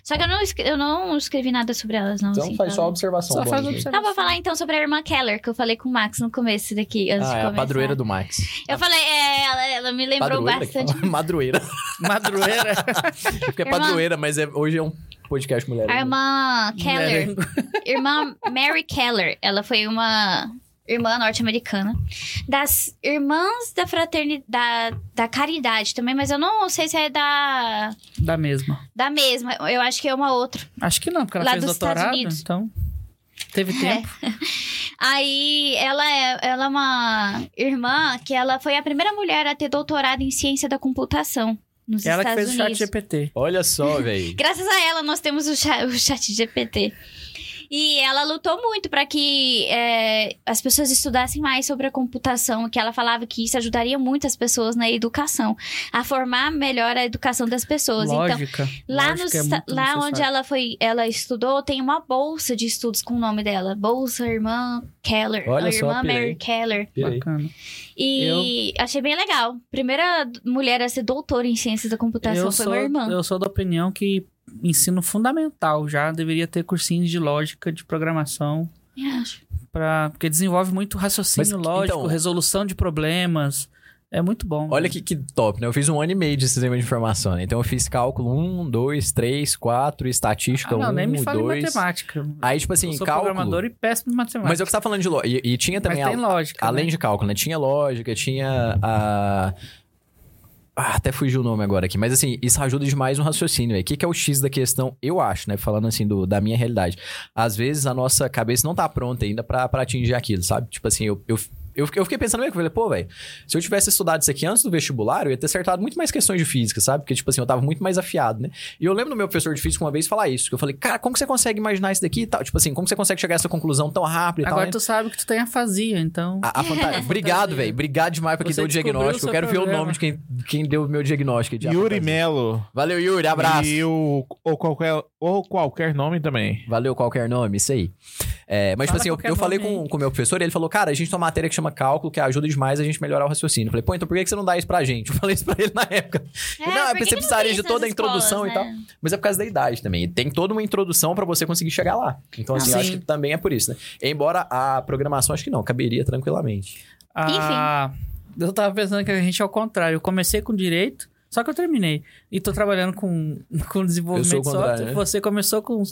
Speaker 3: Só que eu não, escre- eu não escrevi nada sobre elas, não.
Speaker 2: Então
Speaker 3: assim,
Speaker 2: faz
Speaker 3: tá?
Speaker 2: só a observação.
Speaker 1: Só
Speaker 2: bônus
Speaker 1: faz
Speaker 2: aí.
Speaker 3: Não, vou
Speaker 1: observação.
Speaker 3: falar então sobre a irmã Keller, que eu falei com o Max no começo daqui, antes
Speaker 2: Ah,
Speaker 3: de
Speaker 2: é a
Speaker 3: começar.
Speaker 2: padroeira do Max.
Speaker 3: Eu falei, é, ela, ela me lembrou
Speaker 2: Padroeira? que
Speaker 3: bastante.
Speaker 2: fala? Madroeira.
Speaker 1: Madroeira.
Speaker 2: Porque é
Speaker 3: Irmã. Ah, é
Speaker 2: padroeira, mas é- hoje é um podcast mulher.
Speaker 3: A irmã Keller, irmã Mary Keller, ela foi uma irmã norte-americana das irmãs da fraternidade, da caridade também, mas eu não sei se é da
Speaker 1: da mesma.
Speaker 3: da mesma. Eu acho que é uma outra.
Speaker 1: Acho que não, porque ela
Speaker 3: Lá
Speaker 1: fez
Speaker 3: dos Estados
Speaker 1: doutorado,
Speaker 3: Unidos. É,
Speaker 1: então... Teve tempo.
Speaker 3: Aí ela é, ela é uma irmã que ela foi a primeira mulher a ter doutorado em ciência da computação nos
Speaker 1: Ela que
Speaker 3: Estados
Speaker 1: fez o chat
Speaker 3: Unidos.
Speaker 1: GPT.
Speaker 2: Olha só, velho.
Speaker 3: Graças a ela, nós temos o chat, o chat GPT. E ela lutou muito para que é, as pessoas estudassem mais sobre a computação, que ela falava que isso ajudaria muito as pessoas na educação, a formar melhor a educação das pessoas. Então,
Speaker 1: Lógica.
Speaker 3: Lá,
Speaker 1: Lógica
Speaker 3: nos,
Speaker 1: é muito
Speaker 3: lá onde
Speaker 1: necessário.
Speaker 3: ela foi, ela estudou, tem uma bolsa de estudos com o nome dela. Bolsa Irmã Keller.
Speaker 2: Olha
Speaker 3: a
Speaker 2: só,
Speaker 3: irmã
Speaker 2: pirei.
Speaker 3: Mary Keller.
Speaker 1: Bacana.
Speaker 3: E achei bem legal. Primeira mulher a ser doutora em ciências da computação
Speaker 1: Eu
Speaker 3: foi
Speaker 1: sou,
Speaker 3: uma irmã.
Speaker 1: eu sou da opinião que ensino fundamental já deveria ter cursinhos de lógica, de programação,
Speaker 3: Eu acho.
Speaker 1: pra, porque desenvolve muito raciocínio
Speaker 2: Mas,
Speaker 1: lógico,
Speaker 2: então-
Speaker 1: resolução de problemas. É muito bom.
Speaker 2: Olha que, que top, né? Eu fiz um ano e meio de sistema de informação, né? Então eu fiz cálculo 1, 2, 3, 4,
Speaker 1: Ah,
Speaker 2: estatística 1,
Speaker 1: não, nem me fala
Speaker 2: 2.
Speaker 1: em matemática.
Speaker 2: Aí, tipo assim,
Speaker 1: eu sou programador
Speaker 2: um, cálculo.
Speaker 1: e péssimo em matemática.
Speaker 2: Mas eu que tava falando de lógica. E, e tinha
Speaker 1: Mas
Speaker 2: também.
Speaker 1: tem
Speaker 2: a-
Speaker 1: lógica.
Speaker 2: além
Speaker 1: né?
Speaker 2: de cálculo, né? Tinha lógica, tinha a. Ah, até fugiu o nome agora aqui. Mas assim, isso ajuda demais no raciocínio. velho. O que, que é o X da questão? Eu acho, né? Falando assim, do, da minha realidade. Às vezes a nossa cabeça não tá pronta ainda pra pra atingir aquilo, sabe? Tipo assim, eu. eu eu fiquei- eu fiquei pensando mesmo, eu falei, pô, velho, se eu tivesse estudado isso aqui antes do vestibular, eu ia ter acertado muito mais questões de física, sabe? Porque, tipo assim, eu tava muito mais afiado, né? E eu lembro do meu professor de física uma vez falar isso, que eu falei, cara, como que você consegue imaginar isso daqui e tal? Tipo assim, como que você consegue chegar a essa conclusão tão rápido e tal?
Speaker 1: Agora
Speaker 2: né?
Speaker 1: tu sabe que tu tem afasia, então.
Speaker 2: A, a fanta- Obrigado, velho. Obrigado demais pra quem
Speaker 1: Você
Speaker 2: deu o
Speaker 1: descobriu o
Speaker 2: diagnóstico.
Speaker 1: seu
Speaker 2: Eu quero ver o
Speaker 1: problema.
Speaker 2: nome de quem, quem deu o meu diagnóstico. de
Speaker 4: Yuri
Speaker 2: afantasia.
Speaker 4: Melo.
Speaker 2: Valeu, Yuri. Abraço.
Speaker 4: E o, ou, qualquer, ou qualquer nome também.
Speaker 2: Valeu qualquer nome, isso aí. É, mas, tipo
Speaker 1: Fala
Speaker 2: assim, eu,
Speaker 1: qualquer
Speaker 2: eu falei
Speaker 1: nome
Speaker 2: com
Speaker 1: aí.
Speaker 2: com o meu professor e ele falou, cara, a gente tem uma matéria que chama cálculo, que ajuda demais a gente melhorar o raciocínio. Eu falei, pô, então por que que você não dá isso pra gente? Eu falei isso pra ele na época.
Speaker 3: É,
Speaker 2: não,
Speaker 3: por
Speaker 2: você
Speaker 3: que que não
Speaker 2: precisaria
Speaker 3: tem
Speaker 2: de
Speaker 3: isso nas
Speaker 2: toda a introdução
Speaker 3: escolas,
Speaker 2: e tal.
Speaker 3: né?
Speaker 2: Mas é por causa da idade também. E Tem toda uma introdução pra você conseguir chegar lá. Então, assim, eu
Speaker 1: Sim.
Speaker 2: acho que também é por isso, né? Embora a programação, acho que não, caberia tranquilamente.
Speaker 1: Ah, Eu tava pensando que a gente é ao contrário. Eu comecei com direito, só que eu terminei. E tô trabalhando com, com
Speaker 2: Eu
Speaker 1: desenvolvimento
Speaker 2: sou
Speaker 1: de
Speaker 2: o contrário,
Speaker 1: software.
Speaker 2: né?
Speaker 1: Você começou com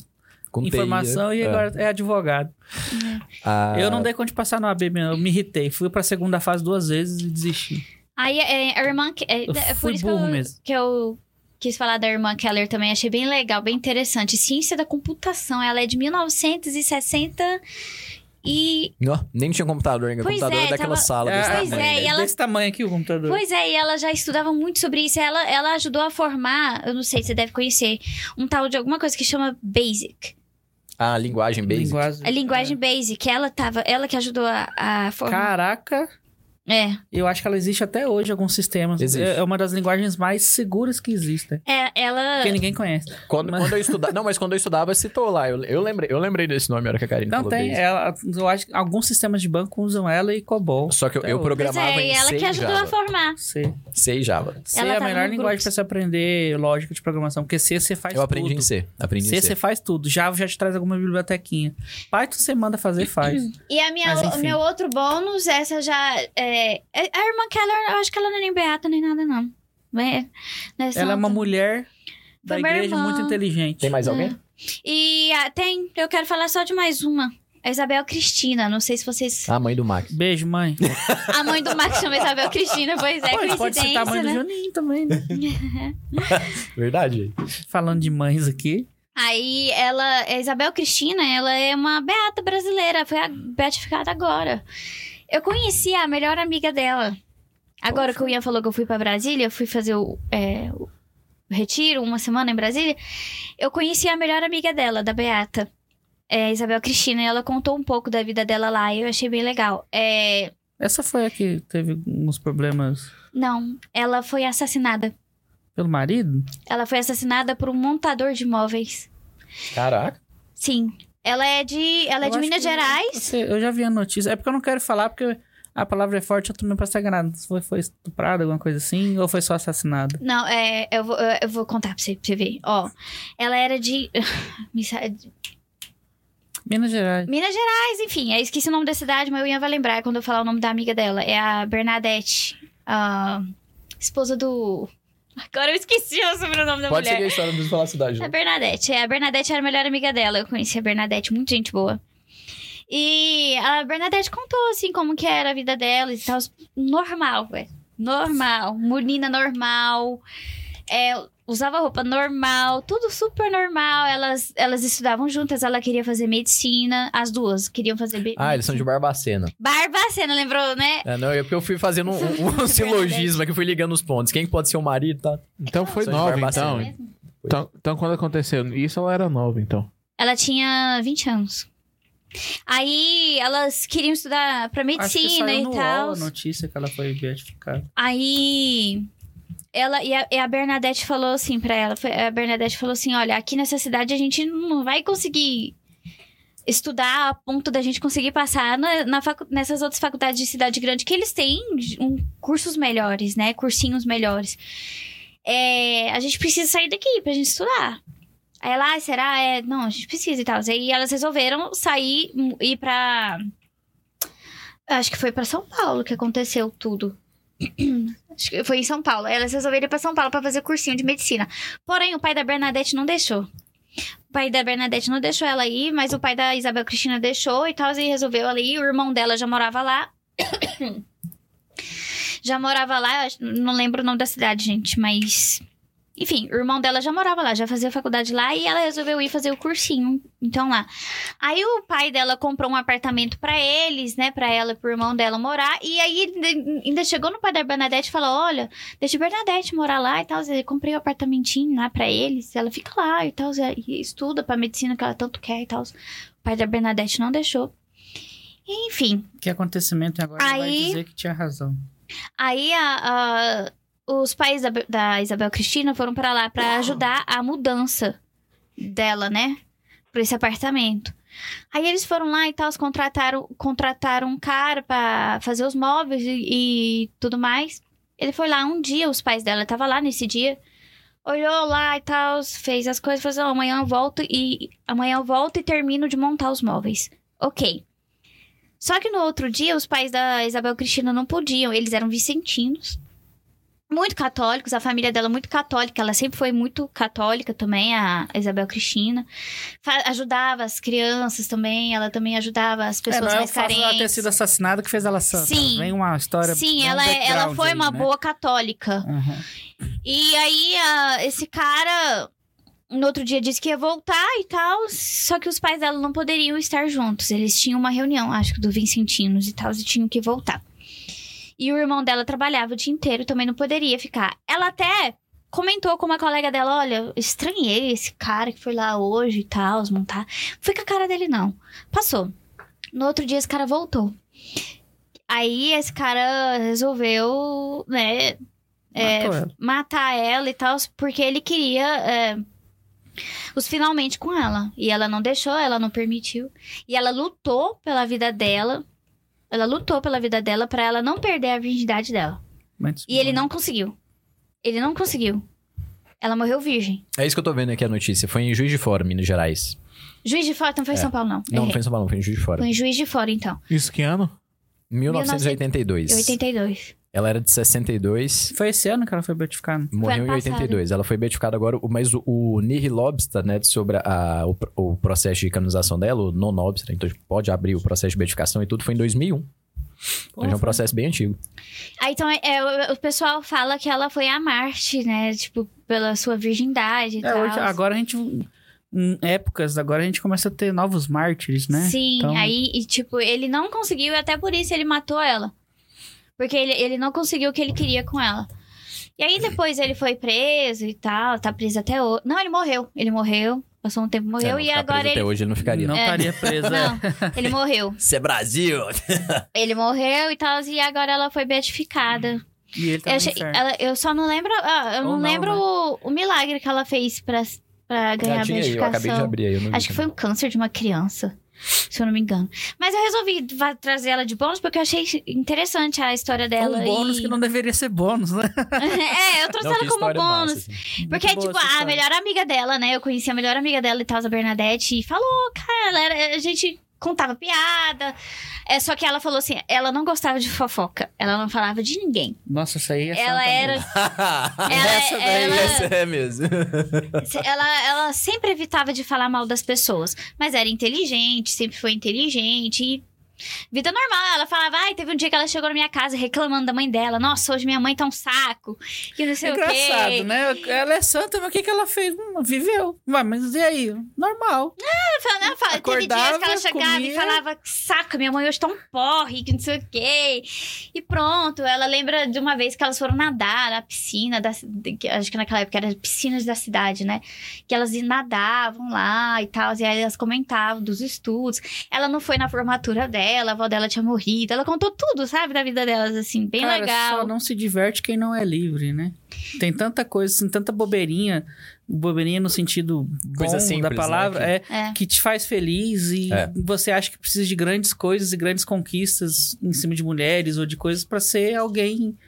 Speaker 2: Com TI,
Speaker 1: informação
Speaker 2: né?
Speaker 1: e
Speaker 2: É.
Speaker 1: agora é advogado.
Speaker 2: Ah,
Speaker 1: Eu não dei conta de passar no AB, mesmo, eu me irritei. Fui pra segunda fase duas vezes e desisti.
Speaker 3: Aí é, a irmã. que- É,
Speaker 1: Eu
Speaker 3: é por
Speaker 1: fui
Speaker 3: isso
Speaker 1: burro
Speaker 3: que, eu,
Speaker 1: mesmo.
Speaker 3: que eu quis falar da irmã Keller também. Achei bem legal, bem interessante. Ciência da computação. Ela é de 1960 e.
Speaker 2: Não, nem tinha computador, ainda.
Speaker 3: Pois
Speaker 2: computador
Speaker 3: é,
Speaker 2: é daquela
Speaker 3: tava-
Speaker 2: sala
Speaker 1: É,
Speaker 2: desse
Speaker 1: pois
Speaker 2: tamanho,
Speaker 3: é,
Speaker 2: né?
Speaker 3: e ela-
Speaker 1: Desse tamanho aqui o computador.
Speaker 3: Pois é, e ela já estudava muito sobre isso. Ela, ela ajudou a formar, eu não sei, você deve conhecer, um tal de alguma coisa que chama BASIC.
Speaker 2: Ah, linguagem basic.
Speaker 3: É
Speaker 1: Linguagem.
Speaker 3: A linguagem BASIC. Ela tava. Ela que ajudou a, a formar.
Speaker 1: Caraca,
Speaker 3: É.
Speaker 1: Eu acho que ela existe até hoje em alguns sistemas.
Speaker 2: Existe.
Speaker 1: É é uma das linguagens mais seguras que existem.
Speaker 3: É, ela.
Speaker 1: Porque ninguém conhece.
Speaker 2: Quando,
Speaker 1: Mas-
Speaker 2: quando eu estudava. Não, mas quando eu estudava, citou lá. Eu, eu lembrei, eu lembrei desse nome na hora que a Karine
Speaker 1: Não
Speaker 2: falou
Speaker 1: Então tem.
Speaker 2: dele.
Speaker 1: Ela, eu acho que alguns sistemas de banco usam ela e COBOL.
Speaker 2: Só que eu,
Speaker 1: Até
Speaker 2: eu
Speaker 1: hoje.
Speaker 3: Pois
Speaker 2: programava
Speaker 3: é, e
Speaker 2: em
Speaker 3: ela
Speaker 2: C
Speaker 3: que
Speaker 2: e
Speaker 3: ajudou a
Speaker 2: Java.
Speaker 3: formar.
Speaker 1: C.
Speaker 2: C e Java.
Speaker 1: C
Speaker 3: Ela
Speaker 1: é a
Speaker 3: tá no
Speaker 1: melhor
Speaker 3: grupo.
Speaker 1: linguagem pra você aprender lógica de programação. Porque C você faz
Speaker 2: Eu aprendi
Speaker 1: tudo.
Speaker 2: em C. Aprendi
Speaker 1: C
Speaker 2: em C.
Speaker 1: você faz tudo. Java já te traz alguma bibliotequinha. Python você manda fazer faz.
Speaker 3: E a minha,
Speaker 1: Mas,
Speaker 3: o
Speaker 1: enfim.
Speaker 3: meu outro bônus, essa já. É, é- a irmã Keller, eu acho que ela não é nem beata nem nada, não. É, né,
Speaker 1: Ela é uma
Speaker 3: santa.
Speaker 1: mulher da
Speaker 3: Foi minha
Speaker 1: igreja
Speaker 3: irmã.
Speaker 1: muito inteligente.
Speaker 2: Tem mais
Speaker 3: Hum.
Speaker 2: alguém?
Speaker 3: E ah, tem, eu quero falar só de mais uma. A Isabel Cristina, não sei se vocês.
Speaker 2: A Ah, mãe do Max.
Speaker 1: Beijo, mãe.
Speaker 3: A mãe do Max chama Isabel Cristina, pois é,
Speaker 1: pode,
Speaker 3: coincidência,
Speaker 1: Tá. pode citar a mãe
Speaker 3: né?
Speaker 1: do Juninho também, né?
Speaker 2: Verdade.
Speaker 1: Falando de mães aqui.
Speaker 3: Aí ela, a Isabel Cristina, ela é uma beata brasileira, foi a- beatificada agora. Eu conheci a melhor amiga dela. Agora que o Ian falou que eu fui pra Brasília, eu fui fazer o, é, o retiro, uma semana em Brasília. Eu conheci a melhor amiga dela, da Beata, é, a Isabel Cristina, e ela contou um pouco da vida dela lá, e eu achei bem legal. É,
Speaker 1: Essa foi a que teve uns problemas
Speaker 3: não, ela foi assassinada.
Speaker 1: pelo marido?
Speaker 3: Ela foi assassinada por um montador de móveis.
Speaker 2: Caraca.
Speaker 3: Sim. Ela é de, ela é
Speaker 1: Eu
Speaker 3: de
Speaker 1: acho
Speaker 3: Minas
Speaker 1: que-
Speaker 3: Gerais.
Speaker 1: Eu, sei, eu já vi a notícia. É porque eu não quero falar, porque a palavra é forte, eu também posso estar enganado. Se Foi, foi estuprada, alguma coisa assim, ou foi só assassinada?
Speaker 3: Não, é, eu, vou, eu- eu vou contar pra você, pra você ver. Ó, ela era de. me sa-
Speaker 1: Minas Gerais.
Speaker 3: Minas Gerais, enfim. Eu esqueci o nome da cidade, mas eu ia vai lembrar quando eu falar o nome da amiga dela. É a Bernadette, a esposa do. Agora eu esqueci o sobrenome da
Speaker 2: Pode
Speaker 3: Então, mulher.
Speaker 2: seguir a história, não preciso falar a cidade.
Speaker 3: A
Speaker 2: né?
Speaker 3: Bernadette. É, a Bernadette era a melhor amiga dela. Eu conheci a Bernadette, muito gente boa. E a Bernadette contou, assim, como que era a vida dela e tal. Normal, velho. Normal. Menina normal. É, usava roupa normal. Tudo super normal. Elas, elas estudavam juntas. Ela queria fazer medicina. As duas queriam fazer... be-
Speaker 2: Ah, eles são de Barbacena.
Speaker 3: Barbacena, lembrou, né?
Speaker 2: É, não, é porque eu fui fazendo um, um silogismo aqui, fui ligando os pontos. Quem que pode ser o marido, tá?
Speaker 4: Então foi
Speaker 2: Só de
Speaker 4: nova,
Speaker 2: Barbacena.
Speaker 4: então.
Speaker 3: Mesmo?
Speaker 4: então. Então quando aconteceu isso, ela era nova, então.
Speaker 3: Ela tinha 20 anos. Aí elas queriam estudar pra
Speaker 1: Acho que
Speaker 3: medicina
Speaker 1: saiu
Speaker 3: e
Speaker 1: no
Speaker 3: tal.
Speaker 1: UOL a notícia que ela foi beatificada.
Speaker 3: Aí ela e a, e a Bernadette falou assim pra ela, foi- a Bernadette falou assim, olha, aqui nessa cidade a gente não vai conseguir estudar a ponto da gente conseguir passar na, na facu- nessas outras faculdades de cidade grande que eles têm um, cursos melhores, né? Cursinhos melhores. É, a gente precisa sair daqui pra gente estudar. Aí ela, "Ah, será? É, não, a gente precisa e tal. Aí elas resolveram sair hum, ir pra. Acho que foi pra São Paulo que aconteceu tudo. Acho que foi em São Paulo. Elas resolveram ir pra São Paulo pra fazer cursinho de medicina. Porém, o pai da Bernadette não deixou. O pai da Bernadette não deixou ela ir, mas o pai da Isabel Cristina deixou e tal, e resolveu ela ir. O irmão dela já morava lá. já morava lá, eu acho- não lembro o nome da cidade, gente, mas. Enfim, o irmão dela já morava lá, já fazia faculdade lá e ela resolveu ir fazer o cursinho. Então lá. Aí o pai dela comprou um apartamento pra eles, né? Pra ela e pro irmão dela morar. E aí ainda- ainda chegou no pai da Bernadette e falou: Olha, deixa a Bernadette morar lá e tal. Eu comprei um apartamentinho lá pra eles. Ela fica lá e tal. E estuda pra medicina que ela tanto quer e tal. O pai da Bernadette não deixou. Enfim.
Speaker 1: Que acontecimento e agora ele vai
Speaker 3: Aí-
Speaker 1: dizer que tinha razão.
Speaker 3: Aí a- a- os pais da, da Isabel Cristina foram pra lá pra ajudar a mudança dela, né? Pra esse apartamento. Aí eles foram lá e tal, contrataram, contrataram um cara pra fazer os móveis e, e tudo mais. Ele foi lá um dia, os pais dela estavam lá nesse dia. Olhou lá e tal, fez as coisas, falou assim, "Ó, amanhã eu volto e amanhã eu volto e termino de montar os móveis. Ok. Só que no outro dia, os pais da Isabel Cristina não podiam, eles eram vicentinos. Muito católicos, a família dela é muito católica, ela sempre foi muito católica também, a Isabel Cristina. Fa- ajudava as crianças também, ela também ajudava as
Speaker 1: É,
Speaker 3: pessoas
Speaker 1: não é o
Speaker 3: mais
Speaker 1: fato
Speaker 3: carentes.
Speaker 1: dela ter sido assassinada que fez ela santa.
Speaker 3: Sim.
Speaker 1: Vem uma história.
Speaker 3: Sim,
Speaker 1: vem um
Speaker 3: ela, é- ela
Speaker 1: background
Speaker 3: foi
Speaker 1: aí,
Speaker 3: uma
Speaker 1: né?
Speaker 3: boa católica.
Speaker 1: Uhum.
Speaker 3: E aí, a- esse cara, no outro dia, disse que ia voltar e tal. Só que os pais dela não poderiam estar juntos. Eles tinham uma reunião, acho que do Vincentinos e tal, e tinham que voltar. E o irmão dela trabalhava o dia inteiro, também não poderia ficar. Ela até comentou com uma colega dela: Olha, estranhei esse cara que foi lá hoje e tal, os montar. Não Fui com a cara dele, não. Passou. No outro dia, esse cara voltou. Aí esse cara resolveu, né, é,
Speaker 1: Matou ela.
Speaker 3: matar ela e tal, porque ele queria é, os finalmente com ela. E ela não deixou, ela não permitiu. E ela lutou pela vida dela. Ela lutou pela vida dela pra ela não perder a virgindade dela.
Speaker 1: Mas-
Speaker 3: E ele não conseguiu. Ele não conseguiu. Ela morreu virgem.
Speaker 2: É isso que eu tô vendo aqui a notícia. Foi em Juiz de Fora, Minas Gerais.
Speaker 3: Juiz de Fora, então foi em
Speaker 2: É.
Speaker 3: São Paulo, não.
Speaker 2: Não, não
Speaker 3: Errei.
Speaker 2: foi em São Paulo, não, foi em Juiz de Fora.
Speaker 3: Foi em Juiz de Fora, então.
Speaker 4: Isso que ano?
Speaker 2: 1982.
Speaker 3: 82.
Speaker 2: Ela era de 62,
Speaker 1: Foi esse ano que ela foi beatificada.
Speaker 2: morreu em
Speaker 3: ano passado.
Speaker 2: 82. Ela foi beatificada agora, o- mas o, o Nihil Lobster, né, sobre a- o, pr- o processo de canonização dela, o non lobster, então pode abrir o processo de beatificação e tudo, foi em 2001.
Speaker 1: Pô,
Speaker 2: Então já é um
Speaker 1: foi.
Speaker 2: processo bem antigo.
Speaker 3: Ah, então é, é, o- o pessoal fala que ela foi a Marte, né? Tipo, pela sua virgindade e
Speaker 1: É,
Speaker 3: tal.
Speaker 1: hoje- agora a gente. Em épocas, agora a gente começa a ter novos mártires, né?
Speaker 3: Sim,
Speaker 1: Então-
Speaker 3: aí, e, tipo, ele não conseguiu e até por isso ele matou ela. Porque ele, ele não conseguiu o que ele queria com ela. E aí depois ele foi preso e tal, tá preso até hoje. Não, ele morreu. Ele morreu, passou um tempo,
Speaker 2: É,
Speaker 3: morreu
Speaker 2: não
Speaker 3: e
Speaker 2: ficar preso
Speaker 3: agora
Speaker 2: Até
Speaker 3: ele.
Speaker 2: hoje ele não ficaria.
Speaker 1: Não
Speaker 2: Não.
Speaker 1: estaria presa.
Speaker 3: É. Não, ele morreu.
Speaker 2: Isso é Brasil!
Speaker 3: Ele morreu e tal, e agora ela foi beatificada.
Speaker 1: E ele tá
Speaker 3: Eu,
Speaker 1: no
Speaker 3: achei-
Speaker 1: inferno.
Speaker 3: ela- eu só não lembro. ah, eu
Speaker 1: Ou
Speaker 3: não,
Speaker 1: não,
Speaker 3: lembro
Speaker 1: né?
Speaker 3: o, o milagre que ela fez pra, pra ganhar
Speaker 2: Já
Speaker 3: a
Speaker 2: tinha aí, eu acabei de
Speaker 3: beatificação.
Speaker 2: abrir aí. eu não vi
Speaker 3: Acho que foi
Speaker 2: também.
Speaker 3: um câncer de uma criança, se eu não me engano. Mas eu resolvi va- trazer ela de bônus porque eu achei interessante a história dela.
Speaker 1: um bônus
Speaker 3: e-
Speaker 1: que não deveria ser bônus, né?
Speaker 3: é, eu trouxe
Speaker 2: Não, que
Speaker 3: ela como
Speaker 2: história massa,
Speaker 3: bônus.
Speaker 2: assim.
Speaker 3: Porque,
Speaker 1: Muito boa
Speaker 3: tipo,
Speaker 1: essa
Speaker 3: a
Speaker 1: história.
Speaker 3: melhor amiga dela, né? Eu conheci a melhor amiga dela e tal, a Bernadette, e falou, cara, ela era- a gente contava piada. É só que ela falou assim, ela não gostava de fofoca. Ela não falava de ninguém.
Speaker 1: Nossa, isso aí é
Speaker 3: ela
Speaker 1: santa
Speaker 3: era
Speaker 1: mesmo.
Speaker 2: essa daí,
Speaker 3: ela-
Speaker 2: essa é mesmo.
Speaker 3: Se- Ela, ela sempre evitava de falar mal das pessoas, mas era inteligente, sempre foi inteligente e vida normal. Ela falava, ai, teve um dia que ela chegou na minha casa reclamando da mãe dela. Nossa, hoje minha mãe tá um saco, que não sei o
Speaker 1: É Engraçado,
Speaker 3: quê.
Speaker 1: né? Ela é santa, mas o que, que ela fez? Hum, viveu. Ué, Mas e aí? Normal.
Speaker 3: Ela fala- ela Então, né, fala- teve dias que ela
Speaker 1: Acordava,
Speaker 3: chegava e
Speaker 1: comia.
Speaker 3: falava, "Que saco, minha mãe hoje tá um porre, que não sei o quê. E pronto, ela lembra de uma vez que elas foram nadar na piscina, da, ci- que acho que naquela época era piscinas da cidade, né? Que elas nadavam lá e tal, e aí elas comentavam dos estudos. Ela não foi na formatura dela, a avó dela tinha morrido. Ela contou tudo, sabe, da vida delas, assim, bem
Speaker 1: Cara,
Speaker 3: legal.
Speaker 1: só não se diverte quem não é livre, né? Tem tanta coisa, assim, tanta bobeirinha, bobeirinha no sentido bom
Speaker 2: Coisa simples,
Speaker 1: da palavra,
Speaker 2: né?
Speaker 1: é,
Speaker 3: É.
Speaker 1: que te faz feliz e
Speaker 2: É.
Speaker 1: você acha que precisa de grandes coisas e grandes conquistas em cima de mulheres ou de coisas pra ser alguém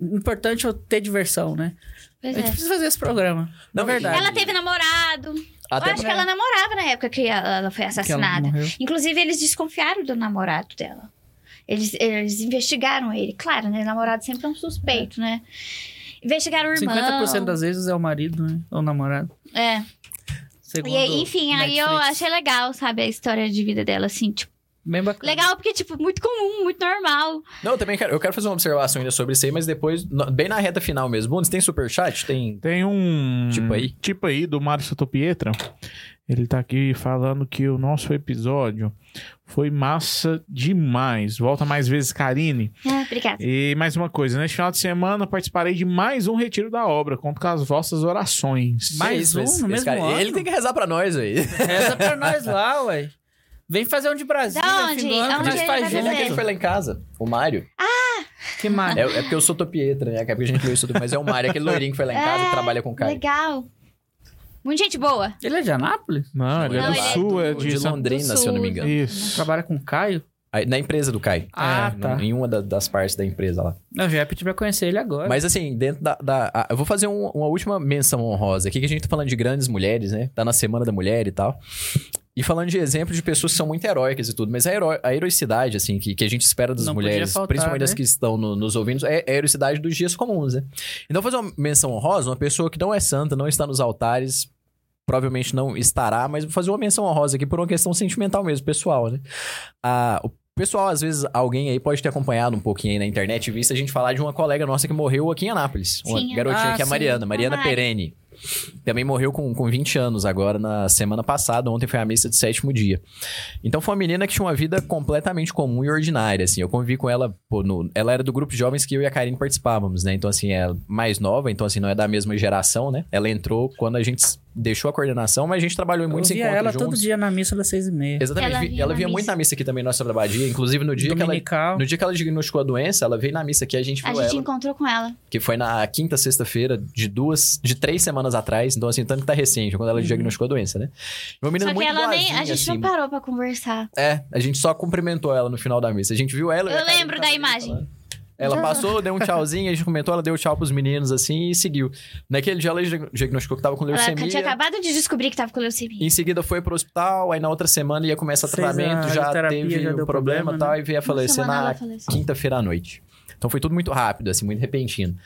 Speaker 1: importante ou ter diversão, né?
Speaker 3: Pois
Speaker 1: A gente
Speaker 3: é.
Speaker 1: precisa fazer esse programa.
Speaker 2: Não,
Speaker 1: na verdade.
Speaker 3: Ela teve namorado.
Speaker 2: Até
Speaker 3: Eu acho que ela namorava na época que ela ela foi
Speaker 1: Que ela
Speaker 3: assassinada.
Speaker 1: morreu.
Speaker 3: Inclusive, eles desconfiaram do namorado dela. Eles, eles investigaram ele. Claro, né? Namorado sempre é um suspeito, né? Investigaram o irmão.
Speaker 1: 50% das vezes é o marido, né? Ou o namorado.
Speaker 3: É.
Speaker 1: Segundo
Speaker 3: E, enfim, aí eu
Speaker 1: Netflix.
Speaker 3: achei legal, sabe? A história de vida dela, assim. Tipo,
Speaker 1: Bem bacana.
Speaker 3: legal porque, tipo, muito comum, muito normal.
Speaker 2: Não, eu também quero, eu quero fazer uma observação ainda sobre isso aí, mas depois, no- bem na reta final mesmo. Bundes, tem superchat? Tem.
Speaker 4: Tem um.
Speaker 2: Tipo aí?
Speaker 4: Tipo aí, do Mário Sotopietra. Ele tá aqui falando que o nosso episódio foi massa demais. Volta mais vezes, Karine.
Speaker 3: Ah, obrigada.
Speaker 4: E mais uma coisa, neste final de semana participarei de mais um retiro da obra. Conto com as vossas orações.
Speaker 1: Mais
Speaker 2: Isso,
Speaker 1: um
Speaker 2: esse-
Speaker 1: no
Speaker 2: esse
Speaker 1: mesmo ano?
Speaker 2: Ele tem que rezar pra nós, aí.
Speaker 1: Reza pra nós lá, ué. Vem fazer um de Brasília.
Speaker 3: Da
Speaker 1: fim
Speaker 3: onde?
Speaker 1: do ano,
Speaker 3: Aonde
Speaker 1: a gente
Speaker 3: ele tá
Speaker 1: faz
Speaker 3: vai
Speaker 2: Ele é
Speaker 3: fazer?
Speaker 2: aquele que foi
Speaker 1: junto.
Speaker 2: lá em casa, o Mário.
Speaker 1: Que maravilha.
Speaker 2: É, é porque eu sou Topietra, né? Que é porque a gente leu isso, mas é o Mário, aquele loirinho que foi lá em casa
Speaker 3: É,
Speaker 2: e trabalha com o Caio.
Speaker 3: Legal. Muita gente boa.
Speaker 1: Ele é de Anápolis?
Speaker 4: Não, ele é
Speaker 3: Não,
Speaker 4: do
Speaker 3: ele é
Speaker 4: sul, é de,
Speaker 2: De
Speaker 4: Santa-
Speaker 2: Londrina,
Speaker 3: do
Speaker 2: se eu não me
Speaker 3: sul.
Speaker 2: engano.
Speaker 4: Isso.
Speaker 1: Trabalha com o Caio?
Speaker 2: Aí, Na empresa do Caio.
Speaker 1: Ah, tá.
Speaker 2: Em uma da- das partes da empresa lá.
Speaker 1: Não, já ia pedir pra conhecer ele agora.
Speaker 2: Mas assim, dentro da. da- a- eu vou fazer um- uma última menção honrosa aqui, que a gente tá falando de grandes mulheres, né? Tá na Semana da Mulher e tal. E falando de exemplos de pessoas que são muito heróicas e tudo, mas a, hero, a heroicidade, assim, que, que a gente espera das
Speaker 1: Não podia
Speaker 2: mulheres,
Speaker 1: faltar,
Speaker 2: principalmente das
Speaker 1: né?
Speaker 2: que estão no- nos ouvindo, é, é a heroicidade dos dias comuns, né? Então, fazer uma menção honrosa, uma pessoa que não é santa, não está nos altares, provavelmente não estará, mas vou fazer uma menção honrosa aqui por uma questão sentimental mesmo, pessoal, né? Ah, o pessoal, às vezes, alguém aí pode ter acompanhado um pouquinho aí na internet e visto a gente falar de uma colega nossa que morreu aqui em Anápolis. Uma
Speaker 3: Sim,
Speaker 2: garotinha
Speaker 1: ah,
Speaker 2: que é a
Speaker 1: sim.
Speaker 2: Mariana, Mariana
Speaker 3: A Mari.
Speaker 2: Perene. Também morreu com, com 20 anos agora, na semana passada. Ontem foi a missa de sétimo dia. Então foi uma menina que tinha uma vida completamente comum e ordinária, assim. Eu convivi com ela, pô, no- ela era do grupo de jovens que eu e a Karine participávamos, né? Então, assim, é mais nova, então, assim, não é da mesma geração, né? Ela entrou quando a gente deixou a coordenação, mas a gente trabalhou em
Speaker 1: Eu
Speaker 2: muitos
Speaker 1: via
Speaker 2: encontros
Speaker 1: ela
Speaker 2: é juntos.
Speaker 1: todo dia na missa das seis e meia.
Speaker 2: Exatamente.
Speaker 3: Ela
Speaker 2: vi- Ela,
Speaker 3: vinha na
Speaker 2: via
Speaker 3: missa.
Speaker 2: muito na missa aqui também, na Nossa Badia. Inclusive, no dia, que ela,
Speaker 1: Dominical.
Speaker 2: no dia que ela diagnosticou a doença, ela veio na missa aqui, a gente viu
Speaker 3: A gente
Speaker 2: ela.
Speaker 3: encontrou com ela.
Speaker 2: Que foi na quinta, sexta-feira, de duas, de três semanas atrás. Então, assim, tanto que tá recente, quando ela diagnosticou a doença, né? Uma menina
Speaker 3: Uhum. Só que
Speaker 2: muito
Speaker 3: ela nem.
Speaker 2: boazinha,
Speaker 3: A gente
Speaker 2: assim,
Speaker 3: não parou pra conversar.
Speaker 2: É, a gente só cumprimentou ela no final da missa. A gente viu ela. tá e
Speaker 3: Eu
Speaker 2: a Karine
Speaker 3: lembro
Speaker 2: tava
Speaker 3: da
Speaker 2: ali
Speaker 3: imagem.
Speaker 2: falando. né? Ela passou, deu um tchauzinho, a gente comentou, ela deu tchau pros meninos assim e seguiu. Naquele dia ela diag- diagnosticou que tava com
Speaker 3: Ela
Speaker 2: leucemia.
Speaker 3: tinha acabado de descobrir que tava com leucemia.
Speaker 2: Em seguida foi pro hospital, aí na outra semana ia começar
Speaker 1: Fez a
Speaker 2: tratamento, já
Speaker 1: radioterapia,
Speaker 2: teve
Speaker 1: já
Speaker 2: o
Speaker 1: deu
Speaker 2: problema e
Speaker 1: problema,
Speaker 2: tal,
Speaker 1: né?
Speaker 2: e veio a falecer
Speaker 3: semana
Speaker 2: na
Speaker 3: ela faleceu.
Speaker 2: quinta-feira à noite. Então foi tudo muito rápido, assim, muito repentino.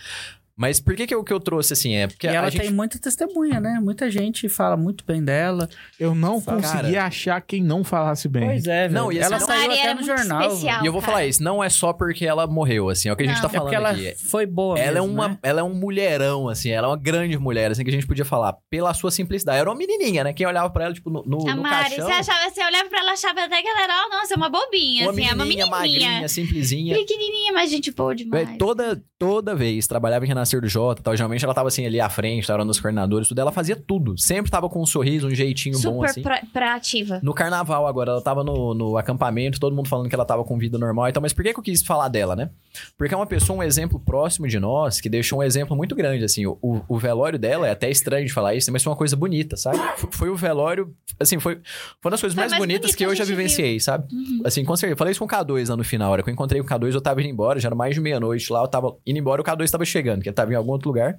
Speaker 2: Mas por que que eu, que eu trouxe, assim, é porque
Speaker 1: e
Speaker 2: a
Speaker 1: ela
Speaker 2: gente...
Speaker 1: tem muita testemunha, né? Muita gente fala muito bem dela.
Speaker 4: Eu não
Speaker 2: Cara.
Speaker 4: conseguia achar quem não falasse bem.
Speaker 1: Pois é, velho.
Speaker 2: Não, e assim,
Speaker 1: ela
Speaker 2: não-
Speaker 1: saiu
Speaker 3: Mari
Speaker 1: até
Speaker 3: era
Speaker 1: no
Speaker 3: muito
Speaker 1: jornal.
Speaker 3: especial.
Speaker 1: velho.
Speaker 2: E eu vou
Speaker 3: Ah, cara.
Speaker 2: falar isso, não é só porque ela morreu, assim, é o que a gente
Speaker 3: Não.
Speaker 2: tá
Speaker 1: É
Speaker 2: falando
Speaker 1: porque ela
Speaker 2: aqui.
Speaker 1: foi boa
Speaker 2: Ela é,
Speaker 1: mesmo,
Speaker 2: uma,
Speaker 1: né?
Speaker 2: ela é um mulherão, assim, ela é uma grande mulher, assim, que a gente podia falar, pela sua simplicidade. Era uma menininha, né? Quem olhava pra ela, tipo, no, no,
Speaker 3: A
Speaker 2: no
Speaker 3: Mari,
Speaker 2: caixão,
Speaker 3: você achava, você olhava pra ela, achava até que ela era, ó, nossa, é uma bobinha,
Speaker 2: uma
Speaker 3: assim, é uma
Speaker 2: menininha,
Speaker 3: menininha.
Speaker 2: magrinha, É, simplesinha.
Speaker 3: Pequenininha, mas gente boa
Speaker 2: Véi,
Speaker 3: demais.
Speaker 2: Né, toda, toda vez, trabalhava em Renascer do Jota, e tal, geralmente ela tava, assim, ali à frente, tava nos coordenadores, tudo, ela fazia tudo. Sempre tava com um sorriso, um jeitinho bom,
Speaker 3: Super
Speaker 2: assim.
Speaker 3: pra- proativa.
Speaker 2: No carnaval agora, ela tava no, no acampamento, todo mundo falando que ela tava com vida normal e tal. Mas por que, que eu quis falar dela, né? Porque é uma pessoa, um exemplo próximo de nós, que deixou um exemplo muito grande, assim. O, o- o velório dela, é até estranho de falar isso, mas foi uma coisa bonita, sabe? F- Foi o velório, assim, foi, foi uma das coisas
Speaker 3: Foi
Speaker 2: mais,
Speaker 3: mais
Speaker 2: bonitas
Speaker 3: bonito
Speaker 2: que
Speaker 3: que a
Speaker 2: eu já
Speaker 3: gente viu. Uhum.
Speaker 2: vivenciei, sabe? Assim, com certeza. Eu Falei isso com o K2 lá no final, a hora que eu encontrei com o K2, eu tava indo embora, já era mais de meia-noite lá, eu tava indo embora, o K2 tava chegando, que ele tava em algum outro lugar.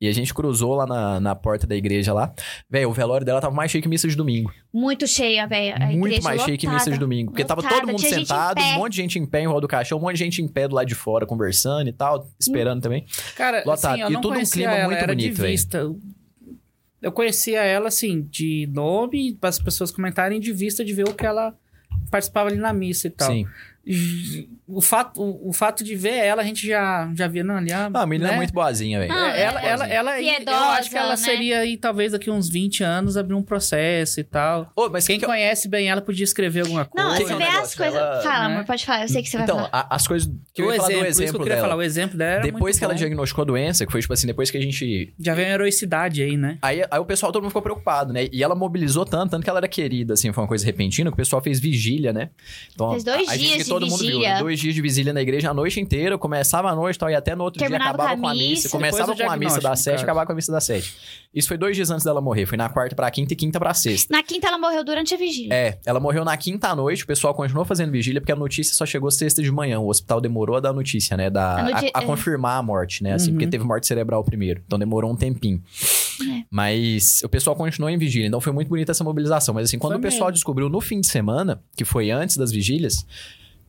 Speaker 2: E a gente cruzou lá na, na porta da igreja lá. Véi, o velório dela tava mais cheio que missa de domingo
Speaker 3: Muito cheia, velho.
Speaker 2: muito mais cheio que missa de domingo. Porque tava
Speaker 3: lotada,
Speaker 2: todo mundo
Speaker 3: tinha gente em
Speaker 2: sentado, um
Speaker 3: pé.
Speaker 2: monte de gente em pé em roda do caixão, um monte de gente em pé do lado de fora, conversando e tal, esperando também.
Speaker 1: Cara,
Speaker 2: Lotado.
Speaker 1: assim, eu
Speaker 2: E
Speaker 1: não
Speaker 2: tudo um
Speaker 1: conhecia
Speaker 2: clima
Speaker 1: ela,
Speaker 2: muito
Speaker 1: era
Speaker 2: bonito,
Speaker 1: de
Speaker 2: velho.
Speaker 1: vista. Eu- Eu conhecia ela, assim, de nome, para as pessoas comentarem, de vista de ver o que ela participava ali na missa e tal.
Speaker 2: Sim.
Speaker 1: J- O fato, o, o fato de ver ela, a gente já, já via, não, ali a...
Speaker 2: Ah, a menina é
Speaker 1: né?
Speaker 2: muito boazinha, velho.
Speaker 3: Ah,
Speaker 1: É, Ela, ela, ela,
Speaker 3: Piedosa,
Speaker 1: eu acho que ela
Speaker 3: né?
Speaker 1: seria aí, talvez daqui uns 20 anos, abrir um processo e tal.
Speaker 2: Ô, mas
Speaker 1: Quem
Speaker 2: quem que eu...
Speaker 1: conhece bem ela podia escrever alguma coisa.
Speaker 3: Não,
Speaker 2: Oi,
Speaker 3: você
Speaker 2: é um
Speaker 3: vê as
Speaker 2: negócio,
Speaker 3: coisas.
Speaker 2: ela-
Speaker 3: Fala,
Speaker 1: né?
Speaker 3: amor, pode falar, eu sei que você vai
Speaker 2: Então,
Speaker 3: falar.
Speaker 2: a- as coisas que eu
Speaker 1: o
Speaker 2: ia falar do
Speaker 1: exemplo, isso que eu
Speaker 2: exemplo
Speaker 1: queria falar.
Speaker 2: dela.
Speaker 1: O exemplo dela era
Speaker 2: Depois
Speaker 1: muito
Speaker 2: que ela
Speaker 1: bom.
Speaker 2: diagnosticou a doença, que foi tipo assim, depois que a gente.
Speaker 1: Já veio a heroicidade aí, né?
Speaker 2: Aí, aí o pessoal todo mundo ficou preocupado, né? E ela mobilizou tanto, tanto que ela era querida, assim, foi uma coisa repentina, que o pessoal fez vigília, né? Então,
Speaker 3: Fez dois
Speaker 2: a- a gente
Speaker 3: dias
Speaker 2: que
Speaker 3: de
Speaker 2: todo mundo viu,
Speaker 3: vigília.
Speaker 2: né? Dois dias de vigília na igreja a noite inteira, começava à noite e tal, e até no outro
Speaker 3: Terminava
Speaker 2: dia acabava
Speaker 3: com
Speaker 2: com
Speaker 3: a
Speaker 2: a, missa.
Speaker 3: missa.
Speaker 2: Começava
Speaker 1: Depois do
Speaker 2: com a missa
Speaker 1: diagnóstico,
Speaker 2: das sete,
Speaker 1: cara.
Speaker 2: acabava com a missa das sete. Isso foi dois dias antes dela morrer, foi na quarta pra quinta e quinta pra sexta.
Speaker 3: Na quinta ela morreu durante a vigília.
Speaker 2: É, ela morreu na quinta à noite, o pessoal continuou fazendo vigília, porque a notícia só chegou sexta de manhã. O hospital demorou a dar a notícia, né? Da,
Speaker 3: A
Speaker 2: a,
Speaker 3: noti-
Speaker 2: a
Speaker 3: é.
Speaker 2: confirmar a morte, né? Assim,
Speaker 1: Uhum.
Speaker 2: porque teve morte cerebral primeiro. Então demorou um tempinho.
Speaker 3: É.
Speaker 2: Mas o pessoal continuou em vigília. Então foi muito bonita essa mobilização. Mas assim, quando
Speaker 1: Foi
Speaker 2: o pessoal
Speaker 1: mesmo.
Speaker 2: descobriu no fim de semana, que foi antes das vigílias,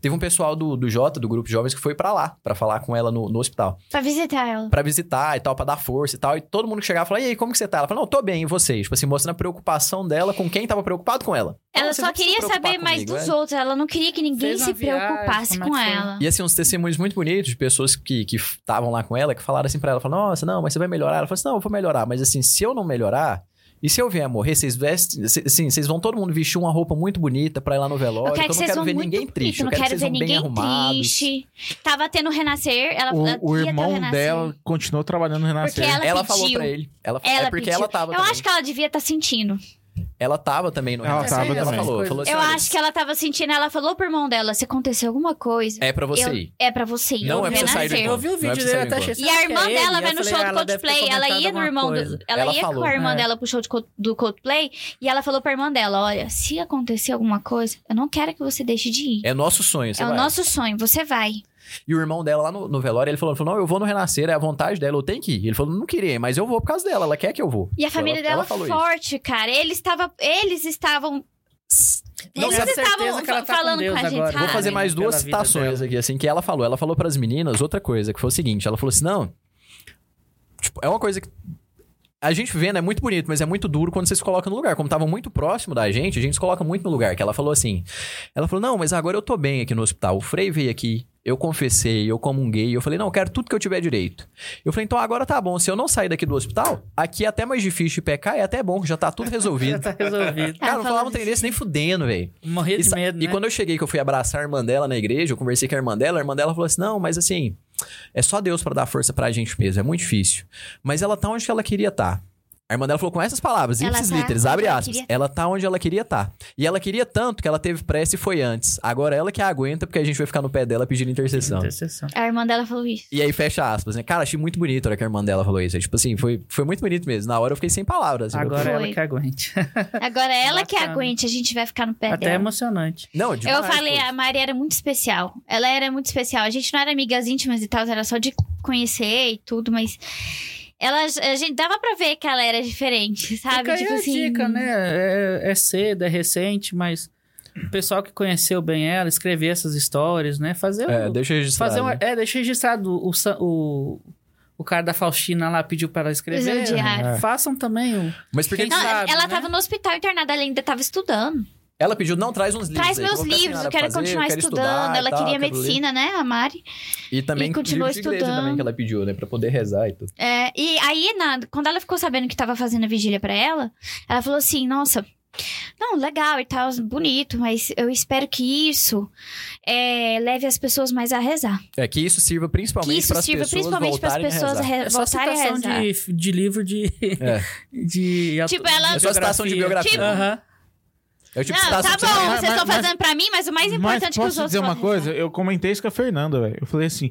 Speaker 2: teve um pessoal do, do Jota, do grupo de jovens, que foi pra lá, pra falar com ela no, no hospital.
Speaker 3: Pra visitar ela.
Speaker 2: Pra visitar e tal, pra dar força e tal. E todo mundo que chegava falava, e aí, como que você tá? Ela falou, não, tô bem, e você? Tipo assim, mostrando a preocupação dela com quem tava preocupado com ela.
Speaker 3: Ela
Speaker 2: "Ah, você
Speaker 3: só
Speaker 2: não precisa
Speaker 3: queria
Speaker 2: preocupar
Speaker 3: saber mais
Speaker 2: comigo,
Speaker 3: dos
Speaker 2: é."
Speaker 3: outros. Ela não queria que ninguém
Speaker 1: Fez uma
Speaker 3: se
Speaker 1: viagem,
Speaker 3: preocupasse
Speaker 1: como é
Speaker 3: com
Speaker 1: que foi?
Speaker 3: ela.
Speaker 2: E assim, uns testemunhos muito bonitos de pessoas que que estavam lá com ela, que falaram assim pra ela, falaram, nossa, não, mas você vai melhorar? Ela falou assim, não, eu vou melhorar, mas assim, se eu não melhorar, e se eu vier a morrer, vocês vestem, se- assim, vocês vão todo mundo vestir uma roupa muito bonita pra ir lá no velório,
Speaker 3: Eu
Speaker 2: então
Speaker 3: quero que
Speaker 2: eu
Speaker 3: vocês
Speaker 2: não quero
Speaker 3: vão
Speaker 2: ver
Speaker 3: muito
Speaker 2: ninguém
Speaker 3: bonito,
Speaker 2: triste,
Speaker 3: não
Speaker 2: eu quero, que
Speaker 3: ver
Speaker 2: vocês vão bem
Speaker 3: ninguém
Speaker 2: arrumados.
Speaker 3: triste. Tava tendo renascer, ela ela
Speaker 4: O, o
Speaker 3: ia ter
Speaker 4: irmão
Speaker 3: renascer.
Speaker 4: dela continuou trabalhando no
Speaker 3: Porque
Speaker 4: Renascer.
Speaker 3: ela,
Speaker 2: Ela
Speaker 3: pediu.
Speaker 2: falou pra ele, ela,
Speaker 3: Ela
Speaker 2: é porque
Speaker 3: pediu.
Speaker 2: ela tava
Speaker 3: Eu
Speaker 2: também.
Speaker 3: acho que ela devia estar sentindo.
Speaker 2: Ela tava também no
Speaker 4: Ela
Speaker 2: Renascer,
Speaker 4: tava
Speaker 2: ela
Speaker 4: também.
Speaker 2: falou, falou assim,
Speaker 3: Eu
Speaker 2: "Olha,
Speaker 3: acho que ela tava sentindo, ela falou pro irmão dela, se acontecer alguma coisa,
Speaker 2: É pra você
Speaker 3: eu-
Speaker 2: ir.
Speaker 3: é pra você ir.
Speaker 2: Não
Speaker 3: eu
Speaker 2: é pra
Speaker 3: vou
Speaker 2: você sair do
Speaker 3: renascer.
Speaker 1: Eu vi o
Speaker 2: Não é pra
Speaker 1: vídeo
Speaker 2: você
Speaker 1: dele
Speaker 2: sair do
Speaker 1: até achei
Speaker 3: E a irmã
Speaker 1: que é ele,
Speaker 3: dela
Speaker 1: e
Speaker 3: vai
Speaker 1: eu falei,
Speaker 3: no show
Speaker 1: ah,
Speaker 3: do
Speaker 1: ela deve ter
Speaker 3: Coldplay. Ela
Speaker 1: comentado
Speaker 3: ia no
Speaker 1: alguma
Speaker 3: irmão
Speaker 1: coisa.
Speaker 3: do. Ela,
Speaker 2: Ela
Speaker 3: ia
Speaker 2: falou, né?
Speaker 3: com a irmã
Speaker 1: é.
Speaker 3: dela pro show de co- do Coldplay. E ela falou pra irmã dela: Olha, se acontecer alguma coisa, eu não quero que você deixe de ir.
Speaker 2: É nosso sonho, você
Speaker 3: É, o
Speaker 2: vai."
Speaker 3: nosso sonho, você vai.
Speaker 2: E o irmão dela lá no, no velório, ele falou, ele falou, não, eu vou no Renascer, é a vontade dela, eu tenho que ir. Ele falou, não queria, mas eu vou por causa dela, ela quer que eu vou.
Speaker 3: E a família
Speaker 2: Ela-
Speaker 3: dela
Speaker 2: ela falou isso.
Speaker 3: forte, cara. Eles, tava, eles estavam.
Speaker 1: Não,
Speaker 3: eles
Speaker 1: tenho certeza
Speaker 3: estavam
Speaker 1: que ela tá com
Speaker 3: falando com,
Speaker 1: Deus
Speaker 3: a gente,
Speaker 1: agora.
Speaker 2: Vou
Speaker 3: sabe?
Speaker 2: fazer mais duas
Speaker 1: Pela vida
Speaker 2: citações
Speaker 1: dela.
Speaker 2: aqui, assim, que ela falou. Ela falou pras meninas outra coisa, que foi o seguinte: ela falou assim, não. Tipo, é uma coisa que. A gente vendo é muito bonito, mas é muito duro quando você se coloca no lugar. Como tava muito próximo da gente, a gente se coloca muito no lugar. Que ela falou assim: ela falou, não, mas agora eu tô bem aqui no hospital. O Frei veio aqui, eu confessei, eu comunguei. Eu falei, não, eu quero tudo que eu tiver direito. Eu falei, então agora tá bom. Se eu não sair daqui do hospital, aqui é até mais difícil de pecar, é até bom, que já tá tudo
Speaker 1: Já
Speaker 2: resolvido.
Speaker 1: tá resolvido.
Speaker 2: Cara, não
Speaker 3: falando
Speaker 2: falava um trem desse nem fudendo, velho.
Speaker 1: Morria
Speaker 2: E
Speaker 1: de
Speaker 2: sa-
Speaker 1: medo,
Speaker 2: E
Speaker 1: né?
Speaker 2: quando eu cheguei, que eu fui abraçar a irmã dela na igreja, eu conversei com a irmã dela, a irmã dela falou assim: não, mas assim, é só Deus pra dar força pra gente mesmo, é muito difícil. Mas ela tá onde que ela queria estar. A irmã dela falou com essas palavras,
Speaker 3: Ela
Speaker 2: ipsis
Speaker 3: tá
Speaker 2: literis,
Speaker 3: onde
Speaker 2: abre
Speaker 3: ela
Speaker 2: aspas.
Speaker 3: queria-
Speaker 2: Ela tá onde ela queria estar. E ela queria tanto que ela teve pressa e foi antes. Agora ela que aguenta, porque a gente vai ficar no pé dela pedindo intercessão.
Speaker 1: Intercessão.
Speaker 3: A irmã dela falou isso.
Speaker 2: E aí fecha aspas, né? Cara, achei muito bonito a hora que a irmã dela falou isso. É, tipo assim, foi, foi muito bonito mesmo. Na hora eu fiquei sem palavras. entendeu?
Speaker 1: Agora
Speaker 3: Foi.
Speaker 1: ela que aguente.
Speaker 3: Agora ela que
Speaker 1: Bacana.
Speaker 3: aguente, a gente vai ficar no pé
Speaker 1: Até é
Speaker 3: dela.
Speaker 1: emocionante.
Speaker 2: Não, demais,
Speaker 3: eu falei, ah,
Speaker 2: pô.
Speaker 3: a Mari era muito especial. Ela era muito especial. A gente não era amigas íntimas e tal, era só de conhecer e tudo, mas ela, a gente dava pra ver que ela era diferente, sabe? Tipo assim,
Speaker 1: Fica aí a dica, né? É, é cedo, é recente, mas o pessoal que conheceu bem ela, escrever essas histórias, né? Fazer
Speaker 2: É,
Speaker 1: um-
Speaker 2: deixa eu registrar.
Speaker 1: fazer um,
Speaker 2: né?
Speaker 1: é, deixa registrado o, sa- o, o cara da Faustina lá pediu para ela escrever.
Speaker 3: Os diários.
Speaker 1: É. Façam também o.
Speaker 2: Mas porque
Speaker 1: Quem
Speaker 3: Não,
Speaker 1: sabe,
Speaker 3: ela
Speaker 1: né?
Speaker 3: tava no hospital internada, ela ainda tava estudando.
Speaker 2: ela pediu, não, traz uns livros.
Speaker 3: Traz
Speaker 2: aí,
Speaker 3: meus
Speaker 2: né? que eu vou ficar sem
Speaker 3: livros,
Speaker 2: nada
Speaker 3: eu
Speaker 2: pra
Speaker 3: quero
Speaker 2: fazer,
Speaker 3: continuar
Speaker 2: quero
Speaker 3: estudando.
Speaker 2: estudar e
Speaker 3: ela
Speaker 2: tal,
Speaker 3: queria
Speaker 2: quero ler.
Speaker 3: medicina, né, a Mari?
Speaker 2: E também
Speaker 3: e continuou
Speaker 2: livro de igreja
Speaker 3: estudando.
Speaker 2: também que ela pediu, né? Pra poder rezar e tudo.
Speaker 3: É, e aí, na- quando ela ficou sabendo que tava fazendo a vigília pra ela, ela falou assim: Nossa, não, legal e tal, bonito, mas eu espero que isso é, leve as pessoas mais a rezar.
Speaker 2: É que isso sirva
Speaker 3: Que
Speaker 2: principalmente
Speaker 3: isso
Speaker 2: pras
Speaker 3: sirva
Speaker 2: pessoas
Speaker 3: principalmente para as
Speaker 2: voltarem a
Speaker 3: pessoas a
Speaker 2: rezar.
Speaker 3: re-
Speaker 1: É só
Speaker 3: voltarem a
Speaker 1: citação
Speaker 3: rezar.
Speaker 1: de, de livro de.
Speaker 2: É.
Speaker 1: de auto-
Speaker 3: Tipo, ela-
Speaker 2: É só citação de biografia.
Speaker 3: Tipo-
Speaker 1: Aham.
Speaker 2: É o tipo
Speaker 3: não,
Speaker 2: citação
Speaker 3: tá
Speaker 2: que você vai-
Speaker 3: bom,
Speaker 4: Mas-
Speaker 3: vocês estão
Speaker 4: mas-
Speaker 3: fazendo pra mim, mas o mais
Speaker 4: Mas
Speaker 3: importante é que
Speaker 4: posso
Speaker 3: os outros né?
Speaker 4: dizer uma
Speaker 3: vão
Speaker 4: coisa?
Speaker 3: rezar.
Speaker 4: Eu comentei isso com a Fernanda, velho. Eu falei assim,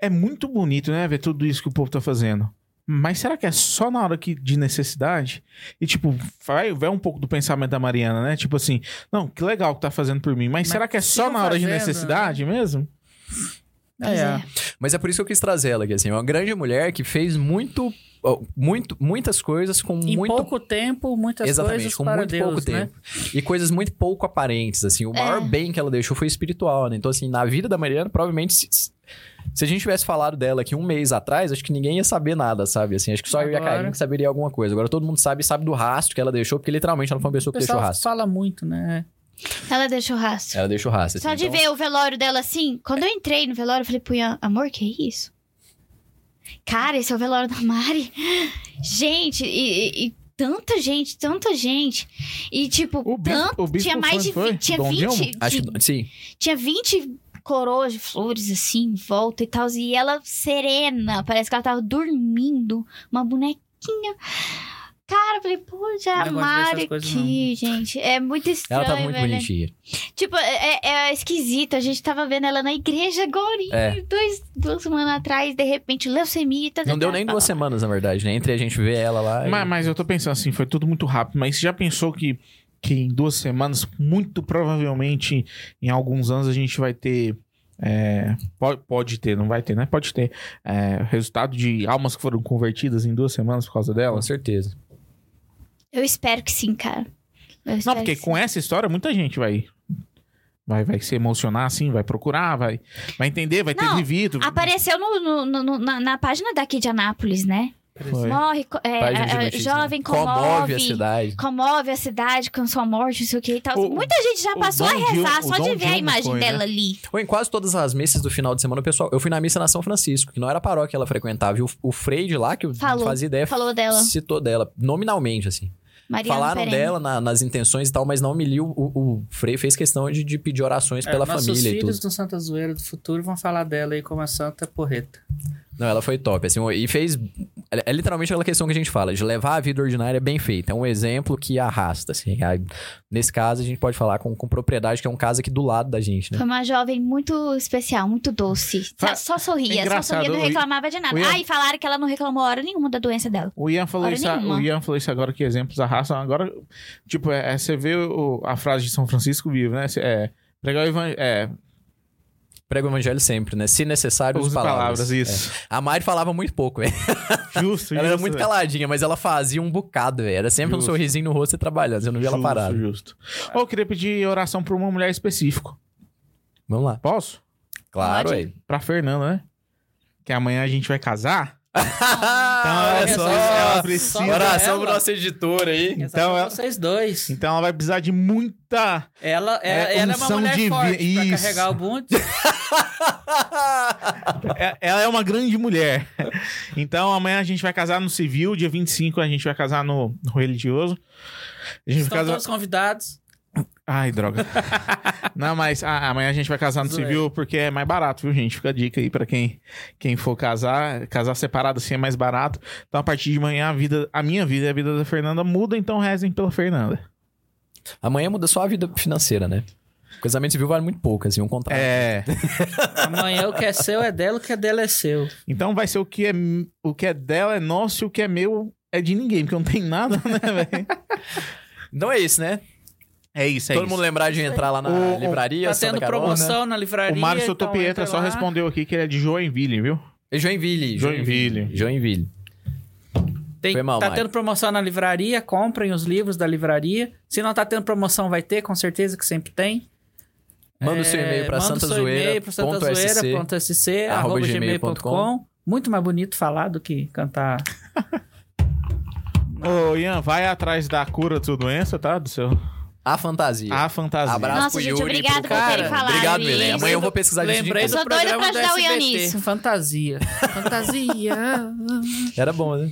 Speaker 4: é muito bonito, né, ver tudo isso que o povo tá fazendo. Mas será que é só na hora que, de necessidade? E, tipo, vai, vai um pouco do pensamento da Mariana, né? Tipo assim, não, que legal que tá fazendo por mim. Mas,
Speaker 1: Mas
Speaker 4: será que é só
Speaker 1: sigam
Speaker 4: na hora de
Speaker 1: fazendo, né?
Speaker 4: necessidade mesmo?
Speaker 3: Pois
Speaker 1: É.
Speaker 3: é.
Speaker 2: Mas é por isso que eu quis trazer ela aqui, assim. É uma grande mulher que fez muito, ó, muito muitas coisas com
Speaker 1: Em
Speaker 2: muito
Speaker 1: pouco tempo, muitas
Speaker 2: Exatamente,
Speaker 1: coisas
Speaker 2: com
Speaker 1: para
Speaker 2: muito
Speaker 1: Deus,
Speaker 2: pouco
Speaker 1: né?
Speaker 2: tempo. E coisas muito pouco aparentes, assim. O
Speaker 3: É.
Speaker 2: maior bem que ela deixou foi espiritual, né? Então, assim, na vida da Mariana, provavelmente. Se, se- se a gente tivesse falado dela aqui um mês atrás, acho que ninguém ia saber nada, sabe? Assim, acho que só eu e a
Speaker 1: Agora-
Speaker 2: Karine que saberia alguma coisa. Agora todo mundo sabe, sabe do rastro que ela deixou, porque literalmente ela foi uma
Speaker 1: O
Speaker 2: pessoa que deixou
Speaker 1: pessoal
Speaker 2: rastro.
Speaker 1: fala muito, né?
Speaker 3: Ela deixou rastro.
Speaker 2: Ela deixou rastro.
Speaker 3: Só
Speaker 2: assim,
Speaker 3: de
Speaker 2: então-
Speaker 3: ver o velório dela assim, quando eu entrei no velório, eu falei pro Ian, amor, que isso? Cara, esse é o velório da Mari. Gente, e, e- e tanta gente, tanta gente. E tipo,
Speaker 4: O bispo-
Speaker 3: tanto.
Speaker 4: o bispo
Speaker 3: tinha mais de
Speaker 4: foi, foi?
Speaker 3: 20. Tinha
Speaker 4: Dom
Speaker 3: 20,
Speaker 4: Dilma?
Speaker 2: Acho
Speaker 3: ti-
Speaker 2: que. Sim.
Speaker 3: tinha 20 coroas de flores assim, em volta e tal. E ela serena, parece que ela tava dormindo, uma bonequinha. Cara, eu falei, poxa, é a
Speaker 1: Não gosto dessas
Speaker 3: Mari
Speaker 1: coisas,
Speaker 3: aqui, gente. É muito estranho,
Speaker 2: Ela tava muito
Speaker 3: velho.
Speaker 2: bonitinha.
Speaker 3: Tipo, é, é esquisito. A gente tava vendo ela na igreja agora,
Speaker 2: É.
Speaker 3: dois, duas semanas atrás, de repente, leucemia. Tá, tá,
Speaker 2: Não deu
Speaker 3: tá,
Speaker 2: nem
Speaker 3: tá.
Speaker 2: duas semanas, na verdade, né? Entre a gente ver ela lá. e-
Speaker 4: Mas, mas eu tô pensando assim, foi tudo muito rápido. Mas você já pensou que, que em duas semanas, muito provavelmente em alguns anos, a gente vai ter. é, pode, pode ter, não vai ter, né? Pode ter. é, resultado de almas que foram convertidas em duas semanas por causa
Speaker 2: Com
Speaker 4: delas.
Speaker 2: certeza.
Speaker 3: Eu espero que sim, cara. Eu
Speaker 4: Não,
Speaker 3: espero
Speaker 4: porque
Speaker 3: que
Speaker 4: com essa história, muita gente vai. Vai, vai se emocionar assim, vai procurar, vai, vai entender, vai ter
Speaker 3: Não,
Speaker 4: vivido.
Speaker 3: sim. Apareceu no- no- no- no- na, na página daqui de Anápolis, né?
Speaker 4: Foi.
Speaker 3: Morre, co- é,
Speaker 2: Página de
Speaker 3: a- a-
Speaker 2: notícias, né?
Speaker 3: jovem comove.
Speaker 2: Comove a cidade.
Speaker 3: comove a cidade com sua morte, não sei o que e tal.
Speaker 4: O-
Speaker 3: Muita gente já
Speaker 4: o
Speaker 3: passou a
Speaker 4: Dom Dilma-
Speaker 3: rezar
Speaker 4: o
Speaker 3: só
Speaker 4: Dom
Speaker 3: de ver
Speaker 4: Dilma
Speaker 3: a imagem
Speaker 4: foi, né?
Speaker 3: dela ali.
Speaker 2: Ou em quase todas as missas do final de semana, o pessoal. Eu fui na missa na São Francisco, que não era a paróquia que ela frequentava. E o, o Frei de lá, que eu
Speaker 3: Falou.
Speaker 2: não fazia ideia,
Speaker 3: Falou dela,
Speaker 2: citou dela, nominalmente, assim.
Speaker 3: Mariana
Speaker 2: Falaram
Speaker 3: Perenne.
Speaker 2: dela na- nas intenções e tal, mas não me liu. O, o Frei fez questão de, de pedir orações
Speaker 1: É,
Speaker 2: pela
Speaker 1: nossos
Speaker 2: família e
Speaker 1: filhos
Speaker 2: tudo.
Speaker 1: do Santa Zoeira do futuro vão falar dela aí como a Santa Porreta.
Speaker 2: Não, ela foi top, assim. E fez. É, é literalmente aquela questão que a gente fala, de levar a vida ordinária bem feita. É um exemplo que arrasta, assim. Aí, Nesse caso, a gente pode falar com, com propriedade, que é um caso aqui do lado da gente, né?
Speaker 3: Foi uma jovem muito especial, muito doce. Só-
Speaker 4: Fa-
Speaker 3: Só, sorria, só
Speaker 4: Engraçado,
Speaker 3: sorria, não
Speaker 4: o I-
Speaker 3: reclamava de nada.
Speaker 4: o Ian-
Speaker 3: Ah, e falaram que ela não reclamou hora nenhuma da doença dela.
Speaker 4: O Ian, falou
Speaker 3: Hora
Speaker 4: isso, a-
Speaker 3: nenhuma.
Speaker 4: o Ian falou isso agora que exemplos arrastam. Agora, tipo, é, é, você vê o- a frase de São Francisco vivo, né? Cê- É, pregar o evangelho. É,
Speaker 2: Prega o evangelho sempre, né? Se necessário,
Speaker 4: use
Speaker 2: use palavras.
Speaker 4: palavras, isso.
Speaker 2: É. A Mari falava muito pouco, velho.
Speaker 4: Justo,
Speaker 2: Ela era
Speaker 4: justo,
Speaker 2: muito
Speaker 4: velho.
Speaker 2: caladinha, mas ela fazia um bocado, velho. Era sempre
Speaker 4: Justo.
Speaker 2: um sorrisinho no rosto e trabalhando. Eu não via ela
Speaker 4: Justo,
Speaker 2: parada.
Speaker 4: Justo. Ou eu queria pedir oração pra uma mulher específica.
Speaker 2: Vamos lá.
Speaker 4: Posso?
Speaker 2: Claro,
Speaker 3: Pode.
Speaker 2: aí.
Speaker 4: Pra Fernanda, né? Que amanhã a gente vai casar.
Speaker 2: Olha
Speaker 4: Então,
Speaker 2: só.
Speaker 4: ela
Speaker 1: só
Speaker 4: precisa.
Speaker 1: pra
Speaker 2: Oração
Speaker 1: ela.
Speaker 2: pro nosso editor aí.
Speaker 1: Então,
Speaker 4: ela-
Speaker 1: vocês dois.
Speaker 4: Então ela vai precisar de muita.
Speaker 1: Ela é,
Speaker 4: É,
Speaker 1: ela é uma
Speaker 4: unção
Speaker 1: mulher
Speaker 4: divina.
Speaker 1: forte pra
Speaker 4: Isso.
Speaker 1: carregar o bunde.
Speaker 4: É- Ela é uma grande mulher. Então amanhã a gente vai casar no civil, dia 25 a gente vai casar no, no religioso. A gente vai
Speaker 1: Estão
Speaker 4: casar.
Speaker 1: todos convidados.
Speaker 4: Ai, droga. Não, mas ah, amanhã a gente vai casar no
Speaker 1: Zoeira.
Speaker 4: civil porque é mais barato, viu, gente? Fica a dica aí pra quem, quem for casar. Casar separado assim é mais barato. Então, a partir de manhã, a vida, a minha vida e a vida da Fernanda muda, então rezem pela Fernanda.
Speaker 2: Amanhã muda só a vida financeira, né? O casamento civil vale muito pouco, assim, um contrato.
Speaker 4: É.
Speaker 1: Amanhã o que é seu é dela, o que é dela é seu.
Speaker 4: Então vai ser o que é, o que é dela é nosso e o que é meu é de ninguém, porque não tem nada, né, velho?
Speaker 2: Então é isso, né?
Speaker 4: É isso, é
Speaker 2: Todo
Speaker 4: isso.
Speaker 2: mundo lembrar de entrar lá na
Speaker 4: O- o-
Speaker 2: livraria,
Speaker 1: Tá
Speaker 2: Santa
Speaker 1: tendo
Speaker 2: Carona.
Speaker 1: promoção na livraria.
Speaker 4: O Mário
Speaker 1: então
Speaker 4: Sotopietra
Speaker 1: entra
Speaker 4: só
Speaker 1: lá.
Speaker 4: respondeu aqui que ele é de Joinville, viu?
Speaker 2: É Joinville.
Speaker 4: Joinville.
Speaker 2: Joinville.
Speaker 1: Tem,
Speaker 2: Foi mal,
Speaker 1: tá
Speaker 2: Mário.
Speaker 1: tendo promoção na livraria, comprem os livros da livraria. Se não tá tendo promoção, vai ter, com certeza que sempre tem. É,
Speaker 2: Manda o seu e-mail pra
Speaker 1: manda o seu e-mail pra
Speaker 2: santazoeira.sc.
Speaker 1: santazoeira.sc,
Speaker 2: arroba
Speaker 1: arroba
Speaker 2: gmail.com.
Speaker 1: gmail.com. Muito mais bonito falar do que cantar.
Speaker 4: Ô, Ian, vai atrás da cura da sua doença, tá? Do seu...
Speaker 2: A fantasia.
Speaker 4: A fantasia.
Speaker 2: Abraço
Speaker 3: Nossa,
Speaker 2: pro
Speaker 3: gente,
Speaker 2: Yuri,
Speaker 3: obrigado
Speaker 2: pro
Speaker 3: por
Speaker 2: cara.
Speaker 1: terem
Speaker 3: falado
Speaker 2: Obrigado,
Speaker 3: isso.
Speaker 2: Belém. Amanhã eu vou pesquisar de
Speaker 1: Lembrei
Speaker 2: dicas.
Speaker 1: do
Speaker 3: Eu sou doida
Speaker 1: programa
Speaker 3: pra
Speaker 1: do
Speaker 3: ajudar o Ian
Speaker 1: SBT.
Speaker 3: nisso.
Speaker 1: Fantasia. Fantasia.
Speaker 2: Era bom, né?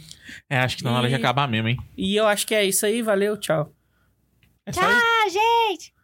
Speaker 4: É, acho que tá na hora de
Speaker 1: E-
Speaker 4: acabar mesmo, hein?
Speaker 1: e eu acho que é isso aí. Valeu, tchau.
Speaker 4: É
Speaker 3: Tchau, gente!